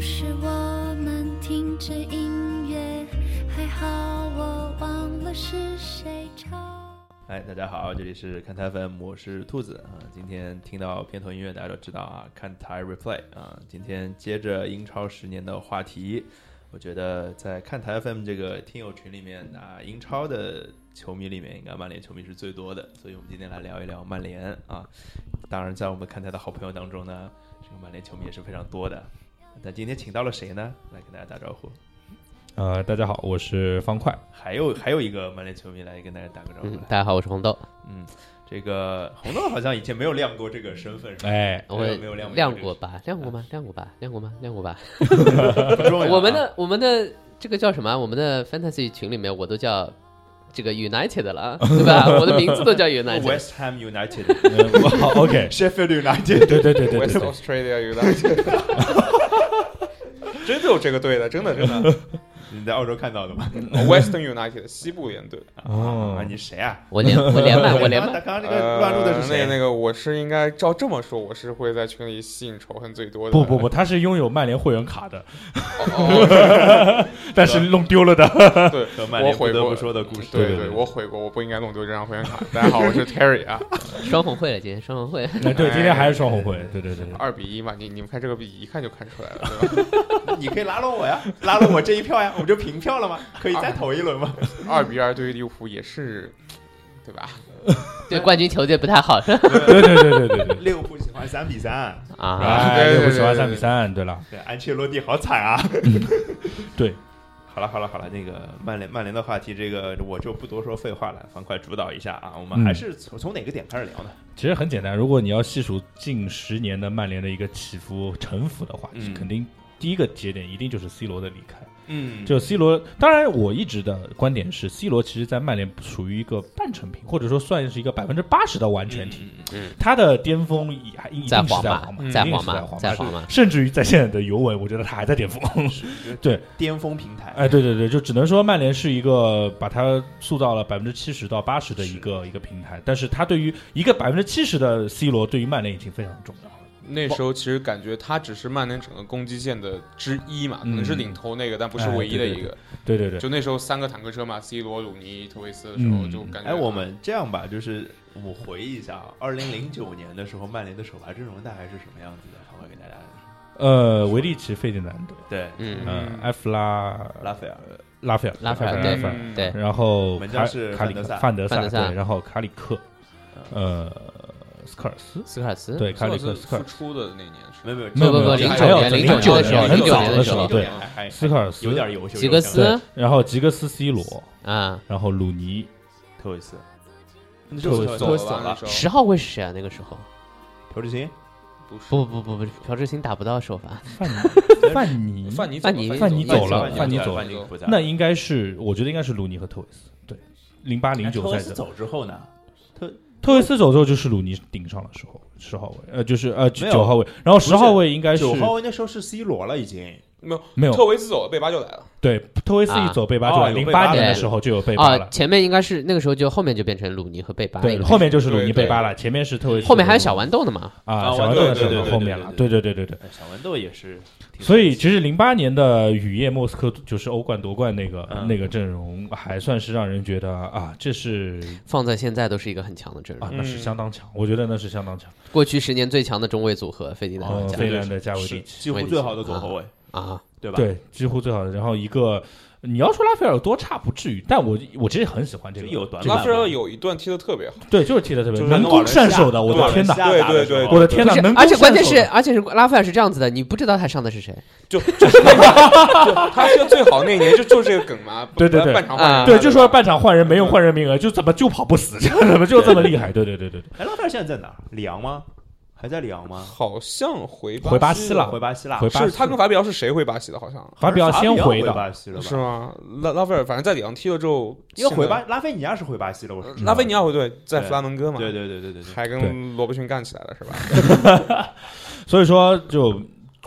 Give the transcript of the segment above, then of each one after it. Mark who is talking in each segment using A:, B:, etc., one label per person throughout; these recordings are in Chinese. A: 时我们听着音乐，还好我忘了是谁唱。
B: 哎，大家好，这里是看台 FM，我是兔子啊。今天听到片头音乐，大家都知道啊，看台 replay 啊。今天接着英超十年的话题，我觉得在看台 FM 这个听友群里面啊，英超的球迷里面，应该曼联球迷是最多的，所以我们今天来聊一聊曼联啊。当然，在我们看台的好朋友当中呢，这个曼联球迷也是非常多的。但今天请到了谁呢？来跟大家打招呼。
C: 呃，大家好，我是方块。
B: 还有还有一个曼联球迷来跟大家打个招呼。
D: 嗯，大家好，我是红豆。
B: 嗯，这个红豆好像以前没有亮过这个身份， 是吧？
C: 哎，
B: 没
D: 我
B: 有没有亮过
D: 亮
B: 这个
D: 过吧？亮过吗？亮过吧？亮过吗？亮过吧？
B: 不重要啊、
D: 我们的我们的这个叫什么啊？我们的 fantasy 群里面我都叫这个 United 了啊，对吧？我的名字都叫 United。
B: West Ham United、
C: 呃好，OK，
B: Sheffield United，
C: 对对对对
E: West
C: 对
E: Australia United，真的有这个队的，真的真的。
B: 你在澳洲看到的吗？
E: Western United 西部联队，
C: 哦
B: 啊，你谁啊？
D: 我连我连麦，我连
B: 刚
D: 麦。
B: 刚刚那个
E: 呃
B: 乱入的是谁？
E: 那个那个，我是应该照这么说，我是会在群里吸引仇恨最多的。
C: 不不不，他是拥有曼联会员卡的， 但哦是弄丢了的。
E: 不，对，
B: 和曼联
E: 我
B: 不
E: 悔
B: 得
E: 过
B: 不说的故事。
C: 对
E: 对
C: 对
E: 我悔过，我不应该弄丢这张会员卡。大家好，我是 Terry 啊，
D: 双红会了，今天双红会。
C: 那嗯对，今天还是双红会。对对对对，
E: 二比一嘛，你你们看这个比一看就看出来了，对吧？
B: 你可以拉拢我呀，拉拢我这一票呀，我们就平票了吗？可以再投一轮 吗？
E: 二比二对于利物浦也是，对吧？
D: 对冠军球队不太好
C: 对对对对对对。
B: 利物浦喜欢三比三，
D: 啊。
C: 哎，
E: 对对对
C: 对不喜欢
E: 对
C: 三
E: 对
C: 比三，对了，
B: 对，安切洛蒂好惨啊。
C: 对，
B: 好了好了好了，那个曼联曼联的话题，这个我就不多说废话了，方块主导一下啊。我们
C: 嗯
B: 还是从、从哪个点开始聊呢？
C: 其实很简单。如果你要细数近十年的曼联的一个起伏沉浮的话，
B: 嗯
C: 肯定第一个节点一定就是 C 罗的离开。
B: 嗯
C: 就 C 罗，当然我一直的观点是，C 罗其实在曼联属于一个半成品，或者说算是一个百分之八十的完全体。
B: 嗯
C: 他的巅峰也还一定是
D: 在
C: 在
D: 皇
C: 皇马，
D: 马，
C: 一
D: 在
C: 定
D: 皇
C: 是在
D: 马，
C: 皇
D: 在
C: 马，
D: 皇马。
C: 甚至于在现在的尤文，我觉得他还在巅峰。对，
B: 巅峰平台。
C: 哎，对对对，就只能说曼联是一个把它塑造了百分之七十到八十的一个一个平台，但是他对于一个百分之七十的 C 罗，对于曼联已经非常重要了。
E: 那时候其实感觉他只是曼联整个攻击线的之一嘛，可能是
C: 嗯
E: 领头那个，但不是
C: 哎
E: 唯一的
C: 对对
E: 一个。
C: 对对对，
E: 就那时候三个坦克车嘛，C 罗、鲁尼、特维斯的时候，
C: 嗯
E: 就感觉啊
B: 哎，我们这样吧，就是我回忆一下啊，二零零九年的时候，曼联的首发阵容大概是什么样子的？好，我给大家。
C: 呃，维利奇、费迪南德、
B: 对，
D: 嗯，
C: 嗯
E: 嗯，
C: 埃弗拉、
B: 拉斐尔，
C: 拉斐尔、
D: 拉斐尔
C: 拉
D: 对
C: 斐尔，
E: 嗯
D: 对，
C: 然后
B: 门
C: 卡
B: 将是
C: 卡里
B: 范德
C: 克
B: 萨嗯
C: 范德
D: 范德萨
C: 对，然后卡里克，呃，斯科尔斯，
D: 斯科尔斯。
C: 对，卡里
E: 是
C: 克斯科
E: 复
C: 尔，
E: 出的那年是
B: 没有没有，
C: 没有没有
B: 这个
C: 没有
B: 还有
C: 09年
B: 这个
C: 09
B: 还有
C: 年的
B: 这个
C: 时候很早的时候
B: 这个
C: 对
B: 还还
C: 斯科尔斯
B: 有点优秀，
D: 吉格
B: 有点优秀
D: 斯
C: 然后吉格斯、C 罗，
D: 啊，
C: 然后鲁尼，
B: 特维斯，那
C: 特维斯
B: 就是
C: 走
B: 特维斯
E: 了
B: 走
E: 吧那
B: 了，
E: 时
D: 十
E: 候
D: 号位是谁啊？那个时候
B: 朴智星，
E: 不是
D: 不不不不，朴智星打不到首发。
C: 范范尼，
E: 范尼
D: 范尼
E: 走了
C: 范尼走了
B: 范
C: 范
B: 尼
C: 尼走
B: 了，
C: 了
B: 尼不在。
C: 那应该是，我觉得应该是鲁尼和特维斯。对，零八零
B: 哎
C: 九
B: 特维
C: 赛
B: 斯
C: 季，
B: 走之后呢？
C: 特维斯走之后就是鲁尼顶上了时候十号位，呃，就是呃
B: 没
C: 九
B: 有
C: 九号位，然后十号位应该是
B: 九号位那时候是 C 罗了，已经。
E: 没有
C: 没
E: 特
C: 有
E: 维斯走了，贝巴就来了。
C: 对，特维斯一走贝巴就
B: 啊
C: 来，
B: 有
C: 零
B: 贝巴
C: 八年
D: 了
C: 的时候就有贝巴
D: 啊，
C: 了，
D: 前面应该是那个时候就后面就变成鲁尼和贝巴了，
C: 对，
D: 应该
C: 后面就是鲁
E: 对
C: 尼
E: 对
C: 贝巴了，前面是特维斯，
D: 后面还有小豌豆呢嘛。
C: 啊，
B: 啊
C: 小豌
B: 对
C: 豆的
B: 对
C: 时
B: 对
C: 候
B: 对
C: 后
B: 对
C: 面
B: 对
C: 了，
B: 对
C: 对对对对对。
B: 哎小豌豆也是挺有意思的。
C: 所以其实零八年的雨夜莫斯科就是欧冠夺冠那个、
B: 嗯
C: 那个阵容，还算是让人觉得啊，这是
D: 放在现在都是一个很强的阵
C: 啊
D: 容，，
C: 那是
E: 嗯
C: 相当强，我觉得那是相当强。
D: 过去十年最强的中卫组合，费迪南
C: 呃
D: 和加
C: 费兰德加维
B: 是
C: 利奇，
B: 几乎最好的左后卫，
D: 啊，
B: 对吧？
C: 对，几乎最好的。然后一个，你要说拉斐尔有多差不至于，但我我其实很喜欢这个，
B: 就有短
C: 这个
E: 拉斐尔有一段踢的特别好，
C: 对，就是踢的特别
B: 就是
C: 能
B: 跟瓦
C: 攻
B: 伦
C: 善
B: 西亚
C: 守的，我
B: 跟瓦
C: 的
B: 伦
C: 天
B: 西亚
C: 哪，
E: 对
B: 打的
E: 对
B: 时候
E: 对
C: 我的天哪，
D: 不是
C: 能，
D: 而且
C: 攻
D: 关键
C: 善守
D: 是
C: 的，
D: 而且是拉斐尔是这样子的，你不知道他上的是谁，
E: 就就是那个就他踢的最好那一年，就就是这个梗嘛。
C: 对对对
E: 半场换人
D: 啊
C: 对，就说半场换人没用换人名额，就怎么就跑不死，怎么就这么厉害？对对对对对，
B: 哎，拉斐尔现在在哪儿？里昂吗？还在里昂吗？
E: 好像回
C: 回巴
E: 西
C: 西了
B: 回巴西了。
C: 回巴
E: 是
C: 西
E: 他跟法比奥是谁回巴西的？好像
C: 法比奥先
B: 回
C: 回的，
B: 巴西了吧？
E: 是吗？拉拉斐尔反正在里昂踢了之后，
B: 因为回
E: 现
B: 巴拉菲尼亚是回巴西了，我
E: 在
B: 说
E: 呃拉菲尼亚回队在弗拉门戈嘛，
B: 对对对对对对，
E: 还
C: 对
E: 跟罗伯逊干起来了是吧？
C: 所以说就。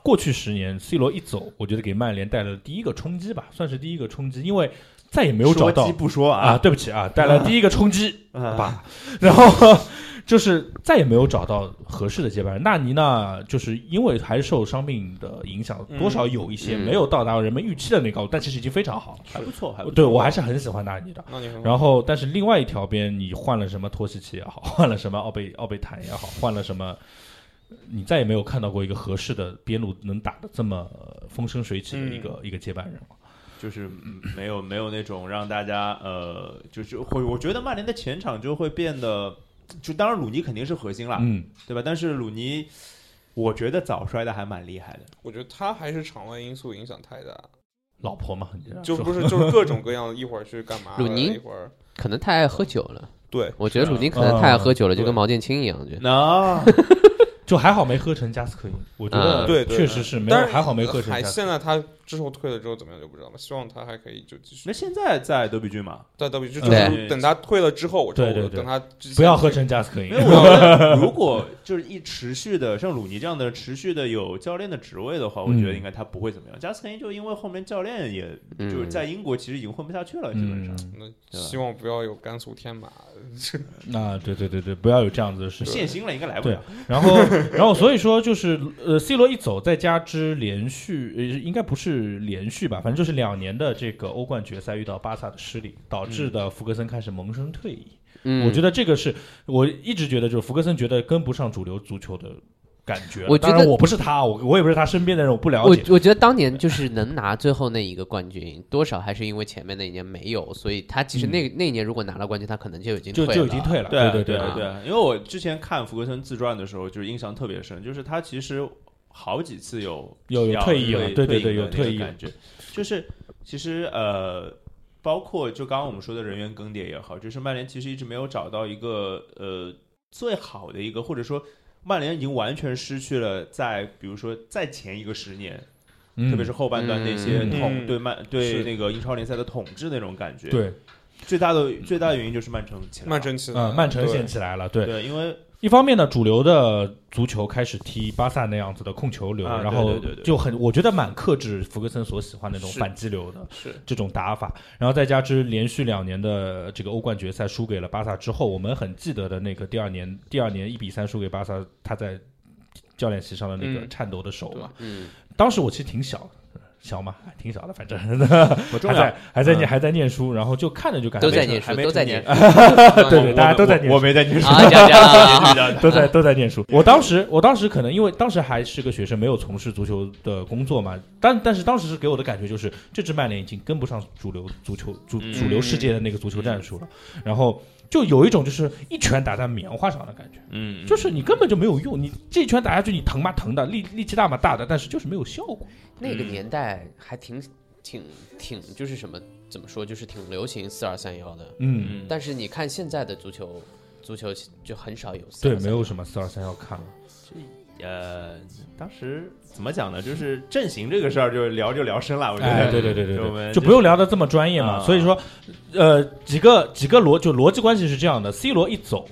C: 过去十年，C 罗一走，我觉得给曼联带来的第一个冲击吧，算是第一个冲击，因为再也没有找
B: 说
C: 到
B: 鸡不说
C: 啊，
B: 啊
C: 对不起啊，带来第一个冲击，
B: 啊，
C: 吧，然后就是再也没有找到合适的接班人。纳尼呢，就是因为还受伤病的影响，
E: 嗯
C: 多少有一些
D: 嗯
C: 没有到达人们预期的那个高度，但其实已经非常好了。
B: 还不错，还不错
C: 对我还是很喜欢纳尼的。
E: 那你很好
C: 然后，但是另外一条边，你换了什么托西奇也好，换了什么奥贝奥贝坦也好，换了什么，你再也没有看到过一个合适的边路能打的这么呃风生水起的一
E: 嗯
C: 个、一个接班人了。
B: 就是没有没有那种让大家呃，就是会我觉得曼联的前场就会变得，就当然鲁尼肯定是核心
E: 啊
B: 啦，
C: 嗯，
B: 对吧？但是鲁尼，我觉得早摔的还蛮厉害的。
E: 我觉得他还是场外因素影响太大，
C: 老婆嘛，你知道
E: 就
C: 说
E: 不是就是各种各样，一会儿去干嘛了，
D: 鲁尼
E: 一会儿
D: 可能太爱喝酒了。
E: 对，
D: 我觉得
B: 是啊
D: 鲁尼可能太爱喝酒了，
E: 嗯
D: 就跟毛剑卿一样，就
B: 那、
C: 就还好没喝成加斯科因，我觉得
D: 啊
E: 对对
C: 确实是没有，
E: 但是呃
C: 还好没喝成
E: 还
C: 加斯科
E: 现在他之后退了之后怎么样就不知道了，希望他还可以就继续
B: 那。现在在德比郡嘛，
E: 但到底就
D: 对
E: 就是等他退了之后，我
C: 嗯对对
E: 我
C: 对
E: 等他之
C: 因，
E: 前
C: 不要喝成加斯科因
B: 因为。我觉 得如果就是一持续的像鲁尼这样的持续的有教练的职位的话，我
C: 嗯
B: 觉得应该他不会怎么样。加斯科因就因为后面教练也
D: 嗯
B: 就是在英国其实已经混不下去了，基本上
C: 嗯，
E: 那
B: 对吧
E: 希望不要有甘肃天马，
C: 那对对对对，不要有这样子的事情。
B: 限薪了应该来不了。
C: 然后，然后所以说就是呃，C 罗一走，再加之连续呃，应该不是连续吧，反正就是两年的这个欧冠决赛遇到巴萨的失利，导致的福格森开始萌生退役。
D: 嗯，
C: 我觉得这个是我一直觉得，就是福格森觉得跟不上主流足球的感觉。
D: 我觉得
C: 当然我不是他，我我也不是他身边的人，我不了
D: 我
C: 解。
D: 我觉得当年就是能拿最后那一个冠军，多少还是因为前面那一年没有，所以他其实那、那一年如果拿了冠军，他可能就已
C: 嗯
D: 经
C: 就
D: 退
C: 就已
D: 了
C: 经退了，
B: 对
C: 对
B: 对
D: 啊
B: 对，因为我之前看福格森自传的时候，就是印象特别深，就是他其实好几次有
C: 有有
B: 要
C: 退役了对对对
B: 役的
C: 有退
B: 那
C: 役
B: 个
C: 了
B: 感觉，就是其实呃，包括就刚刚我们说的人员更迭也好，就是曼联其实一直没有找到一个呃最好的一个，或者说曼联已经完全失去了在比如说在前一个十年，
C: 嗯
B: 特别是后半段那些
C: 嗯
B: 统、
E: 嗯
B: 对曼对
E: 是
B: 那个英超联赛的统治那种感觉，，
C: 对，
B: 最大的最大的原因就是曼城起
D: 啊
B: 来了
E: 曼城起来了，
C: 呃，曼城
E: 对
C: 线起来了，对。
B: 对，因为。
C: 一方面呢，主流的足球开始踢巴萨那样子的控球流，
B: 啊
C: 然后
B: 对对对对
C: 就很，我觉得蛮克制福格森所喜欢那种反击流的
E: 是
C: 这种打法。然后再加之连续两年的这个欧冠决赛输给了巴萨之后，我们很记得的那个第二年，第二年一比三输给巴萨，他在教练席上的那个
E: 嗯
C: 颤抖的手嘛。
D: 嗯，
C: 当时我其实挺小。小嘛，哎挺小的，反正
B: 不重
C: 还
B: 要，
C: 在还在念
B: 嗯
C: 还在念书，然后就看着就感觉
D: 都在
B: 没
D: 念
B: 事
D: 书，
B: 还没
D: 都在
B: 成啊
D: 念
C: 对
D: 书
C: 对，
B: 我
C: 大家都在
B: 我
C: 念书
B: 我没在念书，
D: 啊，讲讲啊，
C: 都在都在念书。我当时我当时可能因为当时还是个学生，没有从事足球的工作嘛，但但是当时是给我的感觉就是，这支曼联已经跟不上主流足球主
B: 嗯
C: 主流世界的那个足球战术了，然后。就有一种就是一拳打在棉花上的感觉，
B: 嗯，
C: 就是你根本就没有用，你这一拳打下去，你疼吗？疼的，力力气大吗？大的，但是就是没有效果。
D: 那个年代还挺挺挺，就是什么怎么说，就是挺流行四二三幺的。
C: 嗯，
D: 但是你看现在的足球，足球就很少有4231
B: 啊
C: 对，没有什么四二三要看了。
B: 呃，当时怎么讲呢？就是阵型这个事儿，就聊就聊深了，我觉
C: 哎，
B: 得。
C: 对对对对
B: 哦就我们
C: 对，就不用聊的这么专业
B: 啊
C: 嘛。所以说，呃，几个几个逻就逻辑关系是这样的：C 罗一走，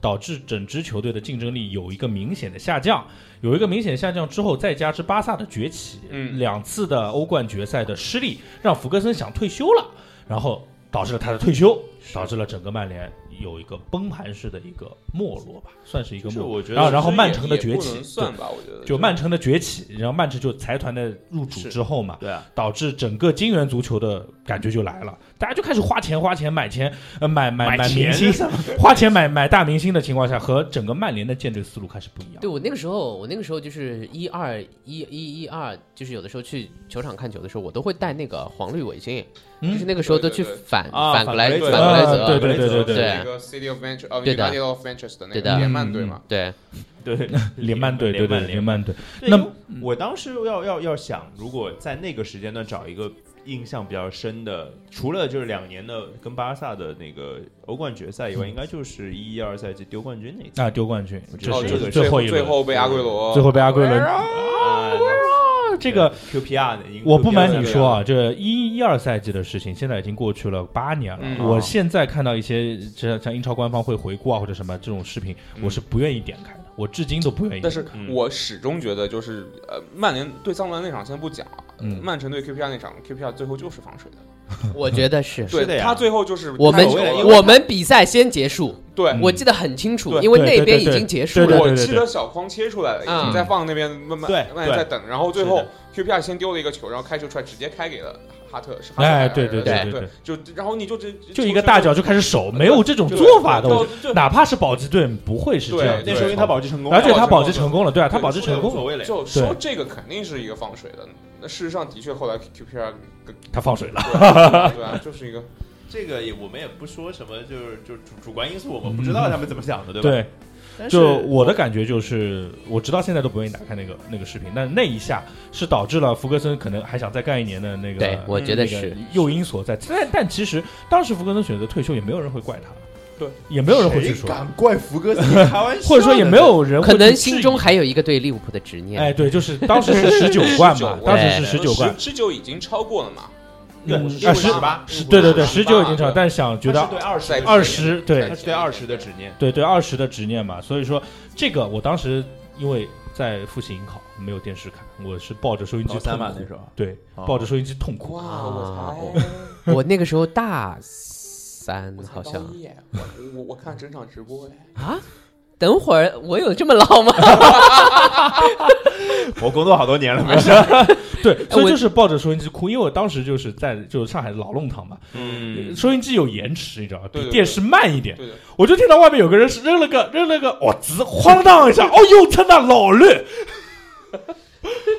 C: 导致整支球队的竞争力有一个明显的下降，有一个明显下降之后，再加之巴萨的崛起，
E: 嗯
C: 两次的欧冠决赛的失利，让福格森想退休了，然后导致了他的退休，导致了整个曼联有一个崩盘式的一个没落吧，算是一个没
B: 就
C: 落。
B: 我觉
C: 然后
B: 得
C: 然后
E: 其实
C: 曼
E: 也
C: 城的
E: 也
C: 崛
E: 不
C: 起
E: 能，算吧，我觉得
C: 就曼城的崛起，然后曼城就财团的入主
E: 是
C: 之后嘛，
B: 对啊，
C: 导致整个金元足球的感觉就来了，大家就开始花钱花钱买钱，呃买买
B: 买
C: 明
B: 钱
C: 星， 花钱买买大明星的情况下，和整个曼联的建队思路开始不一样。
D: 对我那个时候，我那个时候就是一二一一一二，就是有的时候去球场看球的时候，我都会戴那个黄绿围巾，
C: 嗯
D: 就是那个时候都
E: 对
D: 去
E: 对对
D: 反
B: 啊
D: 反
B: 反
D: 来
B: 规
D: 反
B: 则
D: 格雷泽，
C: 啊对对对对
E: 对
D: 对
E: 那个 City of Manchester，呃
D: 对的
E: United of Manchester 那
D: 对
E: 个
D: 的
E: 联曼队嘛，
D: 对
B: 对，
C: 联曼队，对对，
B: 联
C: 联曼队。
B: 对
C: 那
B: 因为我当时要要要想，如果在那个时间段找一个印象比较深的，除了就是两年的跟巴萨的那个欧冠决赛以外，应该就是一一二赛季丢冠军那一次。
C: 嗯啊，丢冠军，这
B: 哦
E: 哦，
B: 这
E: 就
B: 个
E: 是
C: 是
E: 最
C: 后一
E: 最
C: 轮，
E: 后被阿圭罗，
C: 最后被阿圭罗。
B: 啊，
C: 这个
B: QPR 的，
C: 我不瞒
E: 对
C: 你
E: 对
C: 说啊，这一一二赛季的事情，现在已经过去了八年了。
E: 嗯
C: 我现在看到一些像像英超官方会回顾啊或者什么这种视频，我是不愿意点开的。我至今都不愿意。
E: 但是
B: 嗯
E: 我始终觉得，就是呃，曼联对桑德兰那场先不讲啊，
C: 嗯
E: 曼城对 QPR 那场，QPR 最后就是放水的，
D: 我觉得是。
B: 是的
E: 对
B: 呀
E: 他最后就是
D: 我们
E: 太久了因为
D: 我们比赛先结束，
E: 对
C: 嗯
D: 我记得很清楚，
E: 对
D: 因为
C: 对
D: 那边
C: 对
D: 已
C: 对
D: 经结束
C: 对对
D: 了。
E: 我记得小框切出来了，已
D: 嗯
E: 经在放那边慢慢
B: 对
E: 慢
B: 对
E: 慢在等，然后最
B: 是
E: 后
B: 的
E: QPR 先丢了一个球，然后开球出来直接开给了哈特，是哈特
C: 哎
E: 还是
C: 对
E: 还是
C: 对
D: 对
E: 对
C: 对，
E: 就然后你就这
C: 就一个大脚就开始
E: 嗯
C: 守，没有这种做法的。我觉 得哪怕是保级队不会是这样
E: 对
B: 那
C: 的
B: 时候因为他
C: 操作，
B: 保级成功了，
C: 而且他
E: 保
C: 保级
E: 级
C: 成功了，对啊，他
E: 对
C: 保级成
B: 无所
C: 功，
B: 谓了。
E: 就说这个肯定是一个放水的。那事实上的确后 来 QPR 跟
C: 他放水了。
E: 对啊对啊，就是一个
B: 这个也我们也不说什么，就是就主主观因素，我们不知道他们怎么想的，对吧？
C: 嗯对，
B: 但是
C: 就我的感觉就是，我直到现在都不愿意打开那个那个视频，但那一下是导致了福格森可能还想再干一年的那个，
D: 对，我觉得
C: 那个
D: 是。
C: 诱因所在。但但其实当时福格森选择退休，也没有人会怪他，
E: 对，
C: 也没有人会去说
B: 谁，敢怪福格斯开玩笑的，
C: 或者说也没有人会
D: 可能
C: 去质
D: 心
C: 疑
D: 中还有一个对利物浦的执念。
C: 哎，对，就是当时是 十九冠嘛
E: 19，
C: 当时是十
D: 对
C: 九冠，
E: 十九已经超过了嘛？
B: 对
C: 嗯
B: 因为
C: 啊十
B: 18
E: 吧
C: 十对对对，十
E: 18
C: 九已经超，
E: 对
C: 但想觉
B: 他是
C: 得
B: 对二十
E: 在
C: 二十对
B: 他是对二十的执念，
C: 对对二十的执念嘛，所以说这个我当时因为在复习营考，没有电视看，我是抱着收音机
B: 高三嘛
C: 痛哭
B: 那 时候，
C: 对，
B: 哦
C: 抱着收音机痛哭。
E: 哇，
D: 啊
E: 我才。
D: 我那个时候大三
E: 我才
D: 好像
E: 高一耶我我我看整场直播哎，
D: 啊。等会儿 我有这么老吗？
B: 我工作好多年了，没事。
C: 对，
D: 哎
C: 所以
D: 我
C: 就是抱着收音机哭，因为我当时就是在就是上海老弄堂嘛，
B: 嗯，
C: 收音机有延迟，你知道吧？
E: 对
C: 比
E: 对
C: 电视慢一点，
E: 对的，
C: 我就听到外面有个人扔了个扔了个哦，子，哐当一下，哦呦，他那老绿。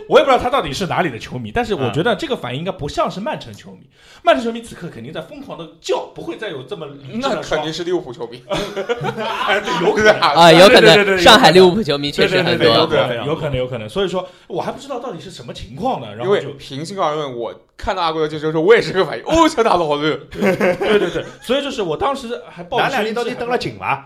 C: 我也不知道他到底是哪里的球迷，但是我觉得
E: 嗯
C: 这个反应应该不像是曼城球迷。曼城球迷此刻肯定在疯狂的叫，不会再有这么理智
E: 那
C: 的
E: 肯
C: 说
E: 定是利物浦球迷，哎 对有可能
D: 啊，有
C: 对
D: 可
C: 对对
D: 能
C: 对
D: 上海利物浦球迷确实
C: 对
D: 很
C: 对对有
D: 多。啊
C: 可能，有可能，有可能。所以说我还不知道到底是什么情况呢。然
E: 因
C: 后
E: 为
C: 就
E: 平心而论，我看到阿圭的进球的时候，我也是这个反应，哦，想打老绿，
C: 对对对，所以就是我当时还抱着
B: 咱俩
C: 收
B: 你
C: 音
B: 到
C: 机
B: 底
C: 还
B: 登了警了？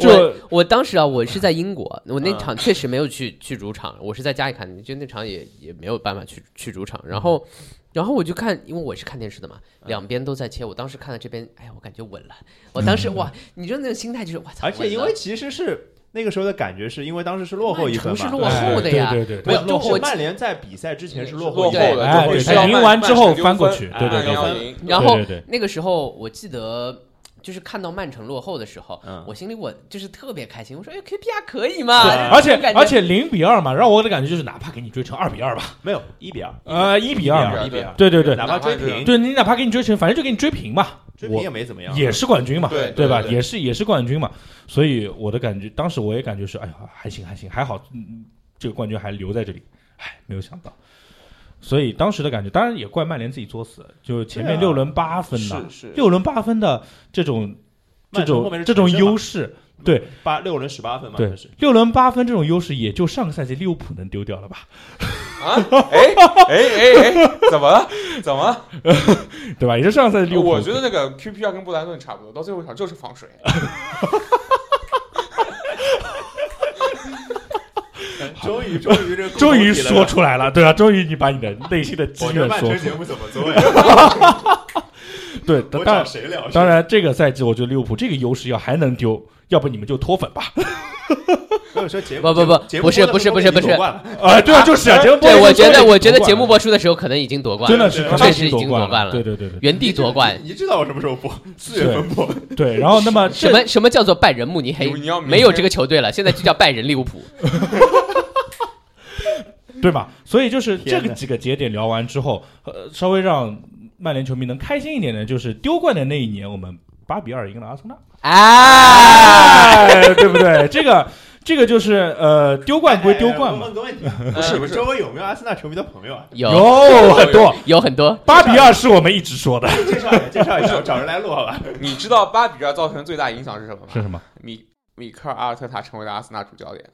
C: 就
D: 我我当时啊，我是在英国，我
C: 啊
D: 那场确实没有去去主场，我是在家里看的，就那场也也没有办法去去主场。然后，然后我就看，因为我是看电视的嘛，两边都在切。我当时看到这边，哎呀，我感觉稳了。我当 时哇，你知道那种心态就是哇操，
B: 而且因
D: 稳
B: 为
D: 了
B: 其实是那个时候的感觉，是因为当时是落后一分
D: 曼城是
B: 嘛。
D: 落后的呀
C: 哎对对对，
D: 没有
B: 不
D: 就我
B: 是曼联在比赛之前是落
E: 落
B: 后
E: 后
B: 一分
E: 了，
C: 哎
E: 就
C: 对
E: 会
C: 他
E: 需要
C: 赢
E: 曼
C: 完之后
E: 曼城
C: 翻过
E: 丢
C: 去
E: 分哎
B: 对对对
E: 曼联要
B: 对
E: 赢，
D: 然后
C: 对对对
D: 那个时候我记得。就是看到曼城落后的时候，
B: 嗯
D: 我心里我就是特别开心。我说：“哎，KPR 可以嘛？”
B: 对
C: 而且
D: 啊这种感觉
C: 而且零比二嘛，让我的感觉就是哪怕给你追成二比二 吧，
B: 没有一比二，
C: 呃，一比二嘛，
B: 一比二，
C: 对对对
B: 哪怕追平，
C: 对你哪怕给你追成，反正就给你追平嘛，
B: 追平
C: 我
B: 也没怎么样，
C: 也是冠军嘛，
E: 对对
C: 吧？
E: 对对
C: 也是也是冠军嘛，所以我的感觉，当时我也感觉是，哎呀，还行还行，还好，嗯这个冠军还留在这里，哎，没有想到。所以当时的感觉，当然也怪曼联自己作死，就是前
B: 对
C: 面
B: 啊
C: 六轮八分呐，
B: 是是
C: 六轮八分的这种这
B: 曼城后面
C: 种
B: 是
C: 这种
B: 全胜嘛
C: 优势，对
B: 八六轮十八分嘛，
C: 对
B: 这是，
C: 六轮八分这种优势，也就上个赛季利物浦能丢掉了吧？
E: 啊，哎哎哎哎，怎么了？怎么了？
C: 对吧？也就上个赛季利物浦，
E: 我觉得那个 QPR 跟布莱顿差不多，到最后一场就是放水，
D: 哎
B: 终于终于这个共同
C: 终于
B: 体了
C: 说出来了，对啊，终于你把你的内心的积
B: 我这
C: 怨
B: 曼
C: 说
B: 城
C: 出
B: 节
C: 来。
B: 目怎么做 呀？
C: 对，
B: 我
C: 当
B: 找
C: 然，
B: 谁聊？
C: 当然，这个赛季我觉得利物浦这个优势要还能丢，要不你们就脱粉 吧。
B: 没有说节目
D: 不不不
B: 节目
D: 不是
B: 播到
D: 不是
B: 后面
D: 不
B: 已
D: 是
B: 经
D: 不是
B: 夺冠了
C: 啊，对啊，就是啊，
B: 哎
C: 节目播
D: 对，我觉得我觉
C: 夺
D: 得
C: 冠了
D: 节目播出的时候可能已经夺冠了，
C: 真的是
B: 对
C: 可
D: 确
C: 能
D: 实已经夺
C: 夺
D: 冠了
C: 对对对对
D: 原地夺冠。
B: 你知道我什么时候播？四月份播，
C: 对。然后那么
D: 什
C: 这
D: 么什么叫做拜仁慕尼黑？
E: 你要明天
D: 没有这个球队了，现在就叫拜仁利物浦。
C: 对吧？所以就是这
B: 天
C: 个
B: 哪
C: 几个节点聊完之后，呃，稍微让曼联球迷能开心一点的，就是丢冠的那一年，我们八比二赢了阿森纳。
D: 啊，
C: 哎，对不对？这个这个就是呃，丢冠归丢冠嘛，
B: 哎问个问题，不是不 是，周围有没有阿森纳球迷的朋友啊？
D: 有
C: 很多。
D: 有很多
C: 八比二是我们一直说的，
B: 介绍一下，介绍一下，找人来录好吧？
E: 你知道巴比尔造成最大影响是什么吗？
C: 什么？
E: 米米克尔阿尔特塔成为了阿森纳 主教练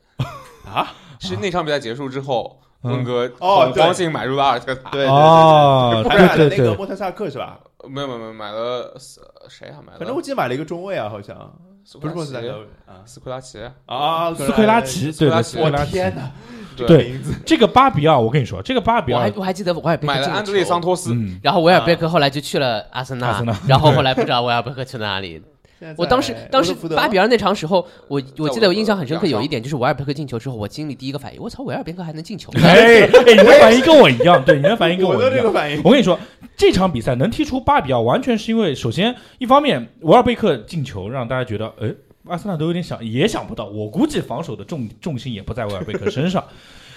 B: 啊！
E: 是那场比赛结束之后，
C: 嗯
E: 温格
B: 哦
E: 很高兴买入了阿尔特塔，
B: 对
C: 哦，
B: 还买了
C: 对
B: 那
C: 对
B: 个
C: 对，
B: 莫特萨克是吧？
E: 没有没有没有买了呃谁啊买了？
B: 反正我记得买了一个中卫啊，好像
E: 斯
B: 不
E: 库
B: 是
E: 拉
B: 莫特萨
E: 奇，
B: 克啊
E: 斯库拉奇，
B: 啊，
C: 斯奎拉奇，对
E: 奎
C: 对，
E: 拉奇
C: 斯
B: 我
C: 奎拉奇
B: 天。哪，
C: 对
B: 名字
C: 这个八比二，我跟你说，这个八比
D: 我还
C: 二，
D: 我还记得维尔贝克
E: 买了
D: 进
E: 安德烈
D: 球
E: 桑托斯，
C: 嗯，
D: 然后维尔贝克后来就去了阿森
C: 阿
D: 纳
C: 森纳，？
D: 然后后来不知道维尔贝克去哪里。
B: 现在
D: 我当时
B: 在
D: 当
B: 沃
D: 时
B: 德福德
D: 八比二那场时候，我我记得我印象很深刻
E: 在我
D: 有一点就是维尔贝克进球之后，我心里第一个反应，我操，维尔贝克还能进球
C: 哎哎，你的反应跟我一样，对，你的反应跟
B: 我的
C: 一
B: 这个
C: 样。
B: 反应，
C: 我跟你说，这场比赛能踢出八比二，完全是因为首先一方面维尔贝克进球让大家觉得，哎，阿森纳都有点想也想不到，我估计防守的重重心也不在维尔贝克身 上。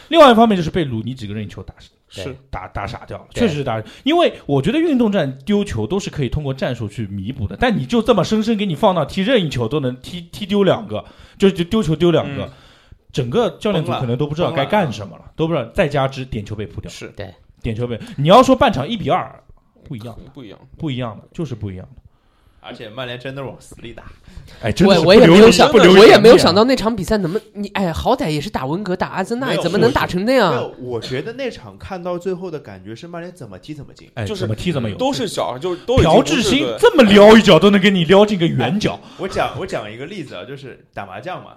C: 另外一方面就是被鲁尼几个任意球打
D: 对
E: 是
C: 打打傻掉了，
D: 对
C: 确实是打。因为我觉得运动战丢球都是可以通过战术去弥补的，但你就这么生生给你放到踢任意球都能踢踢丢两个，就就丢球丢两个，
E: 嗯
C: 整个教练组
B: 崩了
C: 可能都不知道
B: 崩了
C: 该干什么了，都不知道。再加之点球被扑掉，
E: 是
C: 点球被你要说半场一比二，不一样，
E: 不一样。
C: 不一样的，就是不一样的。
B: 而且曼联真的是往死里打，
C: 哎，真的
D: 我
C: 是
D: 我也
C: 不留
D: 没有
C: 人
D: 想，
C: 不留
D: 我也
C: 人
D: 没有
C: 面啊
D: 想到那场比赛能不你哎，好歹也是打温格打阿森纳
B: 没，有
D: 怎么能打成那
B: 没
D: 样？
B: 有，我觉得那场看到最后的感觉是曼联怎么踢怎么进。
C: 哎，
E: 就是
C: 怎么踢怎么有，
E: 都是小孩，就是都已经
C: 朴
E: 不是
C: 智星
E: 对
C: 这么撩一脚都能给你撩进个圆 角，
B: 我讲我讲一个例子啊，就是打麻将嘛，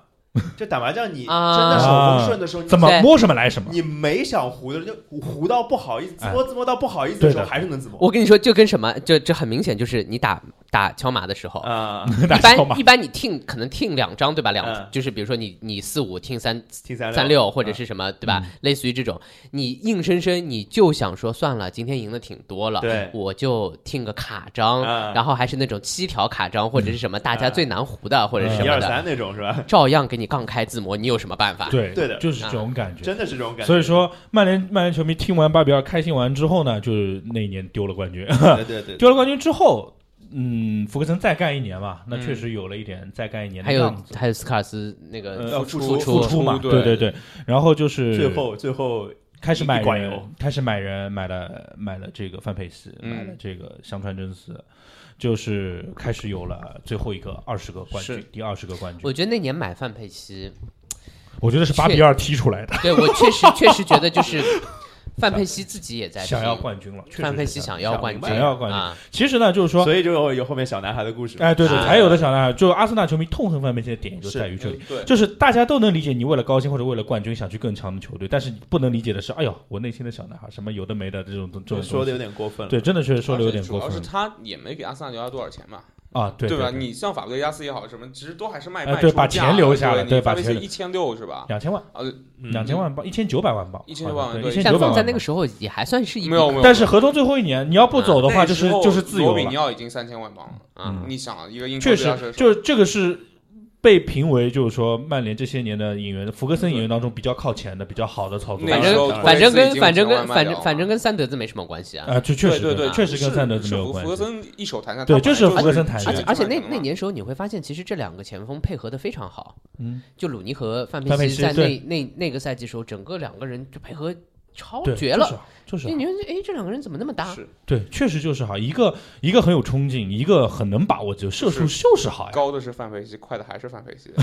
B: 就打麻将你真
D: 啊
B: 的手风顺的时候，你
C: 怎么
D: 对
C: 摸什么来什么。
B: 你没想胡的，就胡到不好意思，自
C: 哎
B: 摸自摸到不好意思的时
C: 对
B: 候，
C: 的
B: 还是能自摸。
D: 我跟你说，就跟什么，这这很明显就是你打打敲麻的时候，
B: 啊，
C: 大
D: 一
C: 家好吧
D: 般一般你听可能听两张对吧？两、
B: 嗯
D: 就是比如说你你四五听三
B: 听三
D: 三六或者
B: 啊
D: 是什么对吧？类似于这种，你硬生生你就想说算了，今天赢的挺多了，
B: 对
D: 我就听个卡张，
B: 嗯
D: 然后还是那种七条卡张或者是什么大家最难胡的、或者是什
B: 嗯一
D: 么
B: 二
D: 的，
B: 三那种是吧？
D: 照样给你杠开字母，你有什么办法？
C: 对
B: 对的
C: 就是这种感觉。
B: 真的是这种感觉。
C: 所以说，曼联曼联球迷听完巴比尔开心完之后呢，就是那一年丢了冠军，
B: 对 对对，
C: 丢了冠军之后，嗯，福克森再干一年嘛，那确实有了一点再干一年
D: 还
C: 的
D: 有
C: 样子，
D: 还有斯卡尔斯那个
C: 呃
B: 付出
D: 付出
C: 付出嘛，
E: 对
C: 对对。然后就是
B: 最后最后
C: 开始买
B: 一管
C: 人
B: 油，
C: 开始买人，买了买了这个范佩西，
E: 嗯
C: 买了这个香川真司，就是开始有了最后一个二十个冠
E: 是
C: 军，第二十个冠
D: 我
C: 军，
D: 觉得那年买范佩西，
C: 我觉得是八比
D: 确
C: 二踢出来的，
D: 对我确实确实觉得就是 范佩西自己也在
C: 想要
D: 踢
C: 冠军了，确实
D: 范佩
C: 是
D: 西
C: 这样
D: 想要
B: 想
D: 冠
B: 明
D: 军，
B: 白
C: 了想要冠军
D: 啊，
C: 其实呢，就是说。
B: 所以就有后面小男孩的故事。
C: 哎，对对，
D: 啊
C: 才有的想呢，就阿森纳球迷痛恨范佩西的点就在于这
B: 嗯
C: 里，
E: 对，
C: 就是大家都能理解你为了高薪或者为了冠军想去更强的球队，但是你不能理解的是，哎呦，我内心的小男孩什么有的没的这种这种
B: 说的有
C: 点
B: 点过分了。
C: 对，真的确实 说的有点
E: 而且
C: 过
E: 啊主要是
C: 分
E: 他也没给阿森纳留下多少钱吧，
C: 啊，对
E: 吧？
C: 对
E: 你像法国的亚斯也好什么，其实都还是卖
C: 哎
E: 卖
C: 对
E: 出
C: 把
E: 价
C: 钱留下了
E: 你
C: 对把
E: 范佩
C: 钱
E: 西
C: 留
E: 一千六是吧？
C: 两千万
E: 呃，
B: 嗯
C: 两千万镑，一千九百万镑，
E: 1900万
C: 一
E: 对
C: 千
D: 但
C: 九百
D: 放
C: 万
D: 在那个
C: 镑。
D: 时候也还算是一
E: 没有
D: 笔
E: 没有，
C: 但是合同最后一年，你要
E: 啊
C: 不走的话，就是就是自由
E: 罗比尼
C: 了。
E: 奥已经三千万镑了，啊
D: 嗯
E: 你想一个英超
C: 确
E: 最佳射
C: 实，
E: 手
C: 就是这个是被评为就是说曼联这些年的引援，福格森引援当中比较靠前的、比较好的操作。
E: 那
D: 哦反
E: 个时候
D: 正
E: 国
D: 反正跟反正
E: 内自己已经有
D: 跟
E: 千万
D: 反
E: 卖掉
D: 正
E: 了
D: 反正跟三德子没什么关系啊。
C: 啊，就确实
E: 对对对，
C: 确实跟
E: 是
C: 三德子没有
E: 是
C: 关
E: 福格
C: 系。
E: 森一手弹下，
C: 对
E: 他本来
C: 这是福
E: 就
C: 格森弹
E: 是
C: 的
D: 而
E: 这
D: 且
E: 样
D: 而且那
E: 的嘛
D: 那年时候你会发现，其实这两个前锋配合的非常好，
C: 嗯，
D: 就鲁尼和范
C: 范佩
D: 佩
C: 西
D: 西在
C: 对
D: 那那那个赛季时候，整个两个人就配合超
C: 对，
D: 绝了。
C: 就是啊，就是啊
D: 就你觉得哎，这两个人怎么那么搭？
E: 是
C: 对，确实就是好。一个一个很有冲劲，一个很能把握，就射术就是好呀。
E: 高的是范佩西，快的还是范佩西，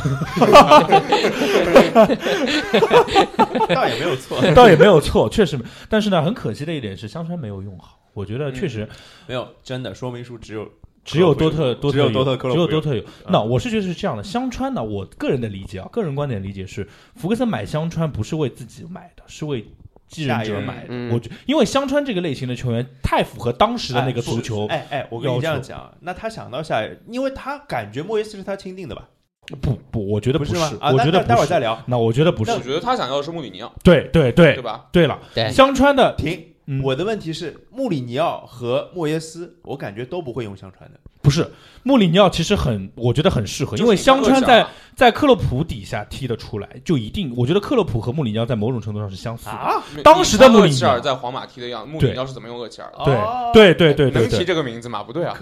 B: 倒也没有错，
C: 倒也没有错，确实没。但是呢，很可惜的一点是，香川没有用好。我觉
E: 嗯
C: 得确实
B: 没有真的说明书只有
C: 只有多特，多特
B: 只有多
C: 有
B: 特克洛
C: 只
B: 普有嗯
C: 有多特有。那我是觉得是这样的，香川呢，我个人的理解啊，个人观点理解是，福克森买香川不是为自己买的，是为继任
B: 下一
C: 者
B: 任
C: 买的。
D: 嗯
C: 我觉因为香川这个类型的球员太符合当时的那个足球，
B: 哎哎，我跟你这
C: 要
B: 样
C: 求
B: 讲啊，那他想到下一，因为他感觉莫耶斯是他钦定的吧？
C: 不不，我觉得
B: 是
C: 是，
B: 吗？啊，
C: 我
B: 那
C: 觉得
B: 那待会
C: 不
B: 儿再
C: 是。
B: 聊。
C: 那我觉得不是
E: 我，觉得他想要的是穆里尼奥，
C: 对对对
E: 对吧？
C: 对了，
D: 对
C: 香川的
B: 停，
C: 嗯
B: 我的问题是穆里尼奥和莫耶斯，我感觉都不会用香传的。
C: 不是穆里尼奥，其实很，我觉得很适合，因为
E: 就是你
C: 香
E: 刚刚
C: 川在
E: 讲
C: 在克洛普底下踢得出来，就一定，我觉得克洛普和穆里尼奥在某种程度上是相似的。
B: 啊
E: 的
C: 当时的穆里尼奥
E: 你看厄齐尔在皇马踢的样子，穆里尼奥是怎么用厄齐尔的？
C: 对、
B: 哦
C: 对对对对
E: 能提
C: 对，
E: 这个名字吗？不对啊，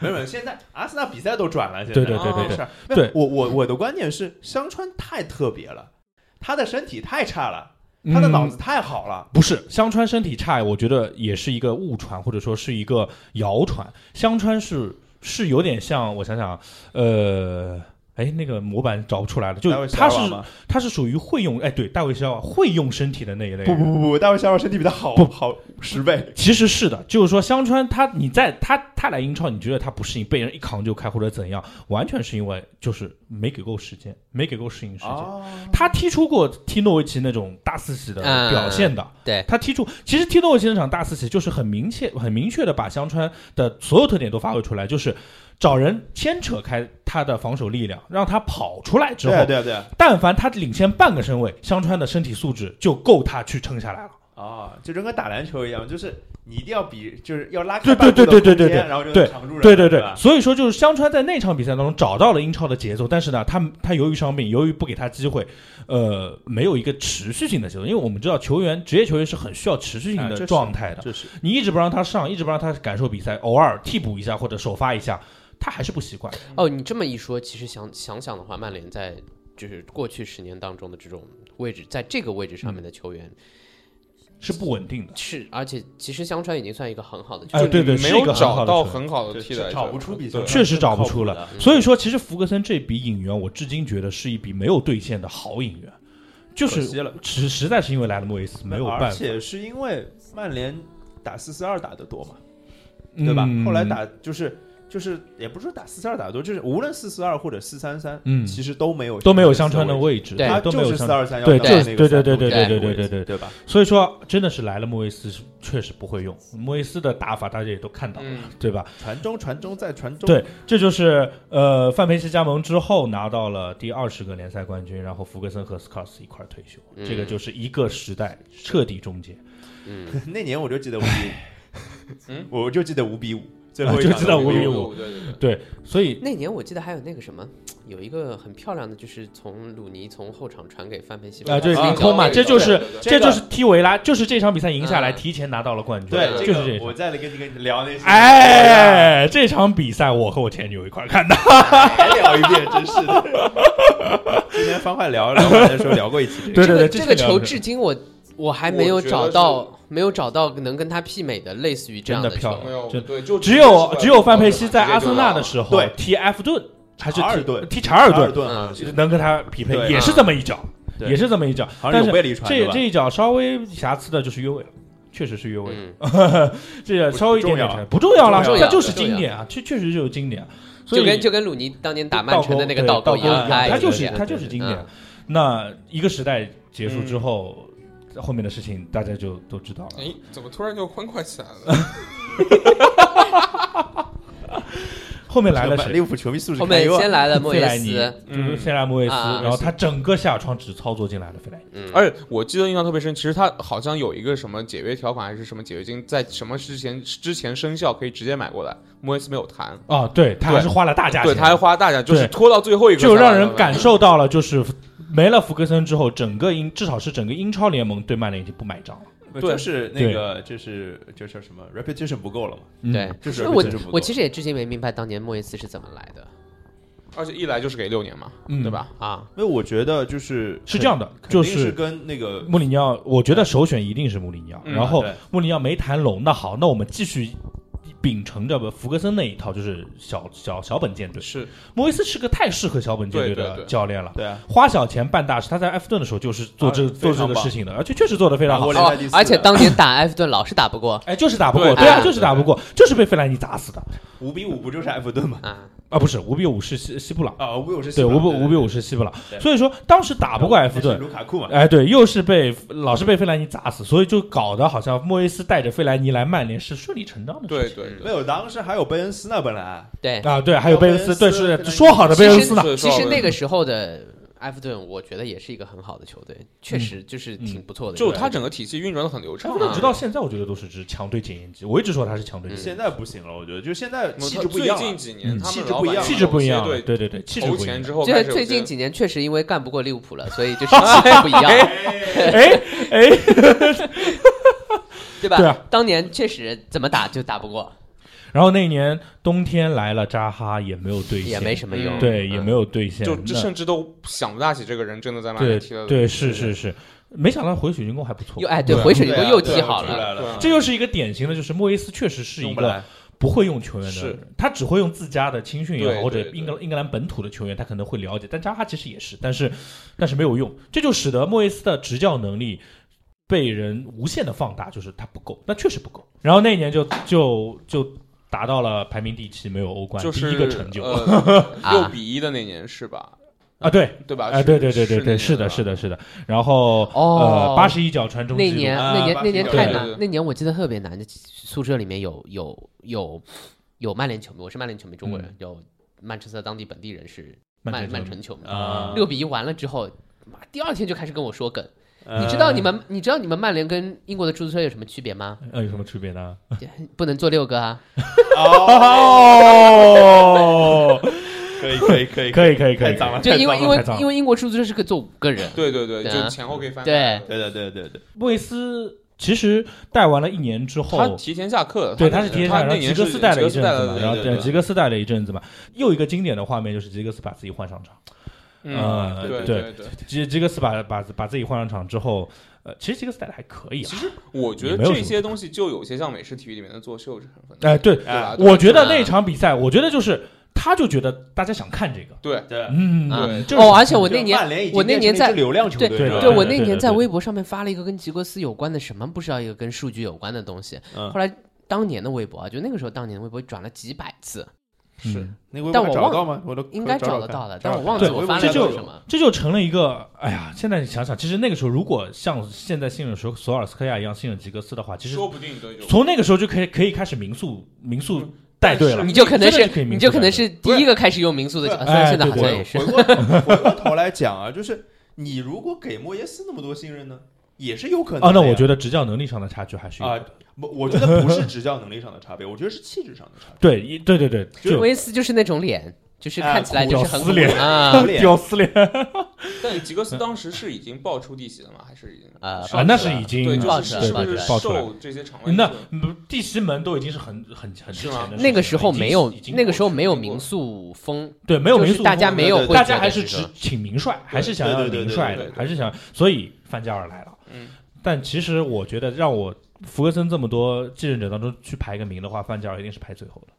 B: 没有，没有，现在阿森纳比赛都转了，现在啊
C: 对对
E: 对对
B: 没
C: 对
B: 事儿。没有
C: 对
B: 我我我的观点是，香川太特别了，他的身体太差了，他的脑
C: 嗯
B: 子太好了。
C: 不是香川身体差，我觉得也是一个误传，或者说是一个谣传。香川是是有点像，我想想啊，呃，哎，那个模板找不出来了，就
B: 大卫席
C: 他
B: 尔
C: 是
B: 瓦嘛
C: 他是属于会用，哎，对，大卫肖会用身体的那一类人。
B: 不不不不，大卫席尔瓦身体比他好
C: 不
B: 好十倍。
C: 其实是的，就是说香川他你在他他来英超，你觉得他不适应，被人一扛就开或者怎样，完全是因为就是没给够时间，没给够适应时间。
B: 哦，
C: 他踢出过踢诺维奇那种大四喜的表现的，
D: 对
C: 他踢出其实踢诺维奇那场大四喜就是很明确、很明确的把香川的所有特点都发挥出来，就是找人牵扯开他的防守力量，让他跑出来之
B: 对
C: 后，
B: 啊对啊对啊，
C: 但凡他领先半个身位，香川的身体素质就够他去撑下来了。
B: 啊，就就跟打篮球一样，就是你一定要比，就是要拉开
C: 对对
B: 半步的
C: 对对
B: 空
C: 对
B: 间
C: 对
B: 然后就
C: 对
B: 扛住人，
C: 对对对
B: 吧，
C: 所以说就是香川在那场比赛当中找到了英超的节奏，但是呢，他他由于伤病，由于不给他机会，呃，没有一个持续性的节奏，因为我们知道球员职业球员是很需要持续性
B: 啊这
C: 的
B: 是
C: 状态的，
B: 这是
C: 你一直不让他上，一直不让他感受比赛，偶尔替补一下或者首发一下，他还是不习惯。
D: 哦，你这么一说，其实想想想的话，曼联在就是过去十年当中的这种位置，在这个位置上面的球员
C: 是不稳定的，
D: 是，而且其实香川已经算一个很好的球
C: 哎
D: 员。
C: 对对
E: 没
C: 是一
E: 有
C: 个很好
E: 找
C: 的
E: 到
C: 球员
E: 很好的
B: 这
E: 替代
B: 是
E: 者，
B: 找不出比赛，
E: 对
C: 确实找不出
B: 更靠
C: 了
B: 谱。
D: 嗯
C: 所以说，其实福格森这笔引援，我至今觉得是一笔没有兑现的好引援，就
B: 可惜
C: 是
B: 了
C: 实实在是因为莱德莫伊斯没有办
B: 而
C: 法，
B: 且是因为曼联打四四二打的多嘛，对吧？
C: 嗯
B: 后来打就是就是也不是说打四四二打得多，就是无论四四二或者四三三，
C: 嗯
B: 其实都没有
C: 都没有
B: 相
C: 香
B: 川
C: 川的位置，
D: 对
B: 他
C: 都
B: 就
C: 没有
B: 是
C: 香
B: 四
C: 川。
B: 二三幺
C: 对
B: 当那个
C: 对对对对
B: 三
C: 对
B: 度
C: 对
B: 位置
C: 对对
B: 对吧？
C: 所以说，真的是来了莫伊斯是确实不会用，莫伊斯的打法大家也都看到了，
E: 嗯
C: 对吧？
B: 传中传中再传中，
C: 对，这就是呃，范佩西加盟之后拿到了第二十个联赛冠军，然后福格森和斯科斯一块儿退休，
D: 嗯
C: 这个就是一个时代彻底终结。
D: 嗯，
B: 那年我就记得五比五
E: 嗯，
B: 我就记得五比五，最后一
C: 啊就
B: 场
C: 知道
B: 5
C: 5比
B: 5
C: 5
E: 对对对，
C: 对，所以
D: 那年我记得还有那个什么，有一个很漂亮的，就是从鲁尼从后场传给范佩西
C: 啊，就是
E: 啊
C: 凌空嘛，
E: 对
C: 这就是
E: 对对
B: 对
C: 这就是踢维拉，就是这场比赛赢下来，
D: 嗯
C: 提前拿到了冠军，
B: 啊对，这
C: 就是
B: 个
C: 这场
B: 我。再来跟你跟你聊那些，
C: 哎，这场比赛我和我前女友一块儿看
B: 哦
C: 的，
B: 还聊一遍，真是的。 之前方块聊聊完的时候聊过一期这个，
C: 对对对，
D: 这
C: 这
D: 个
C: 场
D: 这个
C: 比赛
D: 球至今我我还没有
E: 我觉得
D: 找到，没有找到能跟他媲美的类似于这样
C: 真的
D: 球
C: 漂亮
E: 没有
C: 这
E: 对，就
C: 只有只有
B: 哦
C: 范佩西在阿森纳的时候
B: 对
C: 踢埃弗顿还是
B: 查尔
C: 踢
B: 顿
C: 踢查尔
B: 二
C: 顿
B: 顿
D: 嗯
B: 好像是
C: 能跟他匹配，
B: 对啊
C: 也是这么一脚，
B: 对
C: 也是这么一脚，
B: 好像
C: 但
B: 有
C: 是
B: 被力传
C: 这
B: 对吧
C: 这一脚稍微瑕疵的就是越位了。确实是越位，
D: 嗯，
C: 这个稍微一点点
B: 不重要
C: 不重要了，
B: 不重
D: 要
C: 它就是
D: 不重要
C: 经典啊，确确实就是经典啊。所
D: 就
C: 以
D: 跟就跟鲁尼当年打曼
C: 倒
D: 城
C: 钩
D: 的那个
C: 对
D: 倒
C: 钩
D: 一样，
B: 一样
D: 他也
C: 它就
D: 这
C: 是
D: 样
C: 它就是经典
D: 嗯。
C: 那一个时代结束之后，后面的事情大家就都知道了。
E: 哎，怎么突然就欢快起来了？
C: 后面来了
B: 利
C: 谁？
B: 物浦球迷素质
D: 后面
B: 堪忧啊
D: 先来了莫
C: 费
D: 耶
C: 莱尼
D: 斯，
C: 就是费莱莫耶斯，
D: 啊
C: 然后他整个下窗只操作进来了费莱尼。
D: 嗯，
E: 而且我记得印象特别深，其实他好像有一个什么解约条款还是什么解约金，在什么之前之前生效可以直接买过来，莫耶斯没有谈，
C: 啊，对他还是花了大价钱，
E: 对，他还花大价，就是
C: 对
E: 拖到最后一个才
C: 就
E: 买过来，
C: 让人感受到了，就是没了福格森之后，整个英至少是整个英超联盟对曼联已经不买账了。
B: 不
E: 对
B: 就是那个，就是就叫什么 reputation 不够了嘛？
C: 嗯
D: 对，
B: 就是
D: 那我
B: 就是不够
D: 我其实也至今没明白当年莫耶斯是怎么来的
E: 而且一来就是给六年嘛，
C: 嗯
E: 对吧？
D: 啊。
B: 因为我觉得就是
C: 是这样的，
B: 肯
C: 就
B: 定是跟那个
C: 穆里尼奥，我觉得首选一定是穆里尼奥。
E: 嗯
C: 然后
B: 对
C: 穆里尼奥没谈拢，那好，那我们继续秉承着呃福格森那一套，就是小小小本舰队。
E: 是，
C: 莫耶斯是个太适合小本舰队
E: 对对
C: 的
E: 对
C: 教练了。
B: 对啊，
C: 花小钱办大事，他在埃弗顿的时候就是做这、
B: 啊
C: 做这
B: 非常
C: 个
B: 棒
C: 事情的，而且确实做得非常
B: 拿
C: 好
B: 过。来
D: 哦
B: 莱利，斯
D: 而且当年
E: 啊
D: 打埃弗顿老是打不过
C: 哎，就是打不过，
E: 对
C: 对啊，
D: 对
C: 就是打不过，就是被费莱尼砸死的
B: 五比五不就是埃弗顿嘛？
D: 啊，
C: 啊！不是五比五是西西布朗。
B: 啊，五比五是
C: 对，五比五比
B: 五
C: 五是西布朗，
B: 对
C: 所以说当时打不过埃弗顿，
B: 卢卡库嘛？
C: 哎，对，又是被老是被费莱尼砸死，所以就搞得好像莫耶斯带着费莱尼来曼联是顺理成章的
E: 对
C: 事情。
E: 对对
B: 没。有，当时还有贝恩斯呢，本来
D: 对，
C: 啊，对，还有贝恩斯，对，
B: 贝恩斯
C: 是
B: 费莱尼
C: 说好的贝恩斯呢？
E: 对
D: 其
E: 说
D: 实
E: 到
D: 那个时候的埃弗顿，我觉得也是一个很好的球队，确实就是挺不错的。
E: 就他整个体系运转的很流
C: 埃
E: 畅
C: 弗
E: 啊，
C: 顿直到现在，我觉得都是支强队检验机。我一直说他是强队检验机，
B: 现在不行了，我觉得就现在
E: 嗯
B: 气
E: 他
B: 质不一样
E: 最近
B: 了。
E: 几年
C: 嗯
E: 他
B: 气
E: 们
B: 质
E: 老
B: 不一
E: 板
B: 样
C: 气质不一样了，
E: 对，
C: 对对对，气质
E: 投
C: 不一
E: 钱
C: 样。
E: 之后
D: 就
E: 开
D: 是
E: 始有
D: 最
E: 些
D: 近几年确实因为干不过利物浦了，所以就是气质不一样，
C: 哎哎，
D: 对吧？
C: 对啊
D: 当年确实怎么打就打不过，
C: 然后那一年冬天来了扎哈，也没有兑现，
D: 也没什么用，
E: 嗯
C: 对，也没有兑现，
E: 就这
C: 那
E: 甚至都想不大起这个人真的在曼
C: 对
E: 联踢了，
C: 对是是是，没想到回水晶宫还不错
D: 又。哎，对，
E: 对啊
D: 回水
B: 对
D: 晶
B: 啊
D: 宫又
B: 对啊
D: 踢好
B: 出
D: 了，
B: 来了，
C: 这就是一个典型的，就是莫耶斯确实是一
B: 用不
C: 个
B: 来。
C: 不会用球员的
E: 是
C: 人，他只会用自家的青训也好，
E: 对
C: 或者
E: 对对
C: 英格英格兰本土的球员，他可能会了解。但扎哈其实也是，但是但是没有用，这就使得莫耶斯的执教能力被人无限的放大，就是他不够，那确实不够。然后那一年就就就达到了排名第七，没有欧冠，
E: 就是
C: 第一个成就、
E: 呃
D: 啊
E: 六比一的那年是吧？
C: 啊，对，
E: 对吧？
C: 哎、对对对对对，是
E: 是
C: 的，是
E: 的，啊
C: 的，是的。然后、
D: 哦
C: 呃，八十一脚传中
D: 那
C: 记录，
D: 年
B: 啊
D: 那年
B: 巴西
D: 那年
B: 队
D: 太
E: 对
D: 难
E: 对，对
D: 那年我记得特别难，宿舍里面有有有有曼联球迷，我是曼联球迷，中国人、有曼彻斯特当地本地人是曼曼
C: 曼
D: 城球迷。
B: 啊
D: 六比一完了之后，妈第二天就开始跟我说梗。
B: 呃
D: 你知道你们你知道你们曼联跟英国的出租车有什么区别吗？
C: 呃有什么区别呢？
D: 不能坐六个啊！
B: 哦，可以可以可以
C: 可以可以可
B: 太
C: 以，
B: 脏了，
D: 就因为
B: 太
D: 因
B: 脏了
C: 太
D: 为
C: 脏了
D: 因为英国出租车是可以坐五个人，
E: 对对对，
D: 对
E: 就
D: 啊
E: 前后可以翻。
D: 对，
B: 对的对的对的对的，
C: 布韦斯其实带完了一年之
E: 他
C: 后，
E: 提前下课了。
C: 对，他是提前下
E: 他
C: 来，然
E: 那
C: 后吉
E: 年
C: 格
E: 是
C: 斯带了一阵子
E: 吉格斯带
C: 嘛，
E: 了
C: 然后
B: 对
C: 对
B: 对
C: 吉格斯带了一阵子嘛。又一个经典的画面就是吉格斯把自己换上场，
E: 嗯，
C: 嗯
E: 对
C: 对
E: 对。
C: 吉吉格斯把把把自己换上场之后，呃，其实吉格斯带的还可以啊。
E: 我觉得
C: 也没有
E: 这
C: 什
E: 些东西就有些像美式体育里面的作秀是很分的。
C: 哎，对，
E: 对吧
D: 啊
B: 哎？
E: 对
C: 我觉得那场比赛，我觉得就是他就觉得大家想看这个，
E: 对，
B: 对。
C: 嗯，
D: 啊
E: 对
C: 就是
D: 哦，而且我那年
B: 曼联已经
D: 我
B: 变
D: 那
B: 成
D: 年
B: 一支
D: 在
B: 流量球队
E: 对
B: 是吧
D: 对
C: 对
D: 我那
C: 对
D: 年
C: 对
D: 在
C: 对
D: 微博上面发了一个跟吉格斯有关的什么，不知道一个跟数据有关的东西。
B: 嗯
D: 后来当年的微博啊，就那个时候当年的微博转了几百次，
B: 是
C: 嗯，
B: 那微博
D: 但我
B: 找得
D: 忘
B: 到吗？我都
D: 应该
B: 找
D: 找
B: 找
D: 得到的，
B: 看
D: 但我忘
B: 对
D: 记我
B: 微博
D: 发
B: 上
D: 了
C: 这就
D: 个
B: 有
D: 什么。
C: 这就成了一个，哎呀，现在你想想，其实那个时候如果像现在信任索索尔斯克亚一样信任吉格斯的话，其实
E: 说不定对就
C: 从那个时候就可以可以开始民宿民宿带队了，
D: 你就可
C: 真
D: 能
C: 的
D: 是
C: 是可以
D: 你
C: 民
D: 就
C: 宿
D: 可
C: 带队
D: 能是第一个开始用民宿的角，啊虽然
C: 哎
D: 现在
C: 对
D: 好像
C: 对
D: 也是
B: 回过回过头来讲啊，就是你如果给莫耶斯那么多信任呢，也是有可能的
C: 哦，
B: 呀。
C: 那我觉得执教能力上的差距还是有
B: 啊，不，我觉得不是执教能力上的差别，我觉得是气质上的差
C: 对一对对对，
D: 就
C: 就
D: 威斯就是那种脸，就是
B: 哎
D: 看起来
B: 苦
D: 就是
C: 屌
D: 很
C: 丝脸
D: 苦 啊
B: 脸
C: 屌丝脸
E: 但吉格斯当时是已经爆出地席了吗？还是已经？
D: 啊
C: 嗯啊，那是已经
E: 对，
D: 爆
E: 就
D: 出
E: 是
D: 来
E: 是
C: 对
D: 爆
E: 不
C: 对
D: 出
E: 是
D: 来
C: 爆出来
E: 受这些场外因素？
C: 那嗯地西门都已经是很很很之
E: 是
C: 前
E: 吗
C: 的事情了，
D: 那个时候
C: 已经
D: 没有
C: 已经
D: 那个时候
C: 过去了
D: 没有
E: 过
D: 民宿风，
C: 对没有
D: 就
C: 民
D: 是
C: 宿
D: 大家
C: 风
D: 没
B: 对
D: 有
B: 对
D: 会
C: 大
D: 觉
C: 家
D: 得
C: 还是
D: 这
C: 只
D: 个
C: 请名帅，还是想要
B: 对对对
C: 名
B: 对
C: 帅
E: 对
C: 的
E: 对，对
C: 还是想所以范加尔来了。
E: 嗯，
C: 但其实我觉得让我福格森这么多继任者当中去排个名的话，范加尔一定是排最后的。
B: 别。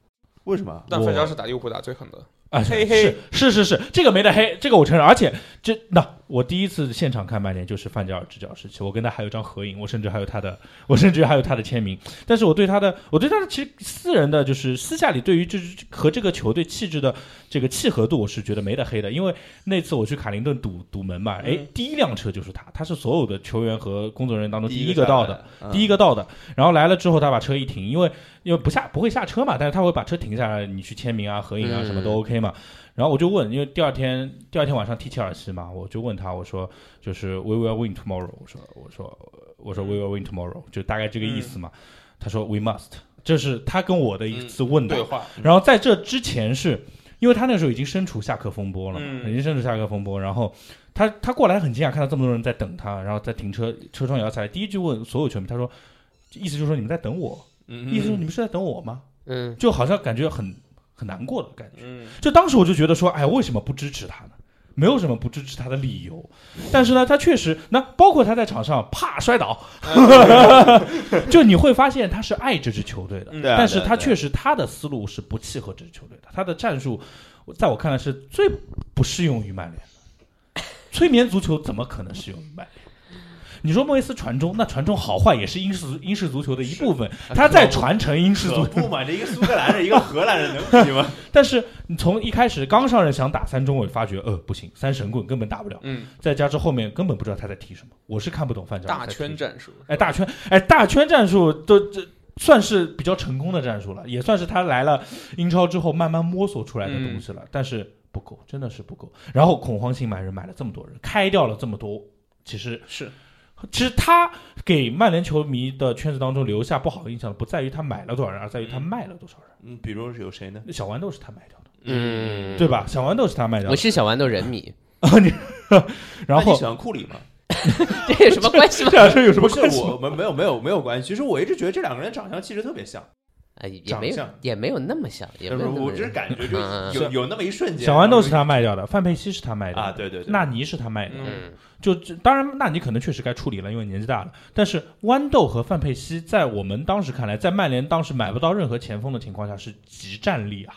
B: 为什么？
E: 但
C: 我
E: 范加尔是打利物浦打最狠的。
C: 啊，
E: 嘿嘿
C: 是是是是，这个没得黑，这个我承认。而且这那我第一次现场看曼联就是范加尔执教时期，我跟他还有张合影，我甚至还有他的，我甚至还有他的签名。但是我对他的，我对他的其实私人的就是私下里对于就是和这个球队气质的这个契合度，我是觉得没得黑的。因为那次我去卡灵顿堵堵门嘛，哎
E: 嗯，
C: 第一辆车就是他，他是所有的球员和工作人员当中第一个到的。
B: 嗯，
C: 第一
B: 个
C: 个到的，然后来了之后，他把车一停，因为因为不下不会下车嘛，但是他会把车停下来，你去签名啊、合影啊
D: 嗯
C: 什么都 OK 嘛。然后我就问，因为第二天第二天晚上踢切尔西嘛，我就问他，我说就是 We will win tomorrow，我说我说我说 We will win tomorrow，就大概这个意思嘛。他说 We must，这是他跟我的一次问答。
E: 对话，
C: 然后在这之前是。因为他那时候已经身处下课风波了嘛，
E: 嗯
C: 已经身处下课风波，然后他他过来很惊讶，看到这么多人在等他，然后在停车车窗摇下来，第一句问所有球迷，他说，意思就是说你们在等我，
E: 嗯
C: 意思就是你们是在等我吗？
D: 嗯，
C: 就好像感觉很很难过的感觉。
E: 嗯，
C: 就当时我就觉得说，哎，为什么不支持他呢？没有什么不支持他的理由，但是呢，他确实，那包括他在场上啪摔倒， 就你会发现他是爱这支球队的，
E: 嗯
B: 对啊，
C: 但是他
B: 实
C: 确实他的思路是不契合这支球队的，他的战术我在我看来是最不适用于曼联的。催眠足球怎么可能适用于曼联？你说莫耶斯传中，那传中好坏也是英式英式足球的一部分，他在传承英式足
B: 可
C: 球。
B: 不嘛，这一个苏格兰人，一个荷兰人能比 吗？
C: 但是你从一开始刚上任想打三中卫，发觉呃不行，三神棍根本打不了，
E: 嗯，
C: 再加之后面根本不知道他在踢什么，我是看不懂范加尔
E: 大
C: 在踢
E: 圈战术，
C: 哎，大圈，哎，大圈战术都这算是比较成功的战术了，也算是他来了英超之后慢慢摸索出来的东西了，但是不够，真的是不够。然后恐慌性买人买了这么多人，开掉了这么多，其实
E: 是，
C: 其实他给曼联球迷的圈子当中留下不好印象的，不在于他买了多少人，而在于他
E: 嗯
C: 卖了多少人。
B: 嗯，比如是有谁呢？
C: 小豌豆是他卖掉的，
D: 嗯
C: 对吧？小豌豆是他卖掉
D: 我
C: 的，
D: 是小豌豆 人米，
C: 然
B: 那你
C: 后啊
B: 喜欢库里吗？
D: 这有什么关系 吗？
C: 这有什么
B: 不是
C: 关系吗？
B: 我们没有没有没有关系。其实我一直觉得这两个人长相气质特别像，
D: 哎，也
B: 长
D: 没有
B: 相
D: 也没有那么像，也没有那
B: 我
D: 么
B: 只是
D: 像。
B: 感觉就
D: 嗯嗯
B: 有有那么一瞬间。
C: 小豌豆是他卖掉的，范佩西是他卖掉的
B: 啊，对对对，
C: 纳尼是他卖的，
E: 嗯
D: 嗯，
C: 就这当然，纳尼可能确实该处理了，因为年纪大了。但是豌豆和范佩西在我们当时看来，在曼联当时买不到任何前锋的情况下是极战力啊。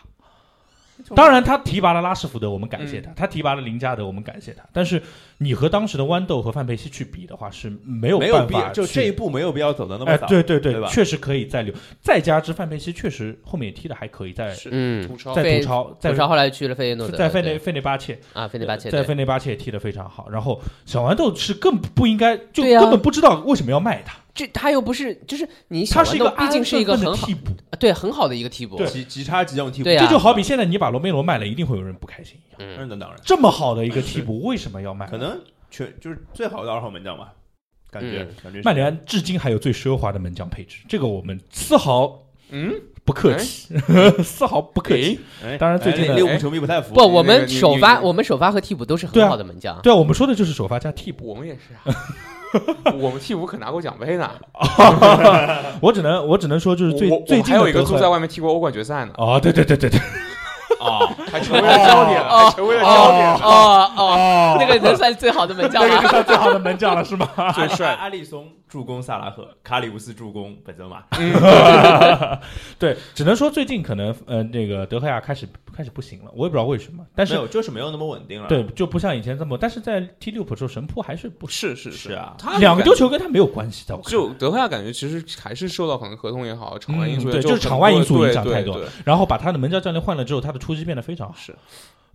C: 当然，他提拔了拉什福德，我们感谢他；他提拔了林加德，我们感谢他。但是你和当时的豌豆和范佩西去比的话，是没有
B: 没有
C: 办
B: 必
C: 法
B: 要，就
C: 去
B: 这一步没有必要走的那么
C: 哎，
B: 早。
C: 对对对，
B: 对吧
C: 确实可以再留。再加之范佩西确实后面也踢的还可以，在
E: 是
D: 嗯
E: 吐槽，
C: 在
D: 费
C: 吐槽，在
D: 土超后来去了费耶诺德，
C: 在费
D: 对
C: 内费内巴切，
D: 啊，费内巴切
C: 在
D: 对
C: 费内巴切也踢得非常好。然后小豌豆是更不应该，就
D: 对呀啊
C: 根本不知道为什么要卖他。
D: 这他又不是，就是你小
C: 他是
D: 豌
C: 一个
D: 豆毕竟是一个
C: 安分
D: 很
C: 的
D: 好
C: 替补，
D: 对很好的一个替补，
C: 对
B: 急急插急用替补，
D: 对啊
C: 这就好比现在你把罗梅罗卖了，一定会有人不开心一样。
D: 嗯
B: 那那当然，
C: 这么好的一个替补，为什么要卖？
B: 可能全就是最好的二号门将吧，感觉
D: 嗯
B: 感觉是
C: 曼联至今还有最奢华的门将配置，这个我们丝毫
E: 嗯，
C: 不客气， 丝毫不客气。
B: 哎
C: 当然最近
B: 哎
C: 的
B: 利物浦球迷不太服，
D: 不，我
E: 那个
D: 们
E: 你
D: 首
E: 你
D: 发
E: 你
D: 我们首发和替补都是
C: 对
D: 很
C: 啊
D: 好的门将，
C: 对啊，我们说的就是首发加替补。
E: 我们也是 啊，我们替补可拿过奖杯呢。
C: 我只能我只能说，就是
E: 我
C: 最
E: 我我
C: 最
E: 们
C: 近
E: 还有一个
C: 的
E: 住
C: 德
E: 在
C: 赫。
E: 外面踢过欧冠决赛呢，
C: 哦，对对对对对，
B: 啊，
E: 还成为
C: 哦
E: 了焦点，还成为了
C: 啊
E: 焦点。
D: 哦哦，那个能算最好的门 将
C: 那个就
D: 吗？
C: 算最好的门将了，是吗？
B: 最帅阿利松助攻萨拉赫，卡里乌斯助攻本泽马，
C: 对，只能说最近可能呃，那个德赫亚开始开始不行了，我也不知道为什么，但
B: 没
C: 是
B: 有就是没有那么稳定了，
C: 对就不像以前这么，但是在踢利物浦的时候，神扑还是不行
E: 是是
B: 是，啊，
E: 他
C: 两个
E: 就
C: 丢球跟他没有关系，在我看来
E: 就德赫亚感觉其实还是受到可能合同也好，场外因素
C: 嗯
E: 也
C: 对
E: 好
C: 就是场外因素
E: 对
C: 影响太
E: 对
C: 多
E: 对
C: 然后把他的门将教练换了之后，他的出击变得非常好。
E: 是，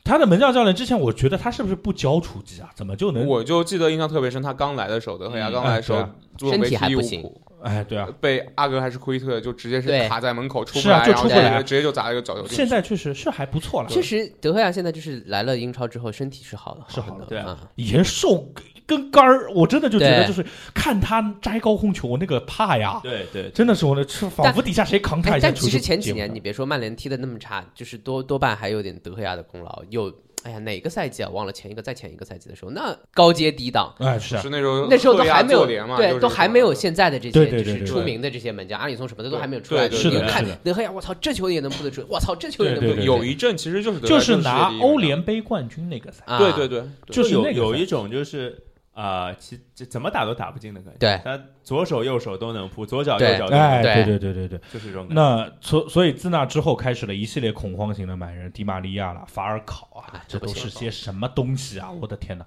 C: 他的门将教练之前我觉得他是不是不教出击啊？怎么就能？
E: 我就记得印象特别深，他刚来的时候，德赫亚
B: 嗯
E: 刚来的时候
C: 哎对啊，
E: 朱总
D: 身
E: 被
D: 体还
E: 踢利
D: 不
E: 物
D: 行
E: 浦
C: 哎，对啊，
E: 被阿格还是奎特就直接是
D: 对
E: 卡在门口出不
C: 是啊
E: 来，
C: 就
E: 然后
C: 出
D: 不
C: 来
E: 直接就砸了一个角球进
C: 现
E: 去。
C: 在确实是还不错了。
D: 确实，德赫亚现在就是来了英超之后，身体是好的，
C: 是好的
D: 的，
B: 对啊
D: 啊，
C: 以前瘦跟杆儿，我真的就觉得
D: 对
C: 就是看他摘高空球，我那个怕呀，
B: 对对，
C: 真的是我的，是仿佛底下谁扛他
D: 哎
C: 一下
D: 但
C: 球
D: 其
C: 就
D: 实前几
C: 接不
D: 年
C: 了
D: 你别说曼联踢的那么差，就是多多半还有点德赫亚的功劳。有，哎呀，哪个赛季啊？忘了前一个再前一个赛季的时候，那高阶低档，
C: 哎是啊，
E: 是那时候
D: 那时候都
E: 赫亚
D: 还没有
E: 坐连嘛，
D: 对，都还没有
E: 现
D: 现在的这
C: 对
D: 些
C: 对
D: 就
C: 对
D: 是
C: 对
D: 出名的这些门将，阿里松什么的都
E: 对
D: 还没有出来。
E: 对
D: 你
E: 对
D: 就
C: 对
D: 看
C: 是的
D: 德赫亚，我操，这球也能扑得出，我操，这球也能
C: 对对
D: 扑得
C: 对
D: 出。
E: 有一阵其实就是德赫
C: 就
E: 亚
C: 是
E: 世界
C: 拿
E: 第一
C: 欧
E: 名的
C: 联杯冠军那个赛，
D: 啊，
E: 对对对，对
C: 就是
B: 有
C: 那个
B: 有
C: 赛
B: 一种就是啊，其这怎么打都打不进的感觉，
D: 对
B: 他左手右手都能扑，左脚
D: 对
B: 右脚都能
C: 哎，
B: 扑，
D: 对
C: 对对对对。
B: 就是这种感觉。
C: 那所所以自那之后开始了一系列恐慌型的买人，迪玛利亚啦、法尔考啊
D: 哎，
C: 这
D: 这
C: 都
D: 不行
C: 是些什么东西啊！我的天哪，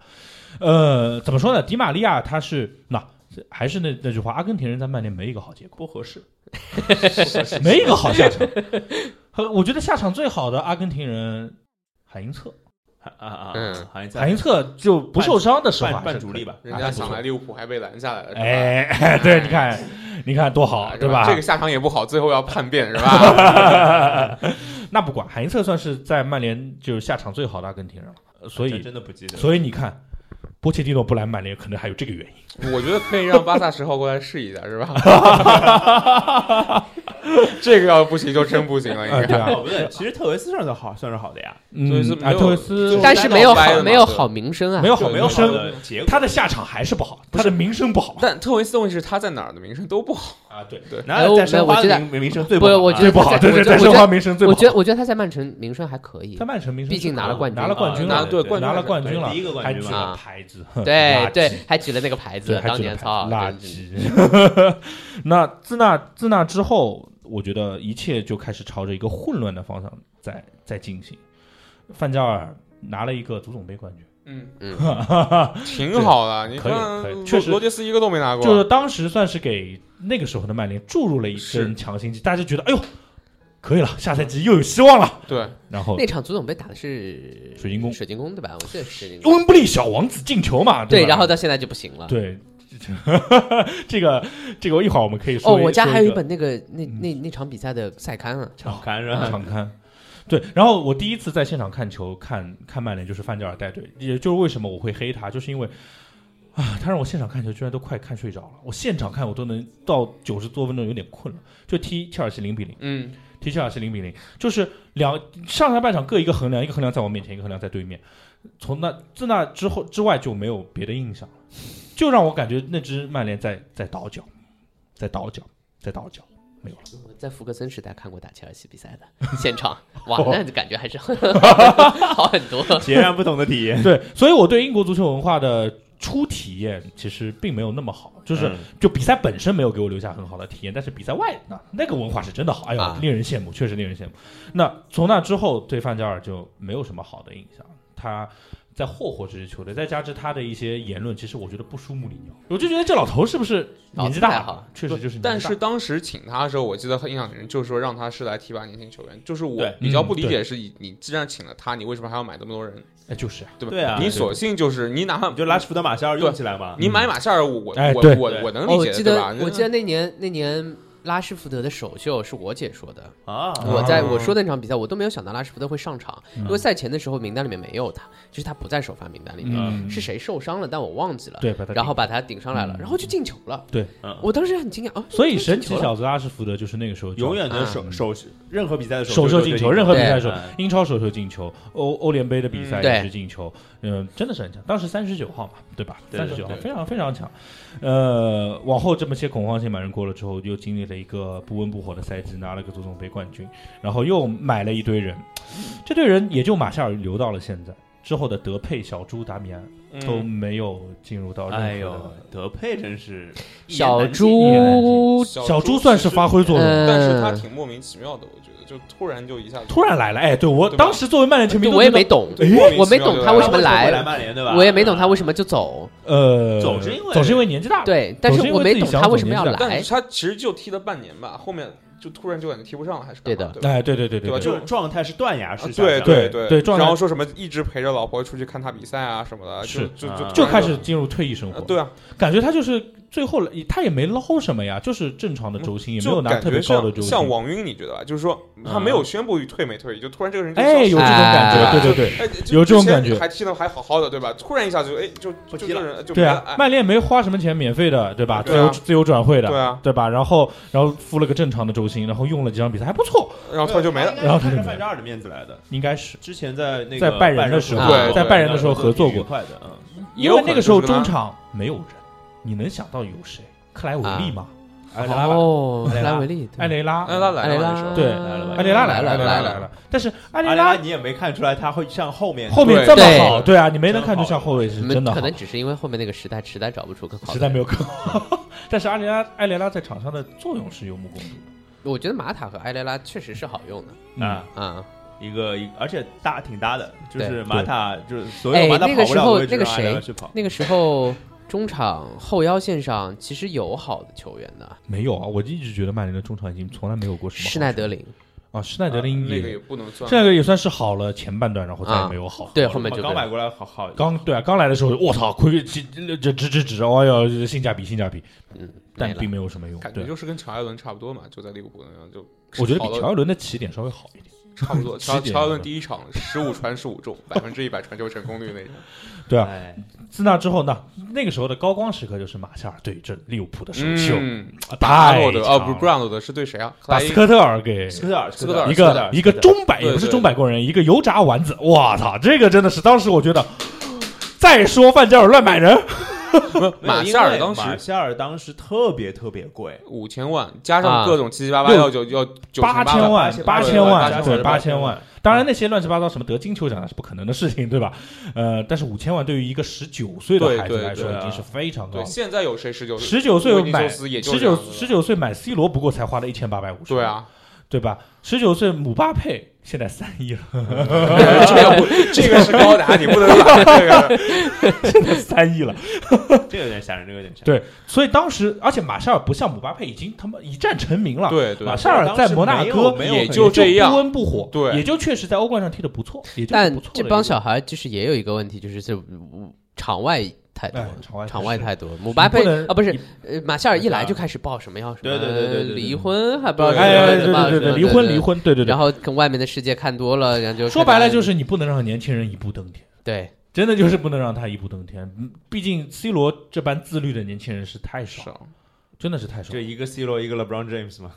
C: 呃，怎么说呢？迪玛利亚他是那还是那那句话，阿根廷人在曼联没一个好结
B: 不
C: 果，
B: 合适，
C: 没一个好下场。和我觉得下场最好的阿根廷人海因策，
B: 啊啊啊！
E: 嗯
B: 好像在
C: 海因策就不受伤的时候
B: 半
C: 还
B: 半
C: 是
B: 主力吧，
E: 人家想来利物浦还被拦下来了，是吧啊哎
C: 哎，哎 对，你看，你看多好，对吧？
E: 这个下场也不好，最后要叛变是吧？
C: 那不管，海因策算是在曼联就是下场最好的阿根廷人了，呃所
B: 这
C: 以
B: 真的不记得了。
C: 所以你看，波切蒂诺不来曼联，可能还有这个原因。
E: 我觉得可以让巴萨十号过来试一下是 吧？这个要不行就真不行了，应
C: 啊，对
E: 该。
C: 啊，
B: 哦，不对，其实特维斯算是好，算是好的呀，
E: 特维斯
C: 嗯，
E: 没
C: 啊，
E: 有
C: 特维斯
E: 就
D: 但是没有
E: 掰了
D: 好
E: 嘛
D: 没有
E: 对
D: 好名声啊，
C: 没有
E: 就
C: 好
B: 没
E: 没
B: 有
C: 名
B: 好
C: 声，
B: 的结果。
C: 他的下场还是不好，他的名声不好
E: 但特维斯的问题是他在哪儿的名声都不好，
C: 啊，对，
B: 哪有
D: 哎
B: 在
D: 我
B: 申
D: 我
B: 花
D: 觉得
B: 的名名声最
D: 不
B: 好啊？
D: 我觉
C: 最
D: 得
C: 不好，
D: 在
C: 对
D: 我
C: 对，
D: 觉
C: 在
D: 得
C: 申花名声最不
D: 我
C: 好
D: 觉。得我觉得他在曼城名声还可以
C: 在，曼城名声
D: 毕竟
C: 最好
D: 拿了冠军
C: 拿了冠军
B: 啊
C: 了，
E: 拿对冠军
C: 拿了冠
B: 对
C: 军了，
B: 第一个冠
C: 还
B: 军
C: 举
B: 嘛
C: 了
D: 啊
C: 牌子，
D: 对
C: 垃圾
D: 对，还举了那个
C: 对，
D: 牌子，
C: 还
D: 当
C: 举了
D: 年
C: 牌
D: 操啊
C: 子垃
D: 真是
C: 圾。 那自那自那之后，我觉得一切就开始朝着一个混乱的方向在在进行。范加尔拿了一个足总杯冠军，
E: 嗯，
D: 嗯，
E: 挺好的。你
C: 可以
E: 看
C: 可以
E: 罗，
C: 确实
E: 罗杰斯一个都没拿过，
C: 就是当时算是给那个时候的曼联注入了一
E: 是
C: 针强心剂，大家就觉得哎呦，可以了，下赛季又有希望了。
E: 对，
C: 然后
D: 那场足总杯打的是
C: 哦水晶宫
D: 水晶宫对吧？我记得是水晶宫。
C: 温布利小王子进球嘛，
D: 对，
C: 吧
D: 然后到现在就不行了。
C: 对。 这个，这个一会儿我们可以说
D: 哦，
C: 一。
D: 我家
C: 说
D: 还有
C: 一
D: 一
C: 个嗯
D: 本那个那那那场比赛的赛刊啊，
B: 好看是吧？
C: 场看。对，然后我第一次在现场看球，看看曼联就是范加尔带队，也就是为什么我会黑他，就是因为啊，他让我现场看球居然都快看睡着了，我现场看我都能到九十多分钟有点困了，就踢切尔西零比零，
E: 嗯，
C: 踢切尔西零比零，就是两上下半场各一个横梁，一个横梁在我面前，一个横梁在对面，从那自那之后之外就没有别的印象了，就让我感觉那支曼联在在倒脚，在倒脚，在倒脚，没有了。
D: 我在福克森时代看过打切尔西比赛的现场，哇，
C: 哦
D: 那感觉还是 好很多。
B: 截然不同的体 验，
C: 对，所以我对英国足球文化的初体验其实并没有那么好， 就是、
B: 嗯
C: 就比赛本身没有给我留下很好的体验，但是比赛外那那个文化是真的好，哎呦，
D: 啊
C: 令人羡慕，确实令人羡慕。那从那之后对范加尔就没有什么好的印象，他在霍霍这支球队，再加之他的一些言论，其实我觉得不输穆里尼奥。我就觉得这老头是不是年纪
D: 脑子
C: 大
D: 还好
C: 了？确实就是年纪大，
E: 但是当时请他的时候，我记得很印象很深，就是说让他是来提拔年轻球员。就是我
B: 对
E: 比较
C: 嗯
E: 不理
C: 对
E: 解是，你你既然请了他，你为什么还要买这么多人，
C: 哎，就是啊，
E: 对吧？
B: 对啊
E: 你
B: 对
E: 索性就是你哪怕
B: 你就拉什福德马夏尔用起来嘛。
E: 你买马夏尔，我我
C: 哎
E: 我
C: 对
E: 我
B: 对
E: 我能
D: 哦，我
E: 理解，
D: 记
E: 对吧嗯
D: 得？我记得那年那年拉什福德的首秀是我姐说的，
B: 啊，
C: 哦
D: 我在我说的那场比赛，我都没有想到拉什福德会上场，
C: 嗯
D: 因为赛前的时候名单里面没有他，就是他不在首发名单里面，
C: 嗯
D: 是谁受伤了，但我忘记了，
C: 对把他
D: 然后把他顶上来了，
C: 嗯
D: 然后就进球了。
C: 对，
B: 嗯
D: 我当时很惊讶啊，
C: 所以
D: 进球
C: 神奇
D: 了
C: 小子拉什福德就是那个时候
B: 永远的
D: 啊
B: 首首任何比赛的
C: 嗯首秀
B: 秀
C: 进
B: 球，
C: 球，任何比
D: 对
C: 赛首
B: 嗯
C: 英超首秀进球，欧欧联杯的比赛
D: 嗯
C: 也是进球，嗯，真的是很强。当时三十九号嘛，对吧？
B: 对
C: 三十
B: 对
C: 九号
B: 对
C: 非常非常强。呃，往后这么些恐慌性买人过了之后，又经历了一个不温不火的赛季，拿了个足总杯冠军，然后又买了一堆人，这堆人也就马夏尔留到了现在。之后的德佩、小猪、达米安都
E: 嗯
C: 没有进入到任何的。
B: 哎呦，德佩真是
D: 小
C: 一言难
D: 猪，
C: 小猪算是发挥作用，
D: 嗯
E: 但是他挺莫名其妙的，我觉得就突然就一下子
C: 突然来了。哎，对我
E: 对吧
C: 当时作为曼联球迷
D: 对
C: 都觉得，
D: 我也没懂
C: 哎，
D: 我没懂他为什么
B: 回来
D: 来，
B: 曼联对吧？
D: 我也没懂他为
B: 么
D: 什么就走，
C: 呃，
B: 总是因为
C: 总是因为年纪大了。
D: 对，但
C: 啊总
D: 是
C: 是因
D: 我
C: 为自
D: 没
C: 己
D: 懂
C: 想
D: 他
C: 走
D: 为什么要
C: 年纪大
E: 但
D: 来
E: 是。他其实就踢了半年吧，后面就突然就感觉踢不上了，还是干
D: 对
E: 嘛
D: 的
E: 对吧
C: 哎，对对对
E: 对吧
C: 对，
B: 就是状态是断崖式
E: 啊
B: 下降
E: 对
B: 的
C: 对
E: 对
C: 对状态
E: 然后说什么一直陪着老婆出去看他比赛啊什么的，就是就
B: 啊
C: 就
E: 就哎就
C: 开始进入退役生活。
E: 呃对啊，
C: 感觉他就是最后了他也没捞什么呀，就是正常的周薪，也没有
E: 就
C: 拿
E: 感
C: 特别
E: 觉
C: 高的
E: 像
C: 周
E: 像
C: 薪。
E: 王晕，你觉得吧？就是说他没有宣布退没退役，就突然这个人就
C: 哎，有这种感
D: 哎
C: 觉，对对对。
E: 哎就
C: 有这种
E: 之前
C: 感觉
E: 还踢的还好好的，对吧？突然一下就哎就
B: 不
E: 就
B: 踢了
E: 这人就
C: 对
E: 没了
C: 啊，
E: 哎
C: 曼联没花什么钱，免费的，对吧？自
E: 对啊
C: 由自由转会的，
E: 对啊
C: 对吧？然后然后付了个正常的周薪，然后用了几场比赛，还不错，
E: 然后突然就没了。
C: 然后
B: 他
C: 他
B: 是
C: 就
B: 范加尔的面子来的。
C: 应该是。
B: 之前在那个
C: 在拜仁的时候
B: 拜仁
E: 对在
C: 拜仁的时候合作过
B: 挺愉快的，嗯
E: 也
C: 因
E: 有
C: 为
E: 可能
C: 那个时候
E: 就是跟
C: 中
E: 他
C: 场没有人，你能想到有谁？克莱维利吗？
E: 啊
B: 哎来吧，
D: 哦，
B: 莱
D: 克
B: 拉
D: 莱维利，对
C: 埃雷拉？
E: 哎他来
D: 埃
E: 了
D: 雷
E: 那时候
D: 拉，
C: 对
B: 来了吧
C: 埃雷拉
D: 来
C: 了，
E: 了
C: 埃雷
E: 来
C: 拉
E: 了
C: 来了。但是埃雷
B: 阿
C: 拉
B: 拉你也没看出来他会像后面
C: 后面这么
D: 对
C: 好，对啊，你没能
B: 真
C: 看出
B: 好
C: 像后卫
D: 你
C: 是
D: 们
C: 真的
D: 可
C: 好
D: 能。只是因为后面那个时代实在找不出更好的。
C: 实在没有可能。但是阿雷拉埃雷拉在场上的作用是有目共睹的
D: 有，我觉得马塔和埃雷拉确实是好用的
B: 啊，
D: 啊。
B: 一个一个而且搭挺搭的，就是
D: 对
B: 马塔就是所
D: 哎
B: 有马塔
D: 那个
B: 跑不
D: 时
B: 了
D: 候
B: 的位置
D: 那个
B: 让阿莱拉
D: 谁
B: 去跑，
D: 那个时候中场后腰线上其实有好的球员的，
C: 没有啊，我一直觉得曼联的中场已经从来没有过什么好
D: 施耐德林，
C: 啊，施耐德林
E: 那个
C: 也
E: 也不能算
C: 施。耐德也算是好了前半段，然后再也
D: 啊
C: 没有好。
D: 对，后面就
B: 刚
D: 被
B: 买过来好好
C: 刚对啊，刚来的时候，我操，亏这这直直直，哎呦，性价比性价比，
D: 嗯，
C: 但
D: 没了
C: 并没有什么用。
E: 感觉
C: 对，
E: 就是跟乔艾伦差不多嘛，就在利物浦那样，就
C: 我觉得比
E: 跑到
C: 乔艾伦的起点稍微好一点。
E: 差不多。
C: 起
E: 乔
C: 点
E: 乔艾伦第 一场十五传十五中，百分之一百传球成功率那种。
C: 对啊，
B: 哎
C: 自那之后呢，那个时候的高光时刻就是马夏尔对阵利物浦的首秀，
E: 嗯，
C: 啊
E: 阿
C: 太
E: 诺德
C: 强
E: 哦，不
C: 了
E: 是布朗诺德是对谁啊？克
C: 把
E: 莱
C: 斯
E: 因
C: 科特尔给
B: 斯科特尔，斯
E: 科特尔
C: 一
B: 斯科特
C: 个
B: 尔
C: 一个中百也
E: 对
C: 不是
E: 对
C: 中百工人，一个油炸丸子，我操，这个真的是当时我觉得，再说范加尔乱买人，
B: 没有
E: 马
B: 因
E: 夏尔
B: 为
E: 当
B: 马
E: 时
B: 夏尔当时特别特别贵，
E: 五千万，加上各种七七八八
C: 啊
E: 要九要九
C: 八千万，八
E: 八
C: 千
E: 万
C: 万，
E: 对
C: 对，
E: 八
C: 八
E: 千
C: 千
B: 万
C: 万。当然，那些乱七八糟什么得金球奖那是不可能的事情，对吧？呃，但是五千万对于一个十九岁的
E: 对
C: 孩子
E: 对
C: 来说
B: 对
C: 已
B: 啊
C: 经是非常高
E: 对，
C: 了。
E: 现在有谁十九？
C: 哦十九岁
E: 维尼修
C: 买
E: 斯也
C: 十
E: 就这
C: 九
E: 样子了
C: 十九岁买 C 罗，不过才花了一千八百五十，
E: 对，啊，
C: 对吧？十九岁姆巴佩现在三亿 了，
E: 这个是高达，你不能把这个。
C: 三亿了。
B: 这个有点吓人，这个有点吓人。
C: 对，所以当时，而且马夏尔不像姆巴佩已经他妈一战成名了，
E: 对对
C: 马夏尔在摩纳哥
B: 没有没有
E: 也
B: 很
E: 就这样
C: 不温不火，
E: 对
C: 也就确实在欧冠上踢的不错，也就
D: 但
C: 不错的
D: 这
C: 一个
D: 帮小孩就是也有一个问题，就是这嗯场外太多
C: 哎
D: 了。
C: 场外
D: 场外太多，姆
C: 姆
D: 巴佩啊不是呃马夏尔一来就开始报什么要什么
B: 对对对对对对
D: 离婚还不知道
E: 对
D: 呃什
C: 哎
D: 么
C: 哎对
D: 乱七八糟
C: 对对对
D: 什么
C: 离婚离，婚对对
D: 对
C: 对
D: 然，后跟外面的世界看多了，然后就
C: 说白了
D: 看到
C: 就是你不能让年轻人一步登天。
D: 对
C: 真的就是不能让他一步登天，嗯毕竟 C 罗这般自律的年轻人是太少，
E: 少
C: 真的是太少
B: 就。一个 C 罗，一个 LeBron James 嘛，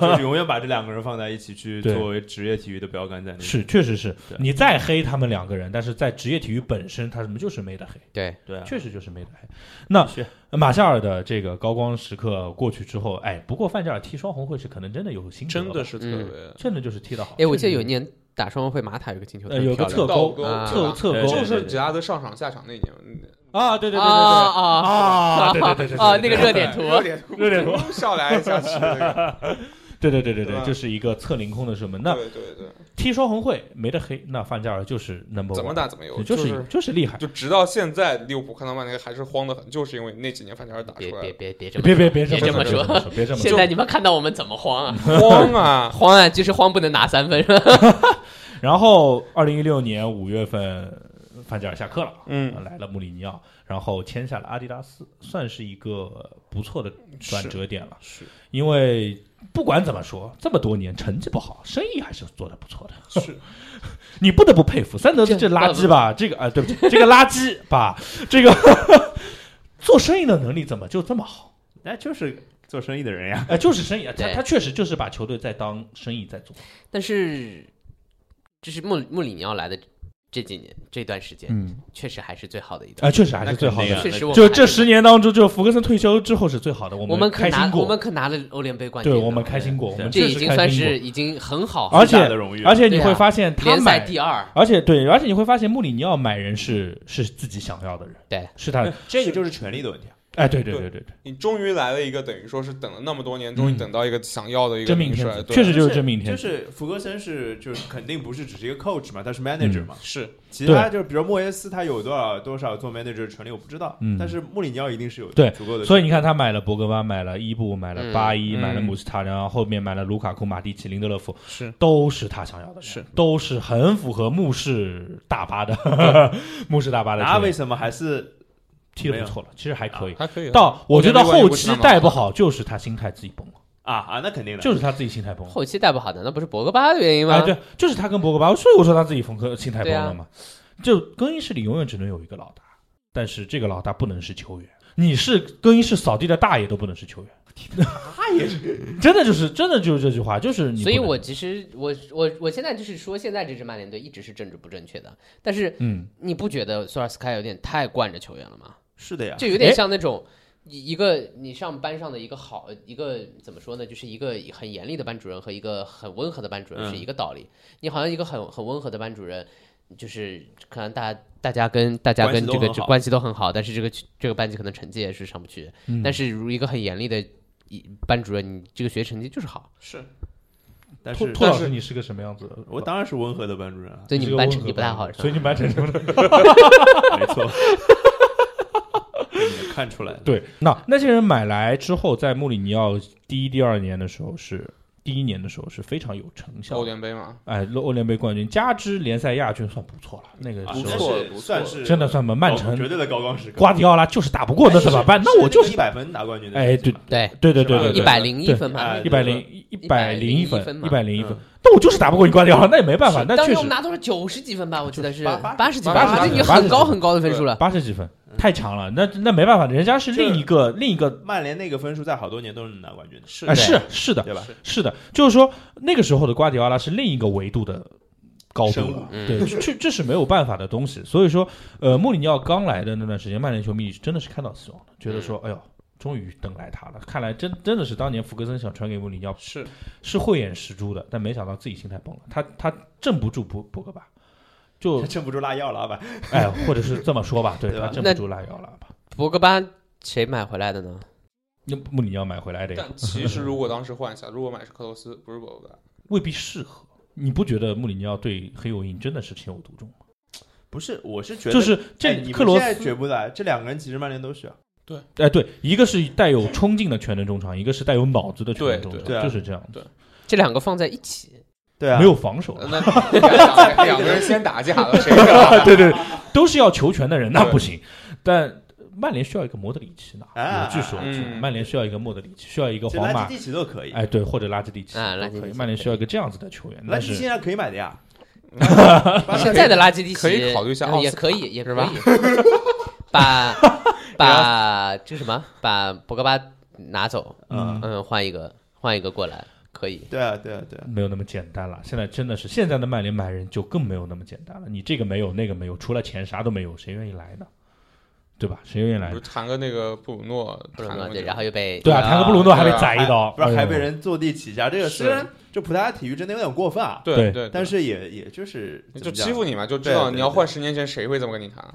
B: 就是永远把这两个人放在一起去
C: 对
B: 作为职业体育的标杆在那里。
C: 是，确实是
B: 对
C: 你再黑他们两个人，但是在职业体育本身，他们就是没得黑，
D: 对，
B: 对啊，
C: 确实就是没得黑。那
B: 是
C: 马夏尔的这个高光时刻过去之后，哎，不过范加尔踢双红会是可能真的有心得
E: 真
C: 了
E: 的
C: 吧
E: 是特
D: 嗯
E: 别。
C: 真的就是踢得好。
D: 哎，我记
C: 确实
D: 得有一年打双红会马塔有个进球特
C: 呃
D: 别
C: 有
D: 漂亮，
C: 个侧
E: 倒
C: 勾
E: 钩
D: 啊
C: 侧侧
B: 对
C: 勾
E: 就
B: 对
E: 是杰拉德上场下场那一年，嗯
C: 啊，对对对对对
D: 啊
C: 对
D: 啊
C: 啊，对对对对对
D: 啊
C: 对
D: 那个热点图，
E: 热点
C: 热点图
E: 上来下去那个，
C: 对对对对
E: 对
C: 对，
E: 吧
C: 就是一个侧凌空的射门。 那
E: 对对对，
C: 踢双红会没得黑，那范加尔就是 number one，
E: 怎么打怎么有，
C: 就是是就是厉害。
E: 就直到现在，利物浦看到曼联还是慌得很，就是因为那几年范加尔打
D: 别
E: 出来
D: 别
E: 的
D: 别别这么
C: 别别
D: 别
C: 别这
D: 么
C: 说，别这么
D: 说，
C: 说别这么
D: 现
C: 说。
D: 在你们看到我们怎么慌啊？！
E: 慌啊
D: 慌啊，就是慌不能拿三分。
C: 然后，二零一六年五月份，范加尔下课了，
E: 嗯，
C: 呃来了穆里尼奥，然后签下了阿迪达斯，算是一个不错的转折点了。
E: 是
C: 因为不管怎么说，这么多年成绩不好，生意还是做的不错的。
E: 是，
C: 你不得不佩服三德子
D: 这
C: 这垃圾吧，这个啊、对不起，这个垃圾吧，这个做生意的能力怎么就这么好？
B: 那就是做生意的人呀。
C: 哎、就是生意，啊，他
D: 对
C: 他确实就是把球队在当生意在做。
D: 但是，就是穆穆里尼奥来的这几年这段时间，
C: 嗯，
D: 确实还是最好的一
C: 啊、
D: 段。
C: 确实还是最好
B: 那肯定
C: 的
B: 啊。
D: 确实我们
C: 就
D: 还是，
C: 这十年当中，就福格森退休之后是最好的，我
D: 我们可
C: 开
D: 拿
C: 心过，
D: 我们可拿了欧联杯冠军
C: 对
D: 了，
C: 我们开心过，我们
D: 这
C: 确
D: 已
C: 实
D: 经
C: 开
D: 算
C: 心
D: 是
C: 过。
D: 已经很好，
C: 啊而且
B: 最大的荣誉，
C: 而且你
D: 对啊
C: 会发现，他
D: 联赛
C: 买
D: 第二，
C: 而且对，而且你会发现穆里尼奥买人是是自己想要的人，
D: 对，
C: 是他，
B: 呃这个就是权力的问题啊。
C: 哎，对对
E: 对
C: 对对对，
E: 你终于来了一个，等于说是等了那么多年，终于
C: 嗯
E: 等到一个想要的一个
C: 真命
E: 名
C: 天
E: 帅，
C: 子，
E: 对
C: 确实就是真命天
B: 就
C: 子，
B: 是福格森是就是肯定不是只是一个 coach 嘛，他是 manager
C: 嗯
B: 嘛。
E: 是
B: 其他就是比如莫耶斯他有多少多少做 manager 的权利我不知道，
C: 嗯
B: 但是穆里尼奥一定是有
C: 对
B: 足够的。
C: 所以你看他买了博格巴，买了伊布，买了巴伊，
E: 嗯
C: 买了
E: 嗯
C: 姆斯塔，然后后面买了卢卡库、马蒂奇、林德勒夫，
E: 是
C: 都是他想要的人，
E: 是
C: 都是很符合穆氏大巴的 穆氏大巴的
B: 那
C: 球
B: 为
C: 员，
B: 什么还是
C: 踢的
B: 没有
C: 不错了，其实还可以。
E: 还可以啊。
C: 到我觉得后期带不
E: 我觉得
C: 好，就是他心态自己崩了，
B: 啊啊？那肯定的，
C: 就是他自己心态崩了。
D: 后期带不好，难道不是博格巴的原因吗？
C: 哎，对，就是他跟博格巴，所以我说他自己风格心态崩
D: 对啊
C: 了嘛。就更衣室里永远只能有一个老大，但是这个老大不能是球员。你是更衣室扫地的大爷都不能是球员，
B: 他也是
C: 真的就是真的就是这句话，就是你不能。
D: 所以我其实我我我现在就是说，现在这支曼联队一直是政治不正确的，但是
C: 嗯，
D: 你不觉得索尔斯克亚有点太惯着球员了吗？
B: 是的呀。
D: 就有点
C: 哎
D: 像那种一一个你上班上的一个好一个怎么说呢，就是一个很严厉的班主任和一个很温和的班主任
B: 嗯
D: 是一个道理。你好像一个很很温和的班主任，就是可能大大家跟大家
B: 关系
D: 跟
B: 都
D: 这个
B: 很
D: 这
B: 好
D: 关系都很好，但是这个这个班级可能成绩也是上不去。
C: 嗯
D: 但是如果一个很严厉的一班主任，你这个学习成绩就是好。
E: 是
B: 但
C: 兔
B: 是
C: 兔
B: 但
C: 老
B: 是
C: 师，你是个什么样子的？
B: 我当然是温和的班主任 啊，
D: 对你
C: 是
D: 们
C: 个
D: 班
C: 温
D: 成
C: 和
D: 绩不太好，
C: 所以你们班成绩不太好。
B: 没错。你看出来了，
C: 对，那那些人买来之后，在穆里尼奥第一、第二年的时候是。第一年的时候是非常有成效
E: 欧
C: 的，
E: 联杯嘛，
C: 哎，欧联杯冠军，加之联赛亚军算不错了，那个
B: 啊
C: 时
E: 不
B: 那
C: 候
E: 错
B: 是
E: 不错
B: 算是哦
C: 真的算不错曼城
B: 绝对的高光时刻。
C: 瓜迪奥拉就是打不过，
B: 哎
C: 那怎么办？那我就是
B: 一百分拿冠军的
C: 哎
B: 事情嘛，
D: 对
C: 对对
B: 是吧
C: 对
D: 一
C: 对，
D: 百零一
C: 对
D: 分嘛
B: 哎。
C: 一百零一百零一
D: 101分
C: 分，
D: 嘛
C: 一百零一
B: 嗯
C: 分。那我就是打不过你瓜迪奥拉，那也没办法，那
D: 当
C: 确
D: 时我们
C: 实
D: 拿多少？九十几分吧，我记得是
B: 八八
D: 八十几分，
E: 八十
D: 那
E: 几
D: 已经
C: 八十
D: 很
C: 几
D: 高很高的分数了。
C: 八十几分，太强了。那那没办法，人家是
B: 这个
C: 另一个另一个，
B: 曼联那个分数在好多年都是能拿冠军的，
E: 是
C: 哎，是是的，
B: 对吧？
C: 是的，就是说那个时候的瓜迪奥拉是另一个维度的高度
B: 生物
C: 了，对，这这是没有办法的东西。所以说，呃，穆里尼奥刚来的那段时间，曼联球迷真的是看到希望了，觉得说，
B: 嗯
C: 哎呦。终于等来他了，看来真真的是当年福格森想传给穆里尼奥
E: 是
C: 是慧眼识珠的，但没想到自己心态崩了，他他镇不住博博格巴， 就
B: 他镇不住拉药了吧？啊
C: 哎，或者是这么说吧，对
B: 对吧
C: 他镇
D: 那
C: 不住拉腰了吧？
D: 博格巴谁买回来的呢？
C: 那穆里尼奥买回来的呀
E: 但其实如果当时换一下，如果买是克罗斯，不是 博格巴，
C: 未必适合。你不觉得穆里尼奥对黑油印真的是情有独钟吗？
B: 不是，我是觉得
C: 就是
B: 哎
C: 这
B: 你们
C: 克罗
B: 现在
C: 斯，
B: 觉不出来，这两个人其实曼联都需要。
C: 哎，对，一个是带有冲劲的全能中场，一个是带有脑子的全能中
E: 对
C: 场，
B: 对对啊
C: 就是这样子，
D: 这两个放在一起，
B: 对啊，
C: 没有防守的，
E: 那两个人先打架了，谁知道？
C: 对对，都是要求全的人，那
E: 对
C: 不行。但曼联需要一个莫德里奇呢，
B: 啊
C: 有据说有据说
E: 嗯
C: 曼联需要一个莫德里奇，需要一个
B: 这
C: 皇
B: 垃圾
C: 马，
B: 地奇都可以，
C: 哎，对，或者拉基蒂奇
D: 啊
C: 都
D: 拉基
C: 可
D: 蒂
C: 以。
D: 奇
C: 曼联
D: 可以
C: 需要一个这样子的球员，
B: 垃
C: 但
B: 圾
C: 是
B: 现在可以买的 呀。
D: 现在的垃圾地呃
E: 可以考虑一下奥斯
D: 也
E: 卡
D: 可以，也可
E: 是
D: 以
E: 吧
D: 把把这什么把博格巴拿走，
C: 嗯
D: 嗯，换一个换一个过来，可以。
B: 对啊，对啊，对啊，
C: 没有那么简单了。现在真的是现在的曼联买人就更没有那么简单了。你这个没有，那个没有，除了钱啥都没有，谁愿意来呢？对吧？谁愿意来
E: 不是？谈个那个布鲁诺，
D: 布鲁
E: 谈
D: 诺
E: 个
D: 对，然后又被
C: 对啊，
B: 对啊
C: 谭克布鲁诺还被
E: 对啊
C: 宰一刀，
B: 不是
C: 哎呦
B: 还被人坐地起价？这个
E: 是
B: 虽然就葡萄牙体育真的有点过分啊。
E: 对
C: 对
E: 对，
B: 但是也也就是
E: 就欺负
B: 你
E: 你嘛，就知
B: 对
E: 道
B: 对
E: 你要
B: 对
E: 换十年前谁会这么跟你谈啊。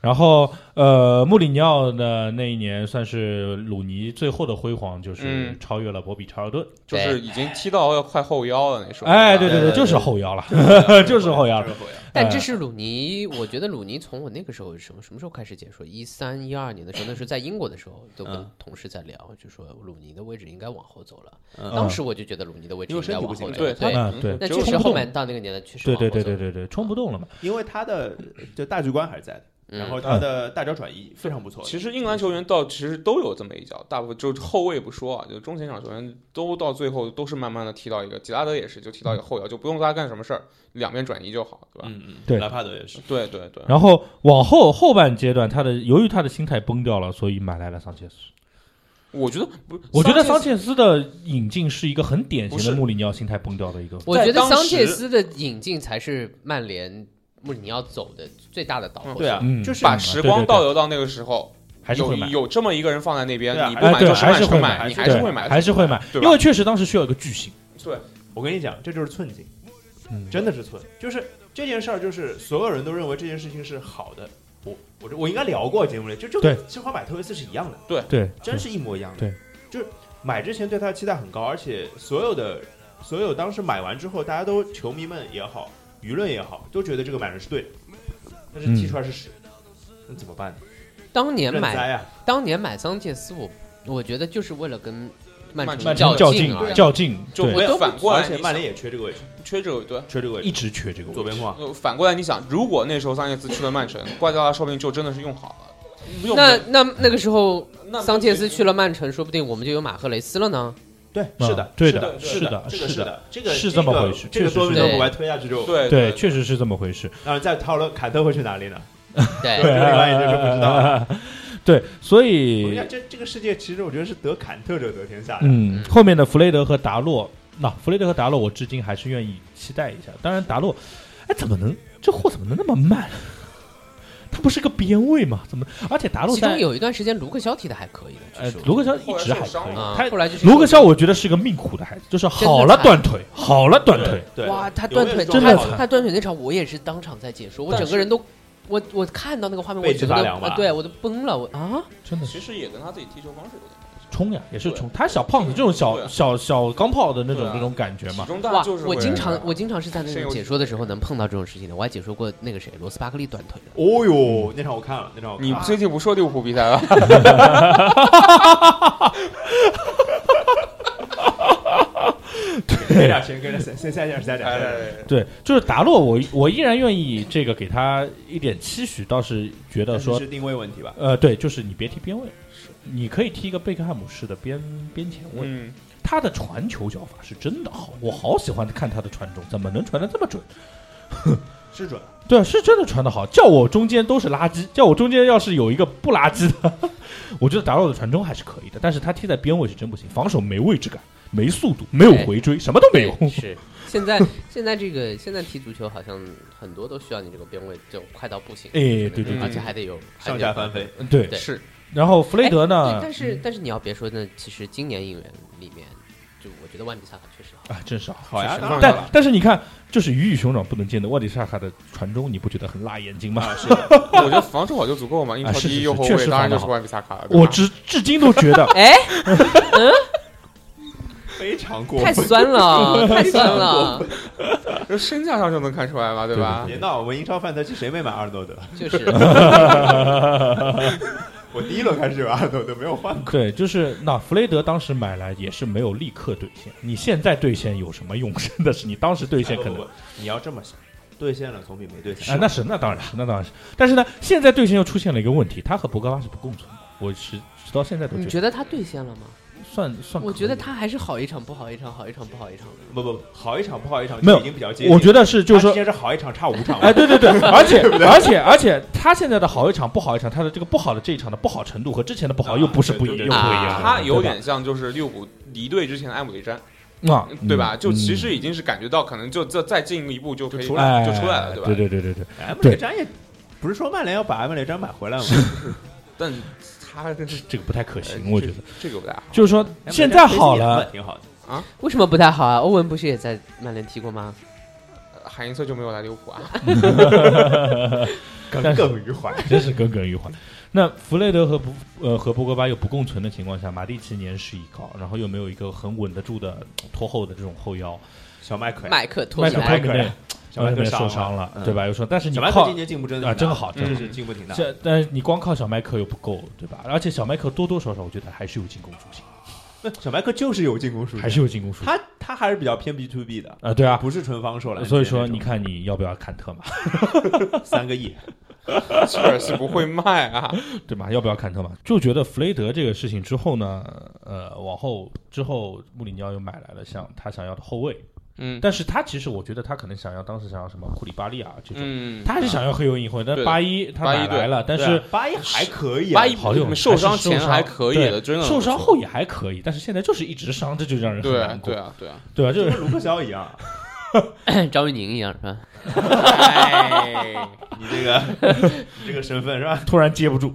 C: 然后呃，穆里尼奥的那一年算是鲁尼最后的辉煌，就是
E: 嗯
C: 超越了博比查尔顿。
E: 就
D: 对
E: 是已经踢到要快后腰了那时候。
C: 哎，
E: 吧
C: 对
B: 对
C: 对，
B: 对
C: 就是
B: 对
C: 后腰了。
B: 了，
C: 就是啊后腰
B: 就是后腰
D: 但这是鲁尼，我觉得鲁尼从我那个时候什么什么时候开始解说？一三一二年的时候，那时候在英国的时候，都跟
B: 嗯
D: 同事在聊，就说鲁尼的位置应该往后走了。
B: 嗯
D: 当时我就觉得鲁尼的位置
B: 因为
D: 应
B: 身
D: 该
B: 体不
D: 往
B: 行
D: 后
B: 了
D: 走，
E: 对
D: 对。
C: 他
E: 嗯
C: 对
D: 那
E: 只有
D: 确
C: 冲
D: 实
C: 不
D: 后
C: 动
D: 面到那个年代确实
C: 对对
D: 往后
C: 对
D: 走
C: 对对对，冲不动了嘛。
B: 因为他的就大局观还是在的，
D: 嗯
B: 然后他的大脚转移非常不错的。
E: 其实英格兰球员到其实都有这么一脚，大部分就是后卫不说啊，就中前场球员都到最后都是慢慢的踢到一个，吉拉德也是就踢到一个后腰，就不用他干什么事儿，两边转移就好，对吧？
B: 嗯嗯，
C: 对
B: 莱帕德也是，
E: 对对对，
C: 然后往后后半阶段，他的由于他的心态崩掉了，所以买来了桑切斯。
E: 我觉得不，
C: 我觉得
E: 桑
C: 桑
E: 切
C: 切斯的引进是一个很典型
E: 不
C: 的
E: 是
C: 穆里尼奥心态崩掉的一个。
D: 我
E: 在
D: 觉得
E: 当
D: 桑切
E: 时
D: 斯的引进才是曼联穆里尼奥走的最大的导火
E: 嗯
D: 索。
B: 对啊，
C: 嗯
B: 就
E: 斯
B: 是
E: 把时光倒流到那个时候，
C: 还是
E: 有
C: 会买。
E: 有这么一个人放在那边，
B: 对啊
E: 你不
C: 哎，
E: 买
C: 对，
E: 就谁
C: 还
E: 买
C: 是
E: 谁
C: 会
E: 买，你
B: 还
E: 是
C: 对
E: 会买的，
C: 还是会买，
E: 对吧
C: 因为确实当时需要一个巨星。
E: 对，
B: 我跟你讲，这就是寸劲，
C: 嗯，
B: 真的是寸，就是这件事儿，就是所有人都认为这件事情是好的。我我这我应该聊过节目里，就这
C: 对
B: 跟申花买特维斯是一样的，
C: 对，
B: 真是一模一样的。
C: 对，
B: 就是买之前对他的期待很高，而且所有的所有当时买完之后，大家都球迷们也好，舆论也好，都觉得这个买人是对的，但是踢出来是屎，
C: 嗯
B: 那怎么办呢？
D: 当年
B: 认
D: 买
B: 栽啊！
D: 当年买桑切斯，我我觉得就是为了跟曼
E: 曼
D: 城
E: 城
C: 较
D: 较啊
C: 劲啊
D: 而已。
C: 较劲，
E: 就
C: 对
E: 我也
D: 都不
E: 反过来
B: 而，且曼联也缺这个位置，
E: 你缺这个对。
B: 缺这个位
C: 一
B: 置，
C: 直缺这个
B: 左边啊框。
E: 呃反过来，你想，如果那时候桑切斯去了曼城，瓜迪奥拉说不定就真的是用好了。用
D: 那那 那个时候，
E: 那
D: 桑切斯去了曼城，说不定我们就有马赫雷斯了呢。
B: 对，
C: 嗯
B: 是的，
C: 对
B: 是
C: 的
B: 是
C: 是的
B: 这个
C: 是的
B: 的，这个
C: 是这么
B: 个
C: 回事
B: 这个
C: 确实
B: 多米
D: 是
B: 诺
D: 这
B: 骨
D: 样
B: 牌推下去之后，
E: 对
C: 对，确实是这么回事。
B: 然后再讨论坎特会去哪里呢？
D: 对
B: 这
C: 啊
B: 个另外一个就不知道了。
C: 对，所
B: 我跟你讲，
C: 以
B: 这这个世界其实我觉得是得坎特者得天下的。
C: 嗯，后面的弗雷德和达洛，那弗雷德和达洛，我至今还是愿意期待一下。当然，达洛，哎，怎么能这货怎么能那么慢？他不是个边位吗？怎么？而且达洛
D: 其中
C: 在
D: 有一段时间，卢克肖踢的还可以的，
C: 呃
D: 其实，
C: 卢
D: 我
C: 克
D: 觉得
C: 肖一直还可以，嗯
D: 啊
C: 他，
D: 后来就是
C: 卢克肖，我觉得是个命苦的孩子，就是好了断腿，好了断腿，
B: 对，
D: 哇，他
B: 永
D: 断
B: 远
D: 腿，
B: 是
C: 真的
D: 他
C: 惨
D: 他断腿那场，我也是当场在解说，我
E: 但
D: 整个
E: 是
D: 人都，我我看到那个画面，我
B: 背脊
D: 整个
B: 发
D: 都，
B: 凉吧
D: 啊对我都崩了，我啊，
C: 真的是
E: 其实也跟他自己踢球方式有点
C: 冲呀，也是
E: 对
C: 冲。他小胖子这种
E: 对
C: 小
E: 啊
C: 小小钢炮的那
E: 对
C: 种
E: 啊
C: 那种感觉
E: 体
C: 嘛，
E: 重大
D: 哇
E: 就是，
D: 我
E: 会
D: 经
E: 这
D: 常
E: 样
D: 我经常是在那
E: 深有
D: 种
E: 体
D: 解说的时候能碰到这种事情的，我还解说过那个谁，罗斯巴克利断腿的。
B: 哦呦，那场我看了，那场我看
E: 你
B: 了。
E: 最近不说利物浦比赛 了？
B: 给点钱，给点钱，先下一点，下一
E: 哎
B: 点，下一点。
C: 对，就是达洛，我我依然愿意这个给他一点期许，倒是觉得
B: 但是
C: 说
B: 是，定位问题吧？
C: 呃，对，就是你别踢边位，你可以踢一个贝克汉姆式的边边前卫，
E: 嗯，
C: 他的传球脚法是真的好，我好喜欢看他的传中，怎么能传的这么准？
B: 是准，
C: 对啊，是真的传的好，叫我中间都是垃圾，叫我中间要是有一个不垃圾的， 我觉得达洛的传中还是可以的，但是他踢在边位是真不行，防守没位置感，没速度，没有回追，什么都没有。
D: 是，现在现在这个现在踢足球好像很多都需要你这个边位就快到不行，
C: 哎对对
E: 对
D: 而且还得有
B: 上下翻飞。，
C: 嗯对
D: 对
E: 是
C: 然后弗
D: 还得有
C: 雷德
D: 哎
C: 呢
D: 对，但是但是你要别说，那其实今年应援里面，就我觉得万比萨卡确实好，，
C: 啊，真是好。
B: 好呀，
E: 是
B: 当然
C: 但
B: 了
C: 但是你看，就是鱼与熊掌不能兼得，万里萨卡的传中你不觉得很辣眼睛吗？
B: 啊，是的，
E: 我觉得防守好就足够嘛。英超
C: 啊是是
E: 第一
C: 是
E: 右后
C: 确
E: 卫
C: 实
E: 当然就
C: 防
E: 是
C: 得
E: 万比萨卡了。对吧
C: 我至至今都 觉得
D: 哎，
B: 非常过
D: 太
B: 分。
D: 酸了，太酸了，
E: 就身价上就能看出来嘛，对吧
C: 对？
B: 别闹，我们英超范特西谁没买阿尔诺德？
D: 就是
B: 我第一轮开始有阿尔诺德，没有换过。
C: 对，就是那弗雷德当时买来也是没有立刻兑现，你现在兑现有什么用？真的是你当时兑现可能
B: 不不不你要这么想，兑现了总比没兑
C: 啊
B: 现，
C: 那是那当然是那当然是，但是呢，现在队形又出现了一个问题，他和博格巴是不共存的。我直直到现在都
D: 你
C: 觉
D: 觉得他兑现了吗？
C: 得算算可以，
D: 嗯我觉得他还是好一场不好一场，好一场不好一场的。
B: 不不不好一场不好一场，
C: 没有
B: 已经比较接近。
C: 我觉得是就是
B: 他之
C: 说，
B: 间是好一场差五场嘛，
C: 哎，对对 对，而且而且而且他现在的好一场不好一场，他的这个不好的这一场的不好程度和之前的不好又不是不一
B: 对
C: 又
B: 对
C: 不一
D: 对
C: 样了，
D: 啊
E: 他有
C: 对吧
E: 点像就是利物浦离队之前的埃姆雷詹，
C: 啊，
E: 对吧？
C: 嗯
E: 就其实已经是感觉到可能就再再进一步就可以
B: 就
E: 就
B: 出
E: 出
C: 哎
E: 来了，
C: 对
E: 吧？
C: 对对对对
B: 埃姆
C: 对
B: 雷詹也不是说曼联要把埃姆雷詹买回来吗？
E: 但他这
C: 这个不太可行，我觉得
E: 哎这个不大好。
C: 就是说现在好
B: 埃姆雷詹
C: 了
B: 其实也，挺好的。
E: 啊，
D: 为什么不太好啊？欧文不是也在曼联踢过吗？
E: 海因策就没有来利物浦啊。
B: 耿
C: 但是
B: 耿于怀。
C: 真是耿耿于怀。 那弗雷德和不呃和博格巴又不共存的情况下，马蒂奇年事已高，然后又没有一个很稳得住的拖后的这种后腰，
B: 小麦奎，
D: 麦克托
C: 麦
D: 起
C: 克
B: 托
D: 来，
C: 托米内
B: 小麦
C: 克
B: 奎
C: 受
B: 伤
C: 伤
B: 了
C: 了，
B: 嗯
C: 对吧？又说，但是你
B: 小麦奎
C: 靠
B: 今年进步真的
C: 啊
B: 挺大
C: 真好
B: 真
E: 真
B: 的
E: 好
B: 是进步挺大。
C: 这，但是你光靠小麦克又不够，对吧？而且小麦克多多少少，我觉得还是有进攻属性，
B: 那 小麦克就是有进攻属性，
C: 还是有进攻属性
B: 他他还是比较偏 B to B 的，
C: 啊，对啊。
B: 不是纯防守篮。
C: 所以说，你看你要不要坎特嘛，
B: 三个亿，
E: 切尔西不会卖啊，
C: 对吧？要不要坎特嘛？就觉得弗雷德这个事情之后呢，呃，往后之后，穆里尼奥又买来了像他想要的后卫，
E: 嗯
C: 但是他其实我觉得他可能想要当时想要什么库里巴利啊这种，
E: 嗯，
C: 他是想要黑油硬混，但
E: 对的
C: 八一他
E: 八一
C: 买来了，但
B: 对
C: 是
B: 啊八一还可以啊，
E: 八一
C: 好用，
E: 受伤
C: 还是
E: 前还可以的
C: 对
E: 真的
C: 受伤
E: 不错
C: 后也还可以，但是现在就是一直伤，这就让人很
E: 对
C: 难过
E: 对，啊对啊，
C: 对吧？就
B: 就是跟卢克肖一样，
D: 张玉宁一样是吧？
E: 哎，
B: 你这个你这个身份是吧？
C: 突然接不住，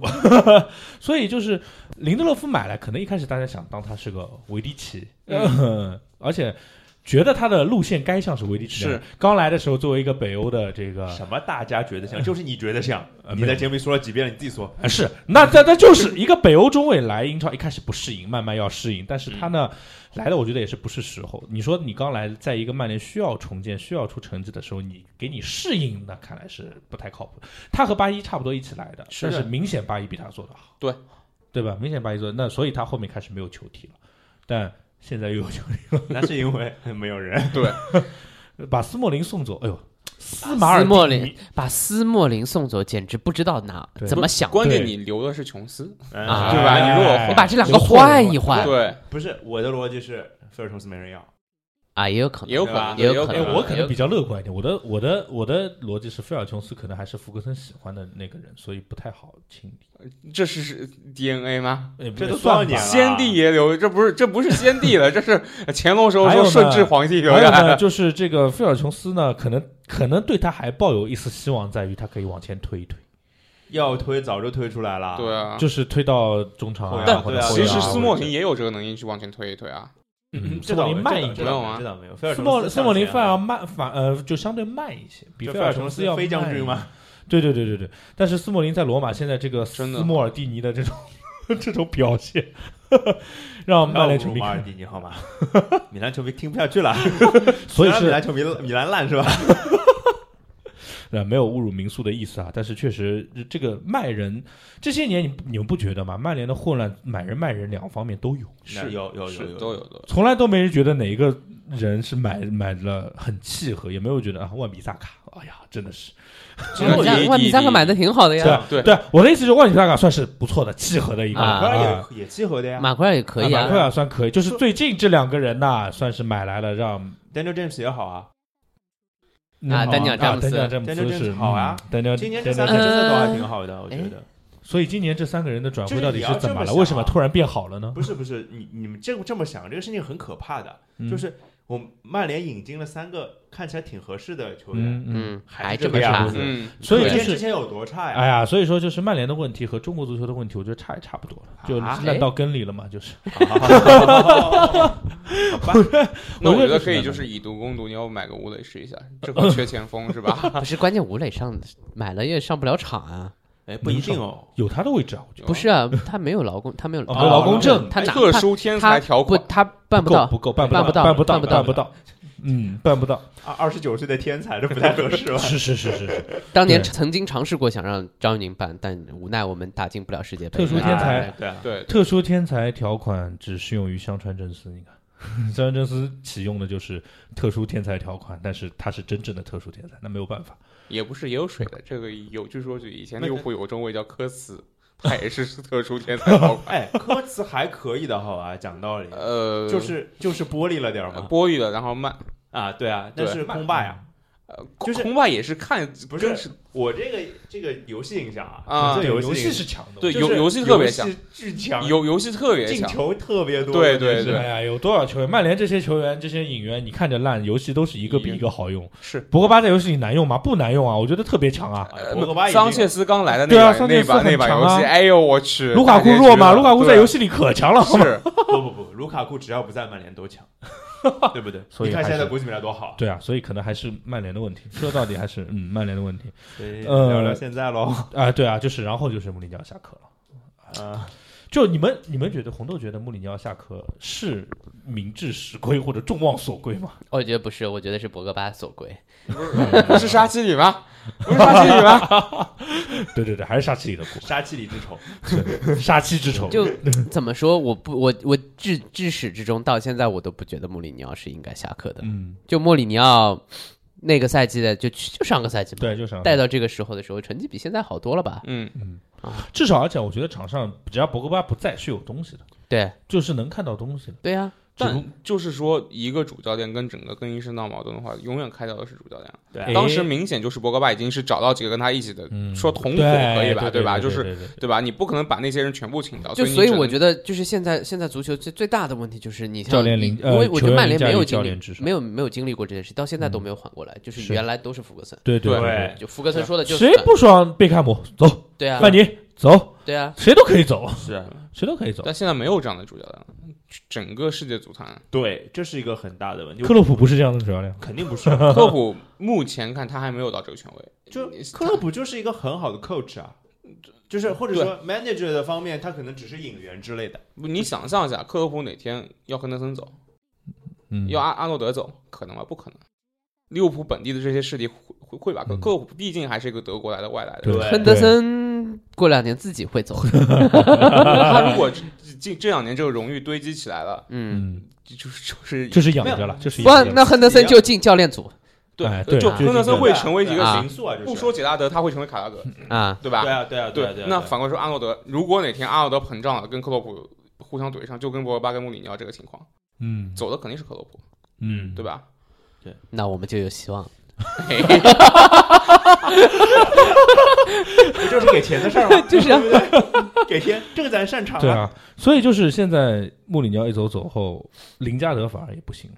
C: 所以就是林德勒夫买来，可能一开始大家想当他是个维迪奇， 而且觉得他的路线该像是维迪奇那样，刚来的时候作为一个北欧的这个。
B: 什么大家觉得像，就是你觉得像，
C: 呃
B: 你
C: 啊没
B: 在
C: 有
B: 节目里说了几遍了，你自己 说，
C: 啊，是，那那那就是一个北欧中卫来英超，一开始不适应，慢慢要适应。但是他呢，来的我觉得也是不是时候。你说你刚来，在一个曼联需要重建、需要出成绩的时候，你给你适应，那看来是不太靠谱。他和八一差不多一起来的，
E: 是
C: 但
E: 的
C: 是明显八一比他做的好，
E: 对
C: 对吧？明显八一做，那所以他后面开始没有球踢了，但现在又有球
B: 那是因为没有人。
E: 对，
C: 踢，把斯莫林送走，哎呦，斯马尔
D: 斯
C: 蒂
D: 莫
C: 尼
D: 林把斯莫林送走，简直不知道哪
C: 对
D: 怎么想的。
E: 关键
C: 对
E: 你留的是琼斯，
B: 嗯
D: 啊
E: 对吧你如果
C: 哎
D: 你把这两个换一换
E: 对，
B: 不是我的逻辑是，菲尔琼斯没人要，
D: 啊，也有可能，
E: 也有可能，
D: 也
E: 也
D: 有
E: 有
D: 可
C: 哎，
D: 能
E: 能，
C: 我可能比较乐观一点。我的我的我的逻辑是，菲尔琼斯可能还是福格森喜欢的那个人，所以不太好清理。
E: 这是是 DNA 吗？
C: 哎，
B: 这都多少
C: 算
B: 年
C: 吧。
B: 了？
E: 先帝也留，这不是这不是先帝了，这 是乾隆时候
C: 还有
E: 说
C: 呢
E: 顺治皇帝留
C: 还有
E: 下来
C: 呢，
E: 的。
C: 就是这个菲尔琼斯呢，可能可能对他还抱有一丝希望，在于他可以往前推一推，
B: 要推早就推出来了。
E: 对啊，
C: 就是推到中场啊，
B: 对啊
C: 或者
B: 对啊
C: 后
E: 其
C: 腰啊
E: 实
B: 我
E: 斯莫
C: 或者
E: 林也有这个能力去往前推一推啊。
C: 嗯
B: 这
C: 斯
B: 倒
C: 莫
B: 没有
C: 林慢一
E: 这
C: 点
E: 倒。没有啊
B: 这倒没有。菲尔
C: 斯
B: 琼
C: 莫
B: 斯
C: 斯莫林
B: 上
C: 反而
B: 前啊
C: 慢，反呃就相对慢一些，比
B: 就
C: 菲
B: 菲
C: 尔
B: 尔
C: 琼
B: 琼
C: 斯
B: 斯
C: 要
B: 非将军
C: 慢一
B: 嘛，
C: 对对对对对，但是斯莫林在罗马现在这个斯
E: 真的
C: 莫尔蒂尼的这种 这种表现，
B: 哦
C: 让曼联球迷
B: 马尔
C: 看，
B: 蒂尼好吗？ 米兰球迷听不下去了，
C: 所以
B: 虽然米兰
C: 是
B: 球迷米兰烂是吧？
C: 呃没有侮辱民宿的意思啊，但是确实这个卖人这些年你你们不觉得吗？曼联的混乱，买人卖人两方面都有，
B: 是有有
E: 是
B: 有有
E: 都有的。
C: 从来都没人觉得哪一个人是买买了很契合，也没有觉得啊万比萨卡，哎呀真的是，
B: 其
E: 这
B: 实
E: 个
B: 我
E: 也
B: 觉
E: 也
B: 得
D: 万比萨克买的挺好的
C: 对
D: 呀，
C: 啊
E: 对
C: 对啊，我的意思就是万比萨卡算是不错的契合的一个
D: 啊
B: 当
C: 啊
B: 然也也契合的呀。
D: 马奎尔也可以
C: 马奎
D: 啊。
C: 尔算可以，就是最近这两个人呐，算是买来了让
B: Daniel James 也好啊，
D: 啊
C: 嗯
D: 丹尼尔詹姆斯
C: 啊丹尼尔詹
B: 丹
C: 姆
B: 尼尔
C: 斯
B: 詹
C: 是
B: 姆斯好啊，
C: 嗯丹尼尔
B: 今年这
C: 丹尼
B: 三个
C: 尔詹
B: 真
C: 姆斯
B: 的都还挺好的，我觉得。
C: 所以今年这三个人的转会到底
B: 就是你要
C: 怎么
B: 这
C: 了？
B: 么想啊
C: 为什么突然变好了呢？
B: 不是不是，你你们这这么想，这个事情很可怕的，
C: 嗯
B: 就是我们曼联引进了三个看起来挺合适的球员，
C: 嗯嗯，
D: 嗯，
B: 还
D: 还
B: 是这
D: 这
B: 个
D: 么
B: 样
D: 差
B: 子，
E: 嗯，
C: 所以
B: 可
C: 就
B: 见之
C: 是。
B: 前有多差呀？
C: 哎呀，所以说就是曼联的问题和中国足球的问题，我觉得差也差不多了，就
B: 啊
D: 哎
C: 烂到根里了嘛，就是。
E: 那我觉
C: 我觉得
E: 得
C: 是
E: 可以，
C: 的
E: 就是以毒攻毒，你要买个吴磊试一下，这个缺前锋是吧？
D: 不是关键，吴磊上买了也上不了场啊。
B: 哎，不一定哦，
C: 有他的位置啊，我觉得
D: 不是啊，他没有劳工，他没有
C: 哦没有劳工证
D: 他拿
E: 特
D: 他
E: 殊天才条
D: 不
E: 款，
D: 他办不
C: 够
D: 到，
C: 不够，办
D: 办
C: 不
D: 不
C: 到，
D: 到
C: 办不到，
D: 办不
C: 办
D: 到
C: 不到，嗯，办不到，
B: 二二十九岁的天才，这不太合适 吧？
C: 是是是是是，
D: 当年
C: 对
D: 曾经尝试过想让张玉宁办，但无奈我们打进不了世界杯。
C: 特殊天才
B: 哎，对啊，
E: 对，
C: 特殊天才条款只适用于香川真司，你看。香川真司启用的就是特殊天才条款，但是他是真正的特殊天才，那没有办法。
E: 也不是也有水的。这个有据说据，以前利物浦有个中卫叫科茨，他也是特殊天才条 款，
B: 哎，科茨还可以的，好吧，讲道理，
E: 呃，
B: 就是就是玻璃了点儿嘛，
E: 玻璃了，然后慢，
B: 啊，对啊，
E: 对
B: 但是空霸呀，
E: 呃，
B: 就是
E: 空霸也是看
B: 不是
E: 更
B: 我这个这个游戏影响啊，
E: 啊
B: 这游
C: 嗯游
B: 戏
C: 戏
B: 影
C: 是
B: 响
C: 强的，
E: 对
B: 就
E: 游
B: 是
E: 游戏特别强
B: 游戏巨强，
E: 游游戏特别
B: 进
E: 强，
B: 球特别多，
E: 对
B: 真
E: 对
B: 是
E: 对
C: 哎呀，有多少球员？曼联这些球员、这些引援，你看着烂，游戏都是一个比一个好用。
E: 嗯是
C: 博格巴在游戏里难用吗？不难用啊，我觉得特别强啊。
B: 哎博格巴已经
E: 呃 桑切斯刚来的那
C: 对啊
E: 把
C: 桑切
E: 那
C: 斯
E: 把
C: 很
E: 那把
C: 强
E: 游戏，
C: 啊
E: 哎呦我去！
C: 卢卡库
E: 大结局
C: 弱吗？
E: 了
C: 卢卡库在游
E: 对啊
C: 戏里可强了，好吗？
E: 是
B: 不不不，卢卡库只要不在曼联都强。对不对？
C: 所以
B: 你看
C: 还
B: 现在
C: 是
B: 国际米兰多好，
C: 对啊，所以可能还是曼联的问题，说到底还是嗯曼联的问题
B: 所以
C: 呃
B: 聊聊现在喽。
C: 啊，对啊，就是然后就是穆里尼奥下课了。
B: 啊，
C: 就你们你们觉得红豆觉得穆里尼奥下课是明智使归或者众望所归吗？
D: 我觉得不是，我觉得是博格巴所归。
E: 不是沙基 里吗？不是沙基里吗？
C: 对对对，还是杀气里的 锅，
B: 杀气里之仇，
C: 杀气之仇。
D: 就 怎么说，我不，我我至至始至终到现在，我都不觉得穆里尼奥是应该下课的。
C: 嗯，
D: 就穆里尼奥那个赛季的，就就上个赛季嘛，
C: 对，就是
D: 带到这个时候的时候，成绩比现在好多了吧？
E: 嗯，
C: 至少而且我觉得场上只要博格巴不在是有东西的，
D: 对，
C: 就是能看到东西的。
D: 对啊呀、
E: 但就是说，一个主教练跟整个更衣室闹矛盾的话，永远开掉的是主教练。
B: 对
E: 啊当时明显就是博格巴已经是找到几个跟他一起的，
C: 哎嗯
E: 说同伙
C: 对
E: 可以吧，
C: 对
E: 吧？
C: 对
E: 就
C: 对
E: 是
C: 对对
E: 对吧？你不可能把那些人全部请掉，
D: 就
E: 所
D: 所以
E: 你只
D: 我
E: 能
D: 觉得，就是现在现在足球最最大的问题就是你像
C: 教练凌
D: 因
C: 呃
D: 为我觉
C: 球
D: 得
C: 员
D: 曼联
C: 凌驾
D: 没有
C: 于教
D: 经
C: 练之
D: 历，
C: 上
D: 没有没有经历过这件事，到现在都没有缓过来。就是
C: 是
D: 原来都是福格森，
C: 对
E: 对
C: 对
D: 就福格森说的就是
C: 谁不爽贝克汉姆走，
D: 对啊，
C: 范尼走，
D: 对啊，
C: 谁都可以走，
B: 是
C: 谁都可以走。
E: 但现在没有这样的主教练了，整个世界足坛，
B: 对，这是一个很大的问题。
C: 克洛普不是这样的主教练，
B: 肯定不是，啊
E: 克洛普目前看他还没有到这个权威，
B: 就
E: 你
B: 克洛普就是一个很好的 coach 啊，就是或者说 manager 的方面，他可能只是引援之类的。
E: 你想象一下，克洛普哪天要亨德森走，
C: 嗯，
E: 要阿阿诺德走，可能吗？不可能。利物浦本地的这些势力会会会把克
C: 嗯
E: 克洛普，毕竟还是一个德国来的外来的
C: 对
E: 人，
B: 对
D: 亨德森过两年自己会走，
E: 他如果近这两年这个荣誉堆积起来了，
D: 嗯，
C: 嗯，
E: 就就是就是
C: 就是养着了，就是
D: 不
C: 养
D: 然
C: 着了。
D: 那亨德森就进教练组
C: 哎
E: 对
C: 对
E: 就
D: 啊
E: 亨德森会成为一
B: 对
E: 个
B: 啊
D: 啊
E: 形
B: 民宿啊，就是
E: 不说杰拉德，他会成为卡拉格，
D: 啊，
E: 对吧？
B: 对啊，对啊，啊，对啊。
E: 那
B: 对啊
E: 反过来说，阿诺德，如果哪天阿诺德膨胀了，跟克洛普互相怼上，就跟博格巴跟穆里尼奥这个情况，
C: 嗯
E: 走的肯定是克洛普，
C: 嗯，
E: 对吧？
D: 那我们就有希望。
B: 不就是给钱的事儿吗？
D: 就是啊
B: 对不对 给钱，这个咱擅长
C: 对。啊，所以就是现在穆里尼奥一走走后，林加德反而也不行了。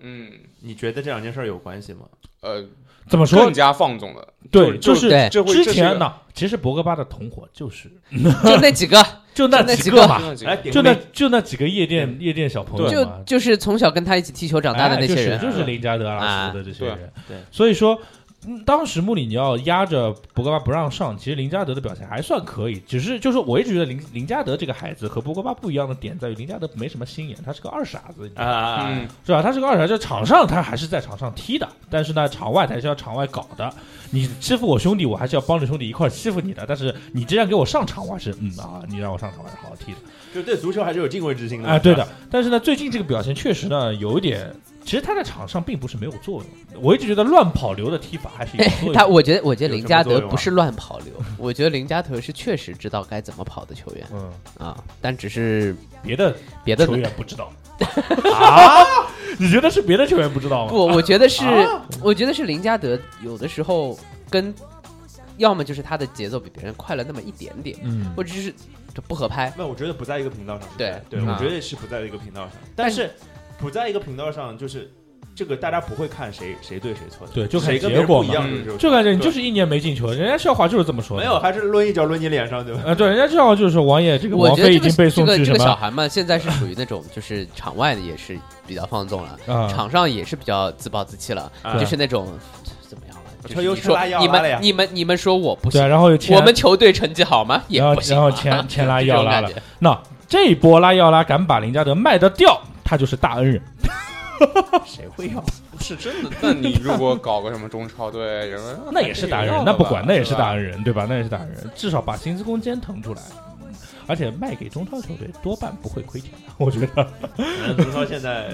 E: 嗯，
B: 你觉得这两件事儿有关系吗？
E: 呃，
C: 怎么说
E: 更？加放纵了，
C: 对，就
E: 就
C: 是
D: 对
E: 这会
C: 之
E: 这是一
C: 前
E: 个
C: 呢，其实博格巴的同伙就是
D: 就那 几个，
C: 就
D: 那
C: 几
D: 几
C: 个
D: 个
C: 嘛，
E: 真的几个嗯
B: 来，点
C: 就
B: 个
C: 那
B: 名
C: 就那几个夜店夜店小朋友
E: 对
D: 就
C: 嘛，
D: 就是从小跟他一起踢球长大的那些人啊
C: 哎，就是就是林加德、阿拉什福德这些人。
B: 对对
C: 所以说。嗯当时穆里尼奥压着博格巴不让上，其实林加德的表现还算可以，只是就是我一直觉得林林加德这个孩子和博格巴不一样的点在于林加德没什么心眼，他是个二傻子，你知道吗
B: 啊啊，啊
E: 嗯，
C: 是吧？他是个二傻，就场上他还是在场上踢的，但是呢，场外他还是要场外搞的。你欺负我兄弟，我还是要帮着兄弟一块儿欺负你的。但是你既然给我上场，我还是嗯啊，你让我上场，我还是好好踢的。
B: 就对足球还是有敬畏之心的
C: 啊，对的。但是呢，最近这个表现确实呢有一点，其实他在场上并不是没有作用。我一直觉得乱跑流的踢法还是有作用。
D: 哎他我觉得我觉得林加
B: 有
D: 德
B: 什么作用啊
D: 不是乱跑 流，我觉得林加德是确实知道该怎么跑的球员
C: 嗯，
D: 啊，但只是
C: 别的
D: 别的
C: 球员不知道啊？ 你觉得是别的球员不知道吗？
D: 不，我觉得是，
C: 啊
D: 我觉得是林加德有的时候跟，要么就是他的节奏比别人快了那么一点点，
C: 嗯
D: 或者是就不合拍。
B: 那我觉得不在一个频道上是
D: 对
B: 在，对
C: 嗯
B: 我觉得是不在一个频道上。但是不在一个频道上，就是这个大家不会看谁谁对谁错的，
C: 对就看
B: 谁跟别
C: 结
B: 人
C: 果
B: 不一
C: 嘛
B: 样
E: 嗯
B: 就是
C: 就感觉你就是一年没进球，人家笑话就是这么说的。
B: 没有，还是抡一脚抡你脸上，对吧？
D: 嗯
C: 啊，对，人家这样就是说王爷这个
D: 我
C: 王
D: 觉得
C: 妃
D: 这
C: 已
D: 个
C: 经被送
D: 这
C: 去
D: 个
C: 什
D: 这个小
C: 么
D: 韩嘛，现在是属于那种就是场外的也是比较放纵了，
C: 啊？
D: 场上也是比较自暴自弃了，
B: 啊
D: 就是那种怎么样了，就
B: 车
D: 是
B: 又
D: 你
B: 车拉
D: 说
B: 要
D: 你
B: 拉了呀
D: 们你们你们说我不
C: 对啊，
D: 行，
C: 然后又签
D: 我们球队成绩好吗？也
C: 然后
D: 不行
C: 然后
D: 啊，
C: 前前拉
D: 这
C: 要
D: 种
C: 拉
D: 感
C: 了
D: 觉，。
C: 那这一波拉要拉敢把林加德卖得掉，他就是大恩人。
B: 谁会要？
E: 是真的。但你如果搞个什么中超队， 人们啊
C: 那也是打人，那不管，那也是打人，对吧？那也是打人，至少把薪资空间腾出来，嗯而且卖给中超球队多半不会亏钱的，我觉得。
B: 可能足超现在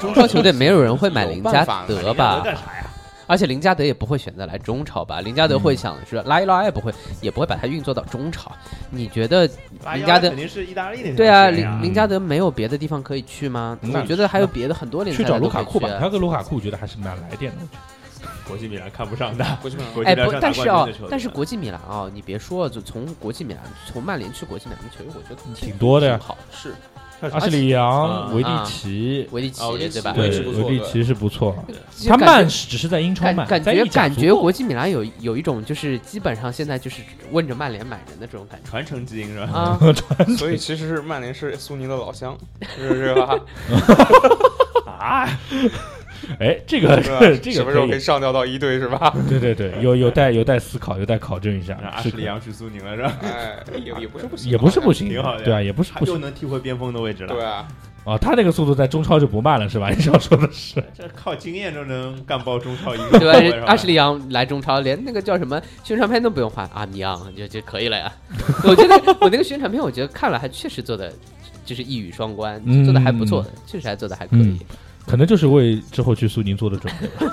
D: 中超球队没有人会买
E: 有
D: 林
E: 办
D: 加
E: 法买
D: 德
B: 林加
D: 吧
B: 德？干啥呀？
D: 而且林加德也不会选择来中超吧？林加
C: 嗯
D: 德会想的是拉一拉也不会，也不会把它运作到中超。你觉得
B: 拉
D: 林
B: 伊
D: 加
B: 拉
D: 德
B: 肯定是意大利那边
D: 对啊，
B: 的人
D: 林林加德没有别的地方可以去吗？
C: 那
D: 我觉得还有别的很多联
C: 去
D: 赛
C: 找
D: 都
C: 卢
D: 可
C: 卡
D: 以
C: 库吧
D: 去，啊
C: 他跟卢卡库觉得还是蛮来电的，我觉得。
B: 啊国际米兰看不上的，
C: 啊
E: 不是吗
B: 国际
D: 哎，
B: 米兰
D: 不，
B: 上打
D: 但是啊
B: 冠军的球队，
D: 但是国际米兰啊，你别说，就从国际米兰，从曼联去国际米兰的球员，我觉得
C: 挺多的呀
D: 好，
E: 是
C: 阿什里扬、
B: 啊
C: 维蒂奇，
D: 维利奇
B: 啊维利奇
D: 对吧？
C: 对
E: 维利奇不错
C: 维蒂奇是不错，
D: 就
C: 他
D: 感觉
C: 慢是只是在英超慢，
D: 感感
C: 在
D: 觉
C: 意甲
D: 感
C: 足
D: 觉
C: 够
D: 国际米兰有有一种就是基本上现在就是问着曼联买人的这种感 觉
B: 传承基因是吧？
D: 啊，
C: 嗯
E: 所以其实是曼联是苏宁的老乡， 是是吧？
C: 哎，这个
E: 是吧
C: 这
E: 什
C: 个
E: 么时候
C: 以
E: 可以上调到一队是吧？
C: 对对对，有有待有待思考，有待考证一下
E: 啊
B: 让，阿
C: 是
B: 什利杨去苏宁了是吧？
E: 哎，也也不是不行，
C: 也不是不行
B: 挺好的，呀
C: 对啊，也不是
B: 他
C: 不
B: 又
C: 行
B: 能踢回边锋的位置了。
E: 对啊，
C: 啊，他这个速度在中超就不慢了是吧？你想说的 是，
B: 这靠经验就能干爆中超一个
D: 对吧
B: 是
D: 人？阿什利杨来中超，连那个叫什么宣传片都不用画，阿米昂就就可以了呀。 我觉得我那个宣传片，我觉得看了还确实做的就是一语双关，
C: 嗯
D: 做的还不错，确实还做的还可以
C: 嗯。可能就是为之后去苏宁做的准备，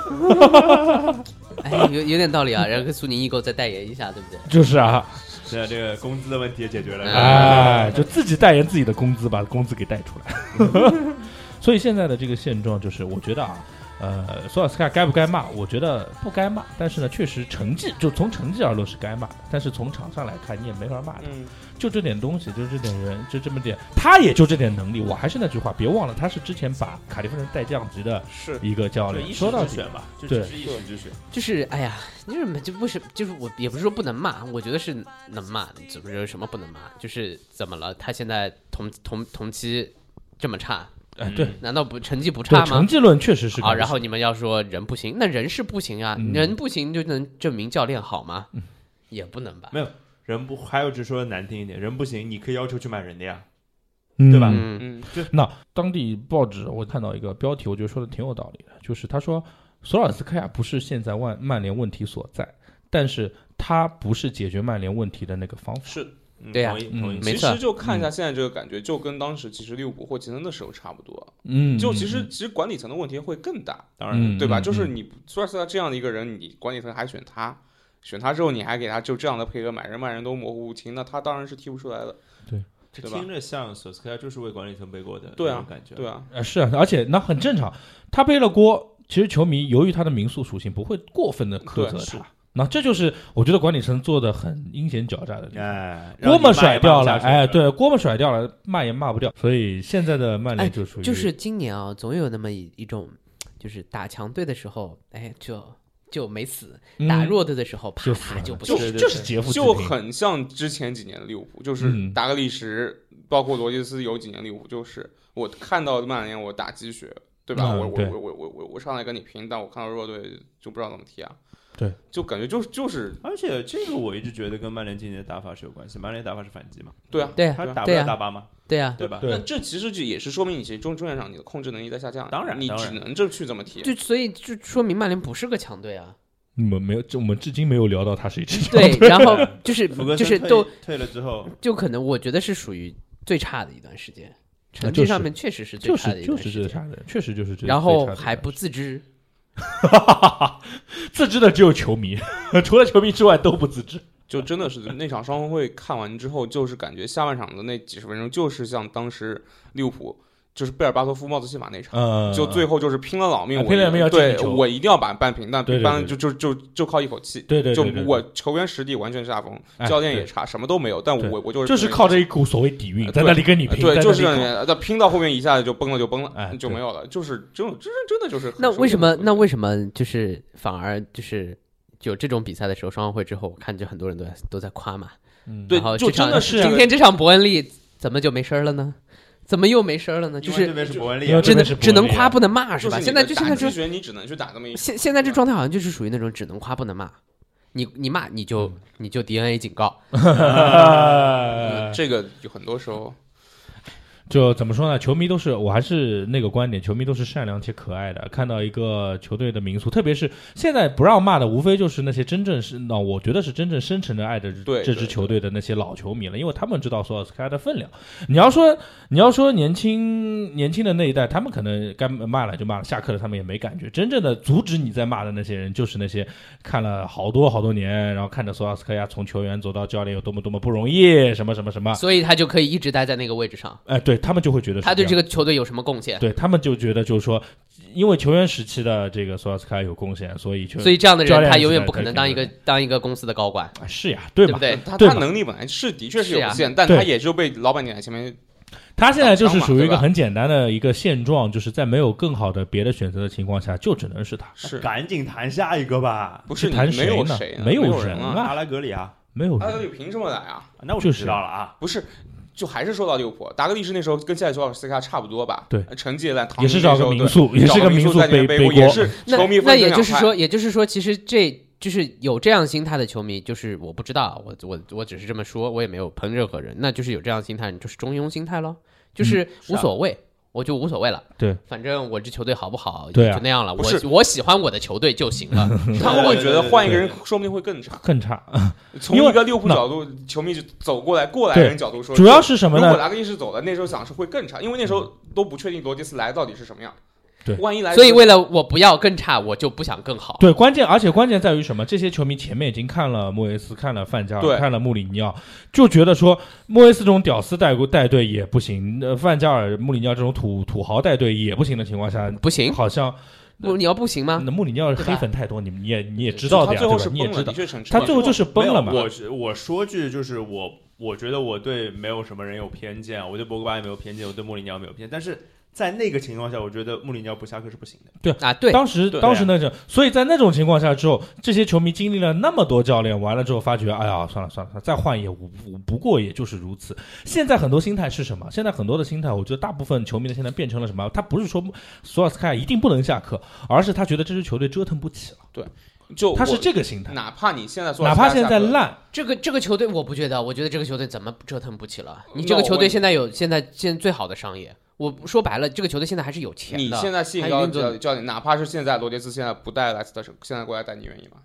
D: 哎，有有点道理啊，然后跟苏宁易购再代言一下，对不对？
C: 就是啊，
B: 现在这个工资的问题也解决了。是吧
C: 哎，就自己代言自己的工资，把工资给带出来。 所以现在的这个现状就是，我觉得啊，呃，索尔斯克亚该不该骂？我觉得不该骂，但是呢，确实成绩就从成绩而论是该骂的，但是从场上来看，你也没法骂他。
E: 嗯，
C: 就这点东西，就这点人，就这么点，他也就这点能力。我还是那句话，别忘了他是之前把卡利夫人带降级的
E: 是
C: 一个教
B: 就
C: 练。
B: 一
C: 说
B: 时
C: 到
B: 之
C: 底，
B: 选吧，就
C: 对
B: 只是一时之选。
D: 就是哎呀，就是就不是就是我也不是说不能骂，我觉得是能骂，怎么有什么不能骂？就是怎么了？他现在同同同期这么差，
B: 嗯
C: 哎，对，
D: 难道不成绩不差
C: 对
D: 吗？
C: 成绩论确实是
D: 啊，
C: 个
D: 然后你们要说人不行，那人是不行啊，
C: 嗯
D: 人不行就能证明教练好吗？也不能吧
B: 没，人不，还有只说的难听一点，人不行，你可以要求去买人的呀。
C: 嗯
B: 对吧
D: 嗯，
E: 嗯，
C: 那当地报纸我看到一个标题，我觉得说的挺有道理的，就是他说索尔斯克亚不是现在万曼联问题所在，但是他不是解决曼联问题的那个方法。
E: 是
B: 嗯
D: 对呀
B: 同意
C: 嗯
B: 同意。
D: 没
E: 其
D: 错
E: 实就看一下现在这个感觉，就跟当时其实利物浦或杰森的时候差不多。
C: 嗯，
E: 就其实其实管理层的问题会更大，
B: 当然，
C: 嗯
E: 对吧？就是你索尔斯克亚这样的一个人，你管理层还选他，选他之后你还给他就这样的配额，买人卖人都模糊不清，那他当然是踢不出来的。
B: 这
E: 对吧
B: 听着像索斯克亚就是为管理层背锅的
E: 对啊
B: 那种感觉。
E: 对啊，
C: 呃是啊，而且那很正常，他背了锅，其实球迷由于他的民宿属性不会过分的苛责
E: 对是
C: 他。那这就是我觉得管理层做的很阴险狡诈的地方。
B: 哎，让
C: 锅
B: 你骂也
C: 嘛甩掉了，
B: 骂不下去
C: 哎，，对，锅嘛甩掉了，骂也骂不掉，所以现在的曼
D: 哎
C: 联就属于
D: 就是今年啊，总有那么一一种，就是打强队的时候，哎，就就没死；
C: 嗯
D: 打弱队的时候，啪
C: 就死
D: 啪
C: 了
D: 就不
C: 就
D: 行。
B: 对对
C: 就是
B: 对
C: 劫富济
E: 就
C: 贫
E: 很像之前几年的利物浦，就是
C: 嗯
E: 达格利什，包括罗杰斯有几年利物浦，就是我看到曼联我打鸡血，对吧？
C: 嗯
E: 我我
C: 对
E: 我我我我我上来跟你拼，但我看到弱队就不知道怎么踢啊。
C: 对，
E: 就感觉就是就是
B: 而且这个我一直觉得跟曼联今年的打法是有关系，曼联打法是反击嘛，
E: 对啊，
D: 对啊，
B: 他
E: 对啊
B: 打不
D: 对
B: 了
D: 啊
B: 大巴嘛，
D: 对啊，
B: 对吧？
C: 对
E: 那这其实就也是说明你其实中中场上你的控制能力在下降，
B: 当然
E: 你
B: 当
E: 只
B: 然
E: 能这去这么踢。
D: 就所以就说明曼联不是个强队啊。
C: 你们没有，这我们至今没有聊到他是一支强
D: 对
C: 队。，
D: 然后就是
B: 福格森
D: 就是
B: 退
D: 都
B: 退了之后，
D: 就可能我觉得是属于最差的一段时间，成
C: 就
D: 绩
C: 是
D: 上面确实是最
C: 就
D: 差的
C: 是
D: 一
C: 就
D: 段
C: 是
D: 时
C: 这个
D: 间。
C: 差的，确实就是这。
D: 然
C: 最
D: 后
C: 差的
D: 还不自知，
C: 自知的只有球迷， 除了球迷之外都不自知。
E: 就真的是那场双红会看完之后，就是感觉下半场的那几十分钟，就是像当时利物浦就是贝尔巴托夫帽子戏法那场。
C: 呃，
E: 就最后就是拼了老命，
C: 啊
E: 我
C: 拼了命要进
E: 对
C: 球
E: 我一定要把扳平，但
C: 对对
E: 扳
C: 对
E: 就就就就靠一口气。
C: 对对，
E: 就
C: 对对
E: 我球员实力完全下风，
C: 哎
E: 教练
C: 对
E: 也差，什么都没有，但
C: 对
E: 我我就是呃
C: 就是靠这一股所谓底蕴，在那里跟你拼，在
E: 对，
C: 那
E: 就是
C: 里
E: 这
C: 搞
E: 样，但拼到后面一下子就崩了，就崩
C: 哎
E: 了，
C: 对
E: 就没有了，就是这种真真的就是很
D: 那
E: 受
D: 为什么
E: 不了
D: 那为什么就是反而就是有这种比赛的时候，双方会之后，我看就很多人都在都在夸嘛。
C: 嗯
E: 对
D: 然后
E: 就
D: 这场
E: 真的是
D: 今天这场伯恩利怎么就没声儿了呢？怎么又没声儿了呢？就
B: 因为这
D: 是
B: 边是伯恩利
C: 因为
B: 啊，
C: 这
D: 只
C: 边
D: 能
C: 是伯恩利啊
D: 只能夸不能骂
E: 就是
D: 吧？
E: 你
D: 现在
E: 的
D: 就
E: 打
D: 现在
E: 鸡
D: 就
E: 血你只能去打这么一
D: 现现在这状态好像就是属于那种只能夸不能骂，你你骂你就你就 DNA 警告，
C: 呃
E: 嗯这个有很多时候
C: 就怎么说呢？球迷都是，我还是那个观点，球迷都是善良且可爱的。看到一个球队的民宿，特别是现在不让骂的，无非就是那些真正是，那我觉得是真正深沉的爱着
E: 对
C: 这支球队的那些老球迷了，因为他们知道索尔斯克亚的分量。你要说你要说年轻年轻的那一代，他们可能该骂了就骂了，下课了他们也没感觉。真正的阻止你在骂的那些人，就是那些看了好多好多年，然后看着索尔斯克亚从球员走到教练有多么多么不容易，什么什么什么，
D: 所以他就可以一直待在那个位置上。
C: 哎，对他们啊就会觉得是
D: 他对
C: 样
D: 这个球队有什么贡献？
C: 对他们就觉得就是说，因为球员时期的这个索尔斯克亚有贡献，所以就
D: 所以这样的
C: 教
D: 人
C: 练
D: 他
C: 是
D: 永远
C: 在
D: 不可
C: 在
D: 能
C: 这
D: 当
C: 个
D: 一个当一个公司的高管，
C: 啊是呀，对
D: 对
C: 吧？
D: 不对？
E: 他
C: 对
E: 他
C: 吧
E: 能力本来是的确是
D: 是啊
E: 有
D: 呀
E: 限，但
C: 对
E: 他也就被老板撵在前面
C: 他现在就是属于一
E: 当
C: 个
E: 马
C: 很简单的一个现状，就是在没有更好的别的选择的情况下，就只能是他。
E: 是
B: 赶紧谈下一个吧，
E: 不是你
C: 啊谈
E: 没
C: 谁
E: 有
C: 呢
E: 谁呢，
C: 没有
E: 有
C: 人
E: 啊
C: 啊？
B: 阿拉格里啊，
C: 没有
E: 阿德
C: 人，
E: 里凭什么来啊？
B: 那我
C: 就
B: 就是知道了啊，
E: 不是，就还是说到利物浦，达格利什那时候跟现在索尔斯克亚差不多吧？呃
C: 对，
E: 成绩也烂，唐
C: 也
E: 尼
C: 是
E: 那
C: 找
E: 时
C: 个
E: 候
C: 民
E: 对
C: 宿，也
E: 找
C: 是
E: 个
C: 个民
E: 宿
C: 宿
E: 在
C: 背
E: 里面
C: 背
E: 背
C: 锅，
E: 也是
D: 那
E: 球迷
D: 那
E: 分
D: 也就
E: 成两
D: 是
E: 派
D: 说，也就是说，其实这就是有这样心态的球迷，就是我不知道，我我我只是这么说，我也没有喷任何人。那就是有这样心态，你就是中庸心态咯，就是无所谓，我就无所谓了。
C: 嗯啊对，
D: 反正我这球队好不好，
C: 对啊
D: 就那样了。
E: 不
D: 我
E: 是
D: 我喜欢我的球队就 行了。
E: 他们会觉得换一个人说不定会更差。
C: 更差。
E: 从
C: 因为
E: 一个利物浦
C: 那
E: 角度，球迷就走过来过来人角度说，
C: 主要是什么
E: 如果
C: 呢？嗯
E: 达格利什走了，那时候想是会更差，因为那时候都不确定罗杰斯来到底是什么样。
C: 对
E: 万一来，
D: 所以为了我不要更差，我就不想更好。
C: 对，关键而且关键在于什么？这些球迷前面已经看了莫耶斯，看了范加尔，
E: 对
C: 看了穆里尼奥，就觉得说莫耶斯这种屌丝带过带队也不行，呃，范加尔、穆里尼奥这种土土豪带队也不行的情况下，
D: 不行，
C: 好像
D: 不你要不行吗？
C: 那穆里尼奥
D: 啊对吧
C: 黑粉太多，你们你也你也知
E: 就
C: 道
E: 他
C: 的呀，
E: 最
C: 对
E: 后
C: 吧
E: 是？
C: 你
E: 崩
C: 也知
E: 了，
C: 道
E: 的，确成
C: 他最后就是是崩了嘛。
B: 没有我是我说句就是我，我觉得我对没有什么人有偏见，啊我对博格巴也没有偏见，我对穆里尼奥没有偏见，但是在那个情况下，我觉得穆里尼奥不下课是不行的。
D: 啊，对，
C: 当时
E: 对
C: 当时那种，所以在那种情况下之后，这些球迷经历了那么多教练，完了之后发觉，哎呀，算了算了，算了再换也无无不过也就是如此。现在很多心态是什么？现在很多的心态，我觉得大部分球迷的现在变成了什么？他不是说索尔斯克亚一定不能下课，而是他觉得这支球队折腾不起了，
E: 就
C: 他是
E: 我
C: 这个心态。
E: 哪怕你现在做，
C: 哪怕现在。烂，
D: 这个这个球队我不觉得，我觉得这个球队怎么折腾不起了？你
E: 那
D: 这个
E: 我
D: 球
E: 问
D: 队
E: 你
D: 现在有现在现在最好的商业，我说白了，这个球队现在还是有钱的。
E: 你现在吸引
D: 还
E: 到
D: 运作
E: 教教练，哪怕是现在罗杰斯现在不带莱斯特城，现在过来带你愿意吗？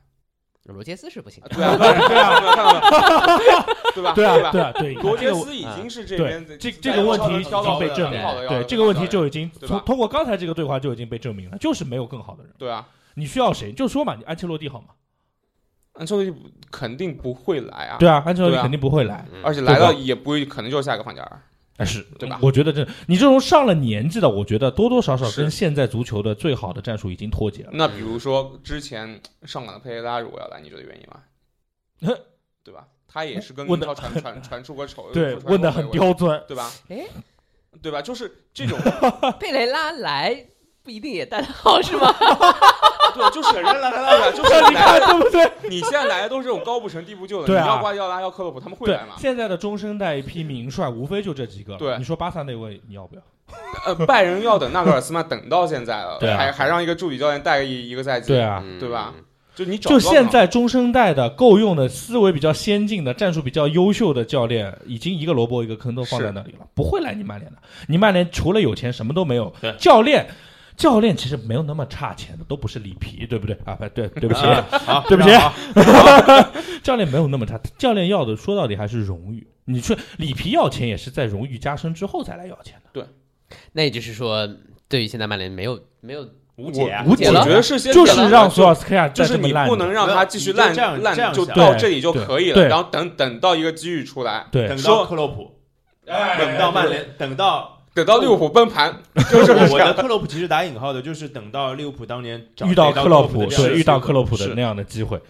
D: 罗杰斯是不行
E: 啊
D: 的，
E: 对啊，对啊，看到没有对吧？
C: 对
E: 对
C: 啊，
E: 吧
C: 对？啊，对。
E: 罗杰
C: 这个
E: 斯已经是这
C: 对
E: 边的
C: 这
E: 在
C: 这个问题已
E: 挑到
C: 经被
E: 的
C: 证
E: 很
C: 明
E: 好的，
C: 对
E: 要
C: 这个问
E: 挑
C: 题
E: 到的
C: 就已经
E: 对吧
C: 从通过刚才这个对话就已经被证明了，就是没有更好的人。
E: 对啊，
C: 你需要谁？就说嘛，你安切洛蒂好吗？
E: 安切洛蒂不肯定不会来啊，
C: 对啊，安切洛蒂
E: 对啊
C: 肯定不会来。
E: 而且来了
C: 对啊
E: 也不会，可能就是下一个范加尔。
C: 哎，是
E: 对吧
C: 我觉得这你这种上了年纪的，我觉得多多少少
E: 是
C: 跟现在足球的最好的战术已经脱节了。
E: 那比如说之前上港的佩雷拉如果要来，你觉得愿意吗
C: 呵？
E: 对吧？他也是跟英
C: 问得
E: 超传 传传出过丑，
C: 对，
E: 传出过
C: 问的很
E: 绯闻，
C: 刁钻。
E: 对吧？
D: 哎，
E: 对吧？就是这种，
D: 佩雷拉来不一定也带得好，是吗？
E: 对， 就是人来来
B: 啊
E: 来，就是
C: 那你看
E: 来 了。
C: 对不对？
E: 你现在来的都是这种高不成低不就的，
C: 对啊
E: 你要瓜迪奥拉，要克洛普，他们会
C: 对
E: 来，吗？
C: 现在的中生代一批名帅，无非就这几个了。
E: 对
C: 你说巴萨那位你要不要？
E: 呃，拜仁要等纳格尔斯曼等到现在了，
C: 对啊
E: 还还让一个助理教练带个一一个赛季，
C: 对，啊，
D: 嗯
E: 对吧？就你找
C: 就
E: 不到
C: 现
E: 嘛
C: 在中生代的够用的、思维比较先进的、战术比较优秀的教练，已经一个萝卜一个坑都放在那里了，不会来你曼联的。你曼联除了有钱什么都没有
B: 对。
C: 教练，教练其实没有那么差钱的，都不是里皮，对不对啊？不对，对不起。
B: 啊好，
C: 对不起
B: 非常好，
C: 教练没有那么差，教练要的说到底还是荣誉。你去里皮要钱也是在荣誉加深之后再来要钱的，
D: 那也就是说，对于现在曼联没有没有
B: 无解啊，
C: 无解
E: 我
C: 了
E: 觉得是先
C: 就
E: 等
C: 是
E: 了
C: 让
E: 就
C: 索尔斯克亚
E: 就
C: 再
E: 是
C: 这么
E: 你
C: 烂
E: 不能
C: 的。
E: 让他继续
B: 你
E: 烂
B: 就这样这
E: 烂，
B: 样
E: 就
B: 想
E: 到
C: 对
E: 这里就
C: 对
E: 可以
C: 对
E: 了。然后等等到一个机遇出来，
C: 对，
B: 等到
E: 说
B: 克洛普，
D: 哎
B: 等到曼联，等 到
E: 等到利物浦崩盘，
B: 就是我的克洛普，其实打引号的，就是等到利物浦当年找
C: 遇到
B: 逮
C: 克
B: 克
C: 洛
B: 普
C: 普，
B: 的这样的
C: 对，遇到克洛普的
B: 是
C: 那样的机会。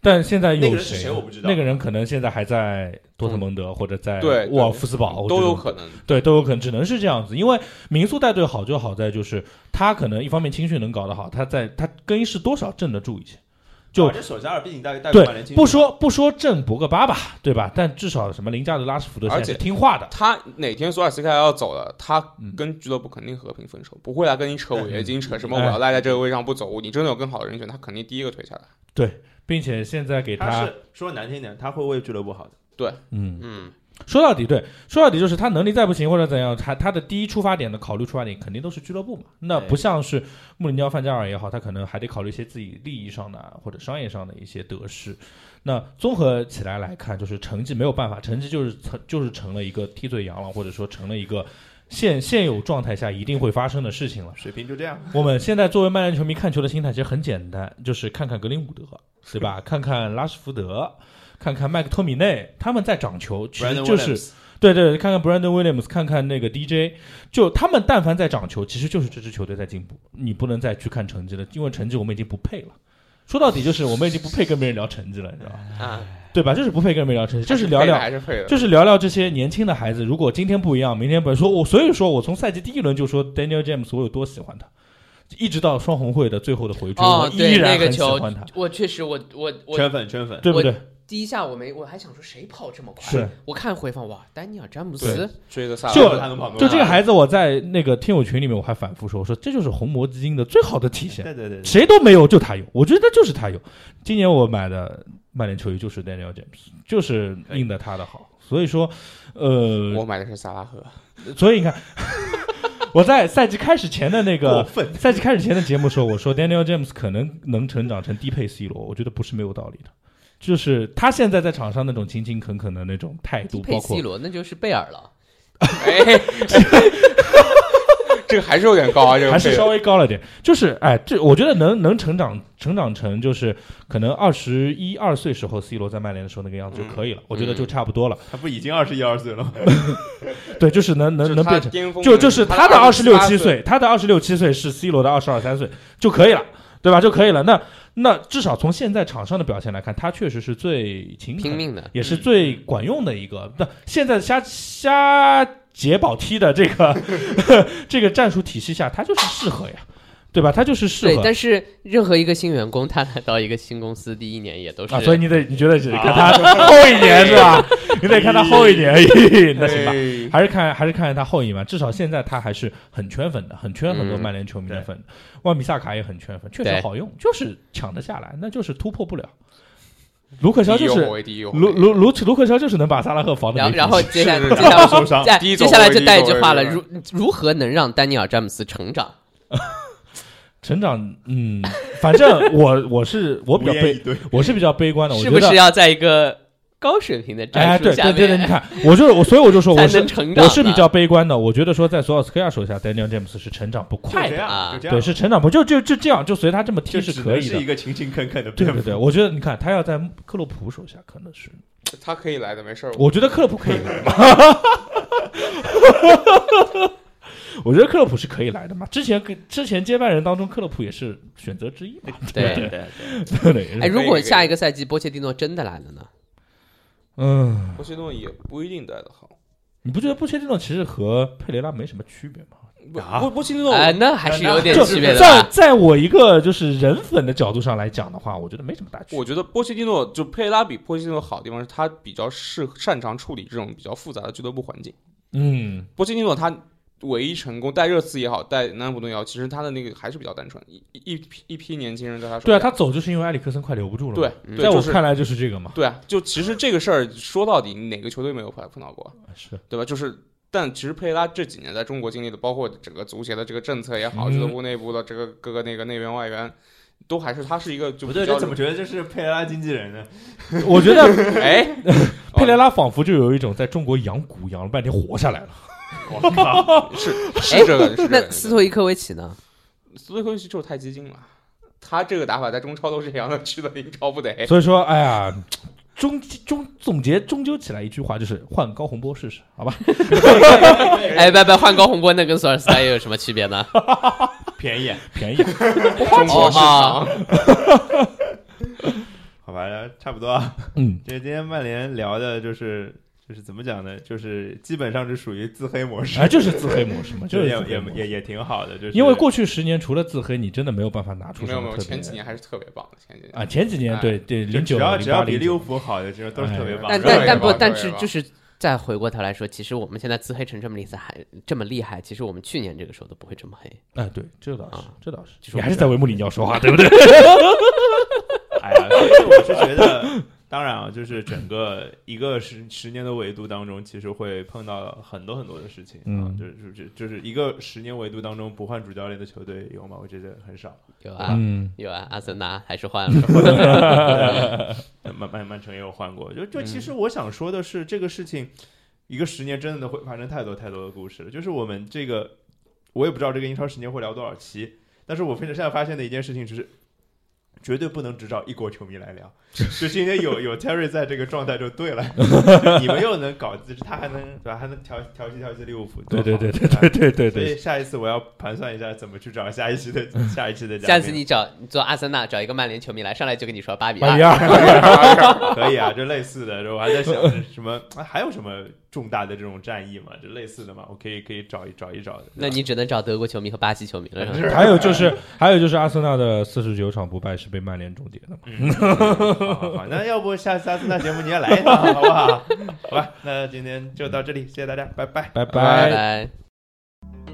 C: 但现在
B: 那个
C: 有
B: 人是谁我不知道
C: 那个人可能现在还在多特蒙德或者在
E: 对对
C: 沃尔夫斯堡，我觉
E: 都
C: 得
E: 有可能。
C: 对，都有可能，只能是这样子。因为民宿带队好就好在就是他可能一方面青训能搞得好，他在他更衣室多少镇得住一些。就
B: 啊这索加尔毕竟带带过曼
C: 对
B: 联，进
C: 不说不说挣博格巴吧，对吧？但至少什么林加德、拉什福德
E: 而
C: 现在
E: 且
C: 是听话的，
E: 他哪天索尔斯克亚要走了，他
C: 嗯
E: 跟俱乐部肯定和平分手，不会来跟你扯违约金，扯什么我
C: 哎
E: 要赖在这个位上不走。你真的有更好的人选，他肯定第一个退下来。
C: 并且现在给
B: 他是说难听点，他会为俱乐部好的。
C: 嗯，
D: 嗯，
C: 说到底，对，说到底就是他能力再不行或者怎样，他他的第一出发点的考虑出发点肯定都是俱乐部嘛。那
B: 对
C: 不像是穆里尼奥、范加尔也好，他可能还得考虑一些自己利益上的啊或者商业上的一些得失。那综合起来来看，就是成绩没有办法，成绩就是成就是成了一个替罪羊了，或者说成了一个现现有状态下一定会发生的事情了。
B: 水平就这样，
C: 我们现在作为曼联球迷看球的心态其实很简单，就是看看格林伍德，对吧？看看拉什福德，看看麦克托米内，他们在掌球，其实
B: Brandon
C: 就是
B: Williams
C: 对对对，看看 Brandon Williams，看看那个 DJ，就他们但凡在掌球，其实就是这支球队在进步。你不能再去看成绩了，因为成绩我们已经不配了。说到底就是我们已经不配跟别人聊成绩了，你知道吧？
B: 哎
E: 啊，
C: 对吧？就是不配跟别人聊成绩，就是聊
E: 配的
C: 聊
E: 还是配的，
C: 就是聊聊这些年轻的孩子，如果今天不一样，明天不一样说，我所以说我从赛季第一轮就说 Daniel James 我有多喜欢他，一直到双红会的最后的回追，
D: 哦
C: 我
D: 对
C: 依然
D: 那个
C: 很喜
D: 球
C: 欢他，
D: 我确实，我我我
B: 圈粉圈粉，
C: 对不对？
D: 第一下我没，我还想说谁跑这么快？
C: 是
D: 我看回放，哇，丹尼尔詹姆
C: 对
D: 斯，
E: 追的萨拉
C: 就
E: 赫
B: 他能跑多
C: 就
B: 远
C: 这个孩子，我在那个听友群里面我还反复说，我说这就是红魔基金的最好的体现，
B: 对对对，对
C: 谁都没有，就他有，我觉得就是他有。今年我买的曼联球衣就是 Daniel James，就是印的他的好，所以说，呃，
E: 我买的是萨拉赫，
C: 所以你看， 我在赛季开始前的那
B: 过
C: 个
B: 分，
C: 赛季开始前的节目说，我说 Daniel James 可能能成长成低配 C 罗，我觉得不是没有道理的。就是他现在在场上那种勤勤恳恳的那种态
D: 低
C: 度，
D: 配
C: 包
D: C
C: 括
D: 罗，那就是贝尔了。
E: 哎， 这个还是有点高啊，这个
C: 还是
E: 配
C: 稍
E: 的
C: 微高了点。就是哎，这我觉得能能成长成长成就是可能二十一二岁时候 C 罗在曼联的时候那个样子就可以了，
D: 嗯
C: 我觉得就差不多了。
B: 他不已经二十一二岁了吗？
C: 对，就是能能
E: 就
C: 能
E: 他
C: 变成。
E: 巅峰
C: 就就是
E: 他
C: 他的二十六
E: 28
C: 七，岁，他的二十六七岁是 C 罗的二十二三岁就可以了，对吧？就可以了。那那至少从现在场上的表现来看，他确实是最勤
D: 拼
C: 恳，
D: 命的，
C: 也是最管用的一个。那现在瞎瞎解宝踢的这个 这个战术体系下，他就是适合呀，对吧？他就是适
D: 对。
C: 合
D: 但是任何一个新员工，他来到一个新公司第一年也都是，
C: 啊，所以你得你觉得只看他后一年是吧？你得看他后一年，那行吧。
E: 哎
C: 还是看还是看他后裔嘛，至少现在他还是很圈粉的，很圈很多
D: 嗯
C: 曼联球迷的粉的。万比萨卡也很圈粉，确实
D: 对
C: 好用，就是抢得下来，那就是突破不了。卢克肖
E: 第
C: 就
E: 一
C: 是
E: 后卫，第一后卫
C: 卢卢卢卢克肖就是能把萨拉赫防的
D: 然后然后接下来
E: 是
D: 接下来
B: 受伤
D: 哎
E: 第一
D: 接
E: 走
D: 下来
E: 位
D: 就
E: 第一
D: 带一
E: 走
D: 句
E: 位
D: 话
E: 是
D: 了，
E: 吧
D: 如如何能让丹尼尔詹姆斯成长？
C: 成长，嗯，反 正我我是我
B: 我
C: 比较悲，
B: 对，
C: 我是比较悲观的，我
D: 是
C: 觉
D: 不
C: 得
D: 是要在一个高水平的
C: 哎
D: 战术
C: 对
D: 下
C: 对对
D: 面
C: 对，你看，我就是我，所以我就说我
D: 才
C: 是
D: 能成长？
C: 我是比较悲观的，我觉得说在索尔斯克亚手下，Daniel James 是成长不
B: 就
C: 快
B: 这
C: 的，
B: 样，就这样，
C: 对，是成长不就就就这样，就随他这么踢
B: 就是只
C: 可
B: 能
C: 以
B: 是
C: 的
B: 一。个勤勤恳恳的
C: 对
B: 蝙
C: 对
B: 蝠
C: 对，，我觉得你看他要在克洛普手下，可能是，
E: 他可以来的，没事儿。
C: 我觉得克洛普可以来。 我觉得克洛普是可以来的嘛，之前跟之前接班人当中，克洛普也是选择之一嘛。
D: 对
B: 对对，
C: 对 对对，
D: 哎，如
E: 可
D: 果
E: 以可以
D: 下一个赛季波切蒂诺真的来了呢？
C: 嗯，
E: 波切蒂诺也不一定带的好，
C: 你不觉得布切蒂诺其实和佩雷拉没什么区别吗？
E: 不
B: 啊
E: 波波切蒂诺
D: 哎，那还是有点
C: 就
D: 区别的
C: 在
D: 吧。
C: 在我一个就是人粉的角度上来讲的话，我觉得没什么大区别
E: 我。觉得波切蒂诺就佩雷拉比波切蒂诺好的地方是他比较适擅长处理这种比较复杂的俱乐部环境。
C: 嗯，
E: 波切蒂诺他唯一成功带热刺也好，带南安普顿也好，其实他的那个还是比较单纯，一一一批一批年轻人在他手
C: 对啊，
E: 下。
C: 他走就是因为埃里克森快留不住了。
E: 对，
D: 嗯
E: 对，
C: 在我
E: 就是
C: 看来就是这个 嘛。
E: 对啊，就其实这个事儿说到底，哪个球队没有碰碰到过，
C: 是，
E: 对吧？就是。但其实佩雷拉这几年在中国经历的，包括整个足协的这个政策也好，
C: 嗯
E: 俱乐部内部的这个各个那个内援外援，都还是他是一个就
B: 不
E: 比
B: 对，
E: 较
B: 这怎么觉得这是佩雷拉经纪人呢？
C: 我觉得
E: 哎
C: 佩雷拉仿佛就有一种在中国养蛊养了半天活下来了。
B: 我靠，
E: 是
B: 哎
E: 是这个，是这
D: 那
E: 个。
D: 斯托伊科维奇呢？
E: 斯托科维奇就是太激进了，他这个打法在中超都是这样的，去了英超不得。
C: 所以说，哎呀，终终总结终究起来一句话就是换高洪波试试，好吧？
D: 哎，拜拜，换高洪波那跟索尔斯克亚又有什么区 别呢？
B: 便宜，啊
C: 便宜，啊
E: 中国市场，
B: 好吧，差不多啊。
C: 嗯，
B: 这今天曼联聊的就是就是怎么讲呢？就是基本上是属于自黑模式，
C: 哎，就是自黑模 式嘛，
B: 就
C: 就
B: 是是
C: 自
B: 也
C: 黑
B: 也
C: 模式
B: 也也挺好的，就是
C: 因为过去十年除了自黑，你真的没有办法拿出
E: 没
C: 什
E: 有没
C: 么
E: 有，
C: 特
E: 前
C: 别
E: 几年还是特别棒的，前几年
C: 啊，前几年
E: 哎
C: 对对，
B: 就
C: 零
B: 只
C: 九哎
B: 要只要比
C: 零
B: 利物浦好的，其实都是特别棒。
D: 但
E: 热
D: 但
E: 烈
D: 但
E: 吧
D: 不，
E: 热
D: 但
E: 烈
D: 是
E: 吧
D: 就是再回过头来说，其实我们现在自黑成这么厉害，还这么厉害，其实我们去年这个时候都不会这么黑。
C: 哎，对，这倒是
D: 啊，
C: 这倒是
D: 就，是
C: 你
D: 我
C: 还是
D: 觉
C: 在
D: 得
C: 维穆里尼奥说话，对不对？
B: 哎呀，所以我是觉得，当然啊，就是整个一个十十年的维度当中，其实会碰到很多很多的事情啊
C: 嗯，
B: 就是就是就是一个十年维度当中不换主教练的球队有吗？我觉得很少，
D: 有啊，
C: 嗯，
D: 有啊，阿森纳还是换 了。
B: 曼曼曼城也有换过，就就
C: 嗯
B: 其实我想说的是，这个事情一个十年真的会发生太多太多的故事了，就是我们这个我也不知道这个英超十年会聊多少期，但是我非常现在发现的一件事情就是。绝对不能只找一国球迷来 聊，就是因为有有 Terry 在这个状态就对了，你们又能搞，就是他还能对吧？还能调调戏调戏利物浦，多
C: 对
B: 好
C: 对 对对
B: 吧
C: 对对对
B: 所以
C: 对，
B: 下一次我要盘算一下怎么去找下一期的下一期的嘉宾。
D: 下次你找你做阿森纳找一个曼联球迷来，上来就跟你说八比
C: 八
D: 二
C: 比，二，
B: 可以啊，就类似的，我还在想着什么、 啊还有什么重大的这种战役嘛，就类似的嘛，我可以可以找一找一找的。
D: 那你只能找德国球迷和巴西球迷了。是吧
B: 是
C: 还有就是还有就是阿森纳的四十九场不败是被曼联终结的嘛？
B: 嗯好好好，那要不下下次那节目你也来一趟，好不好？好吧，那今天就到这里，谢谢大家，拜拜。
C: 拜
D: 拜
C: 拜。
D: 拜。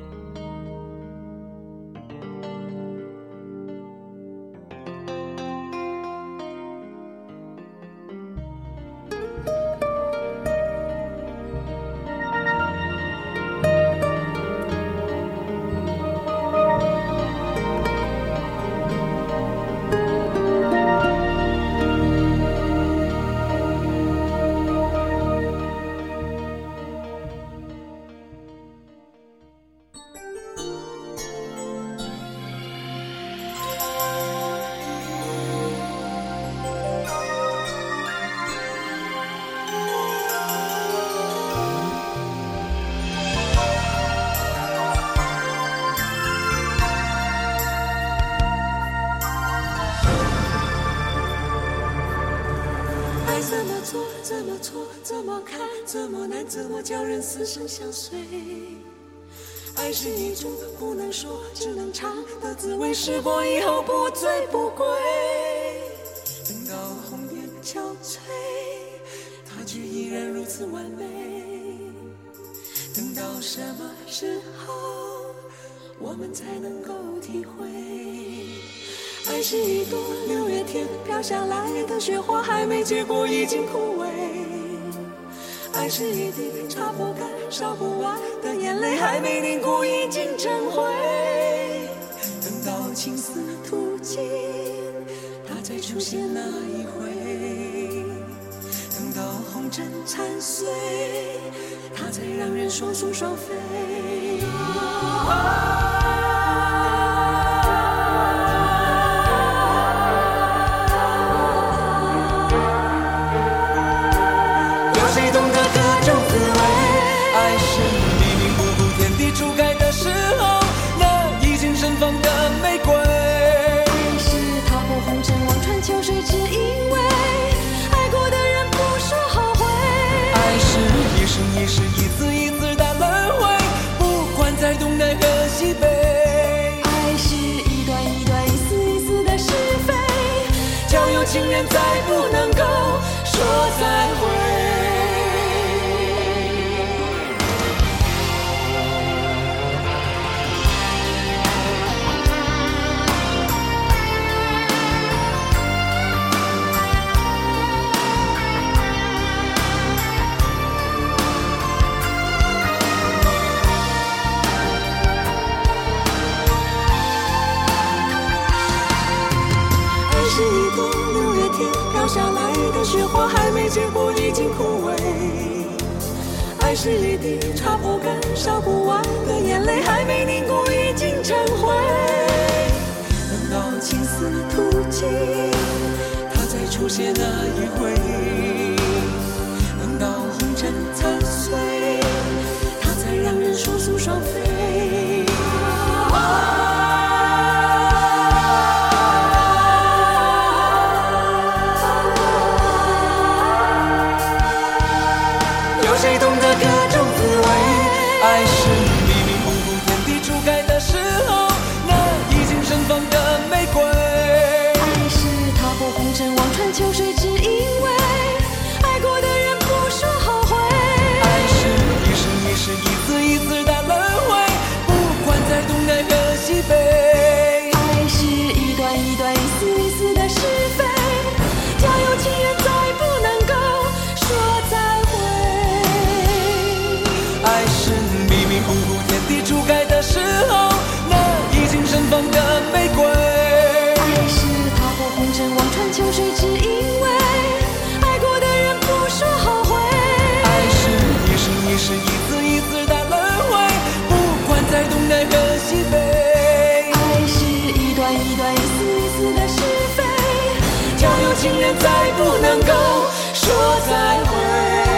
F: 爱怎么做，怎么错，怎么看，怎么难，怎么叫人死生相随？爱是一种不能说，只能尝的滋味，试过以后不醉不归。等到红颜憔悴，它却依然如此完美。等到什么时候，我们才能够体会？爱是一朵六月天飘下来的雪花，还没结果已经枯萎。爱是一滴擦不干、烧不完的眼泪，还没凝固已经成灰。等到情丝吐尽，它才出现那一回。等到红尘残碎，它才让人双宿双飞。有谁懂得各种滋味？爱是你命不顾天地初开的时候，那已经盛放的玫瑰。
G: 爱是踏破红尘望穿秋水，只因为爱过的人不说后悔。
F: 爱是一生一世一次一次的轮回，不管在东南和西北，
G: 爱是一段一段、一丝一丝的是非。
F: 交有情人再不能够说再会。爱是一朵六月天飘下来的雪花，还没结果已经枯萎。爱是一滴擦不干、烧不完的眼泪，还没凝固已经成灰。等到情丝吐尽，它才出现那一回。等到红尘残碎，它才让人双宿双飞。有谁懂得各种滋味？爱是你命不顾天地初开的时候，那已经盛放的玫瑰。
G: 爱是踏破红尘望穿秋水，只因为情人再不能够说再会。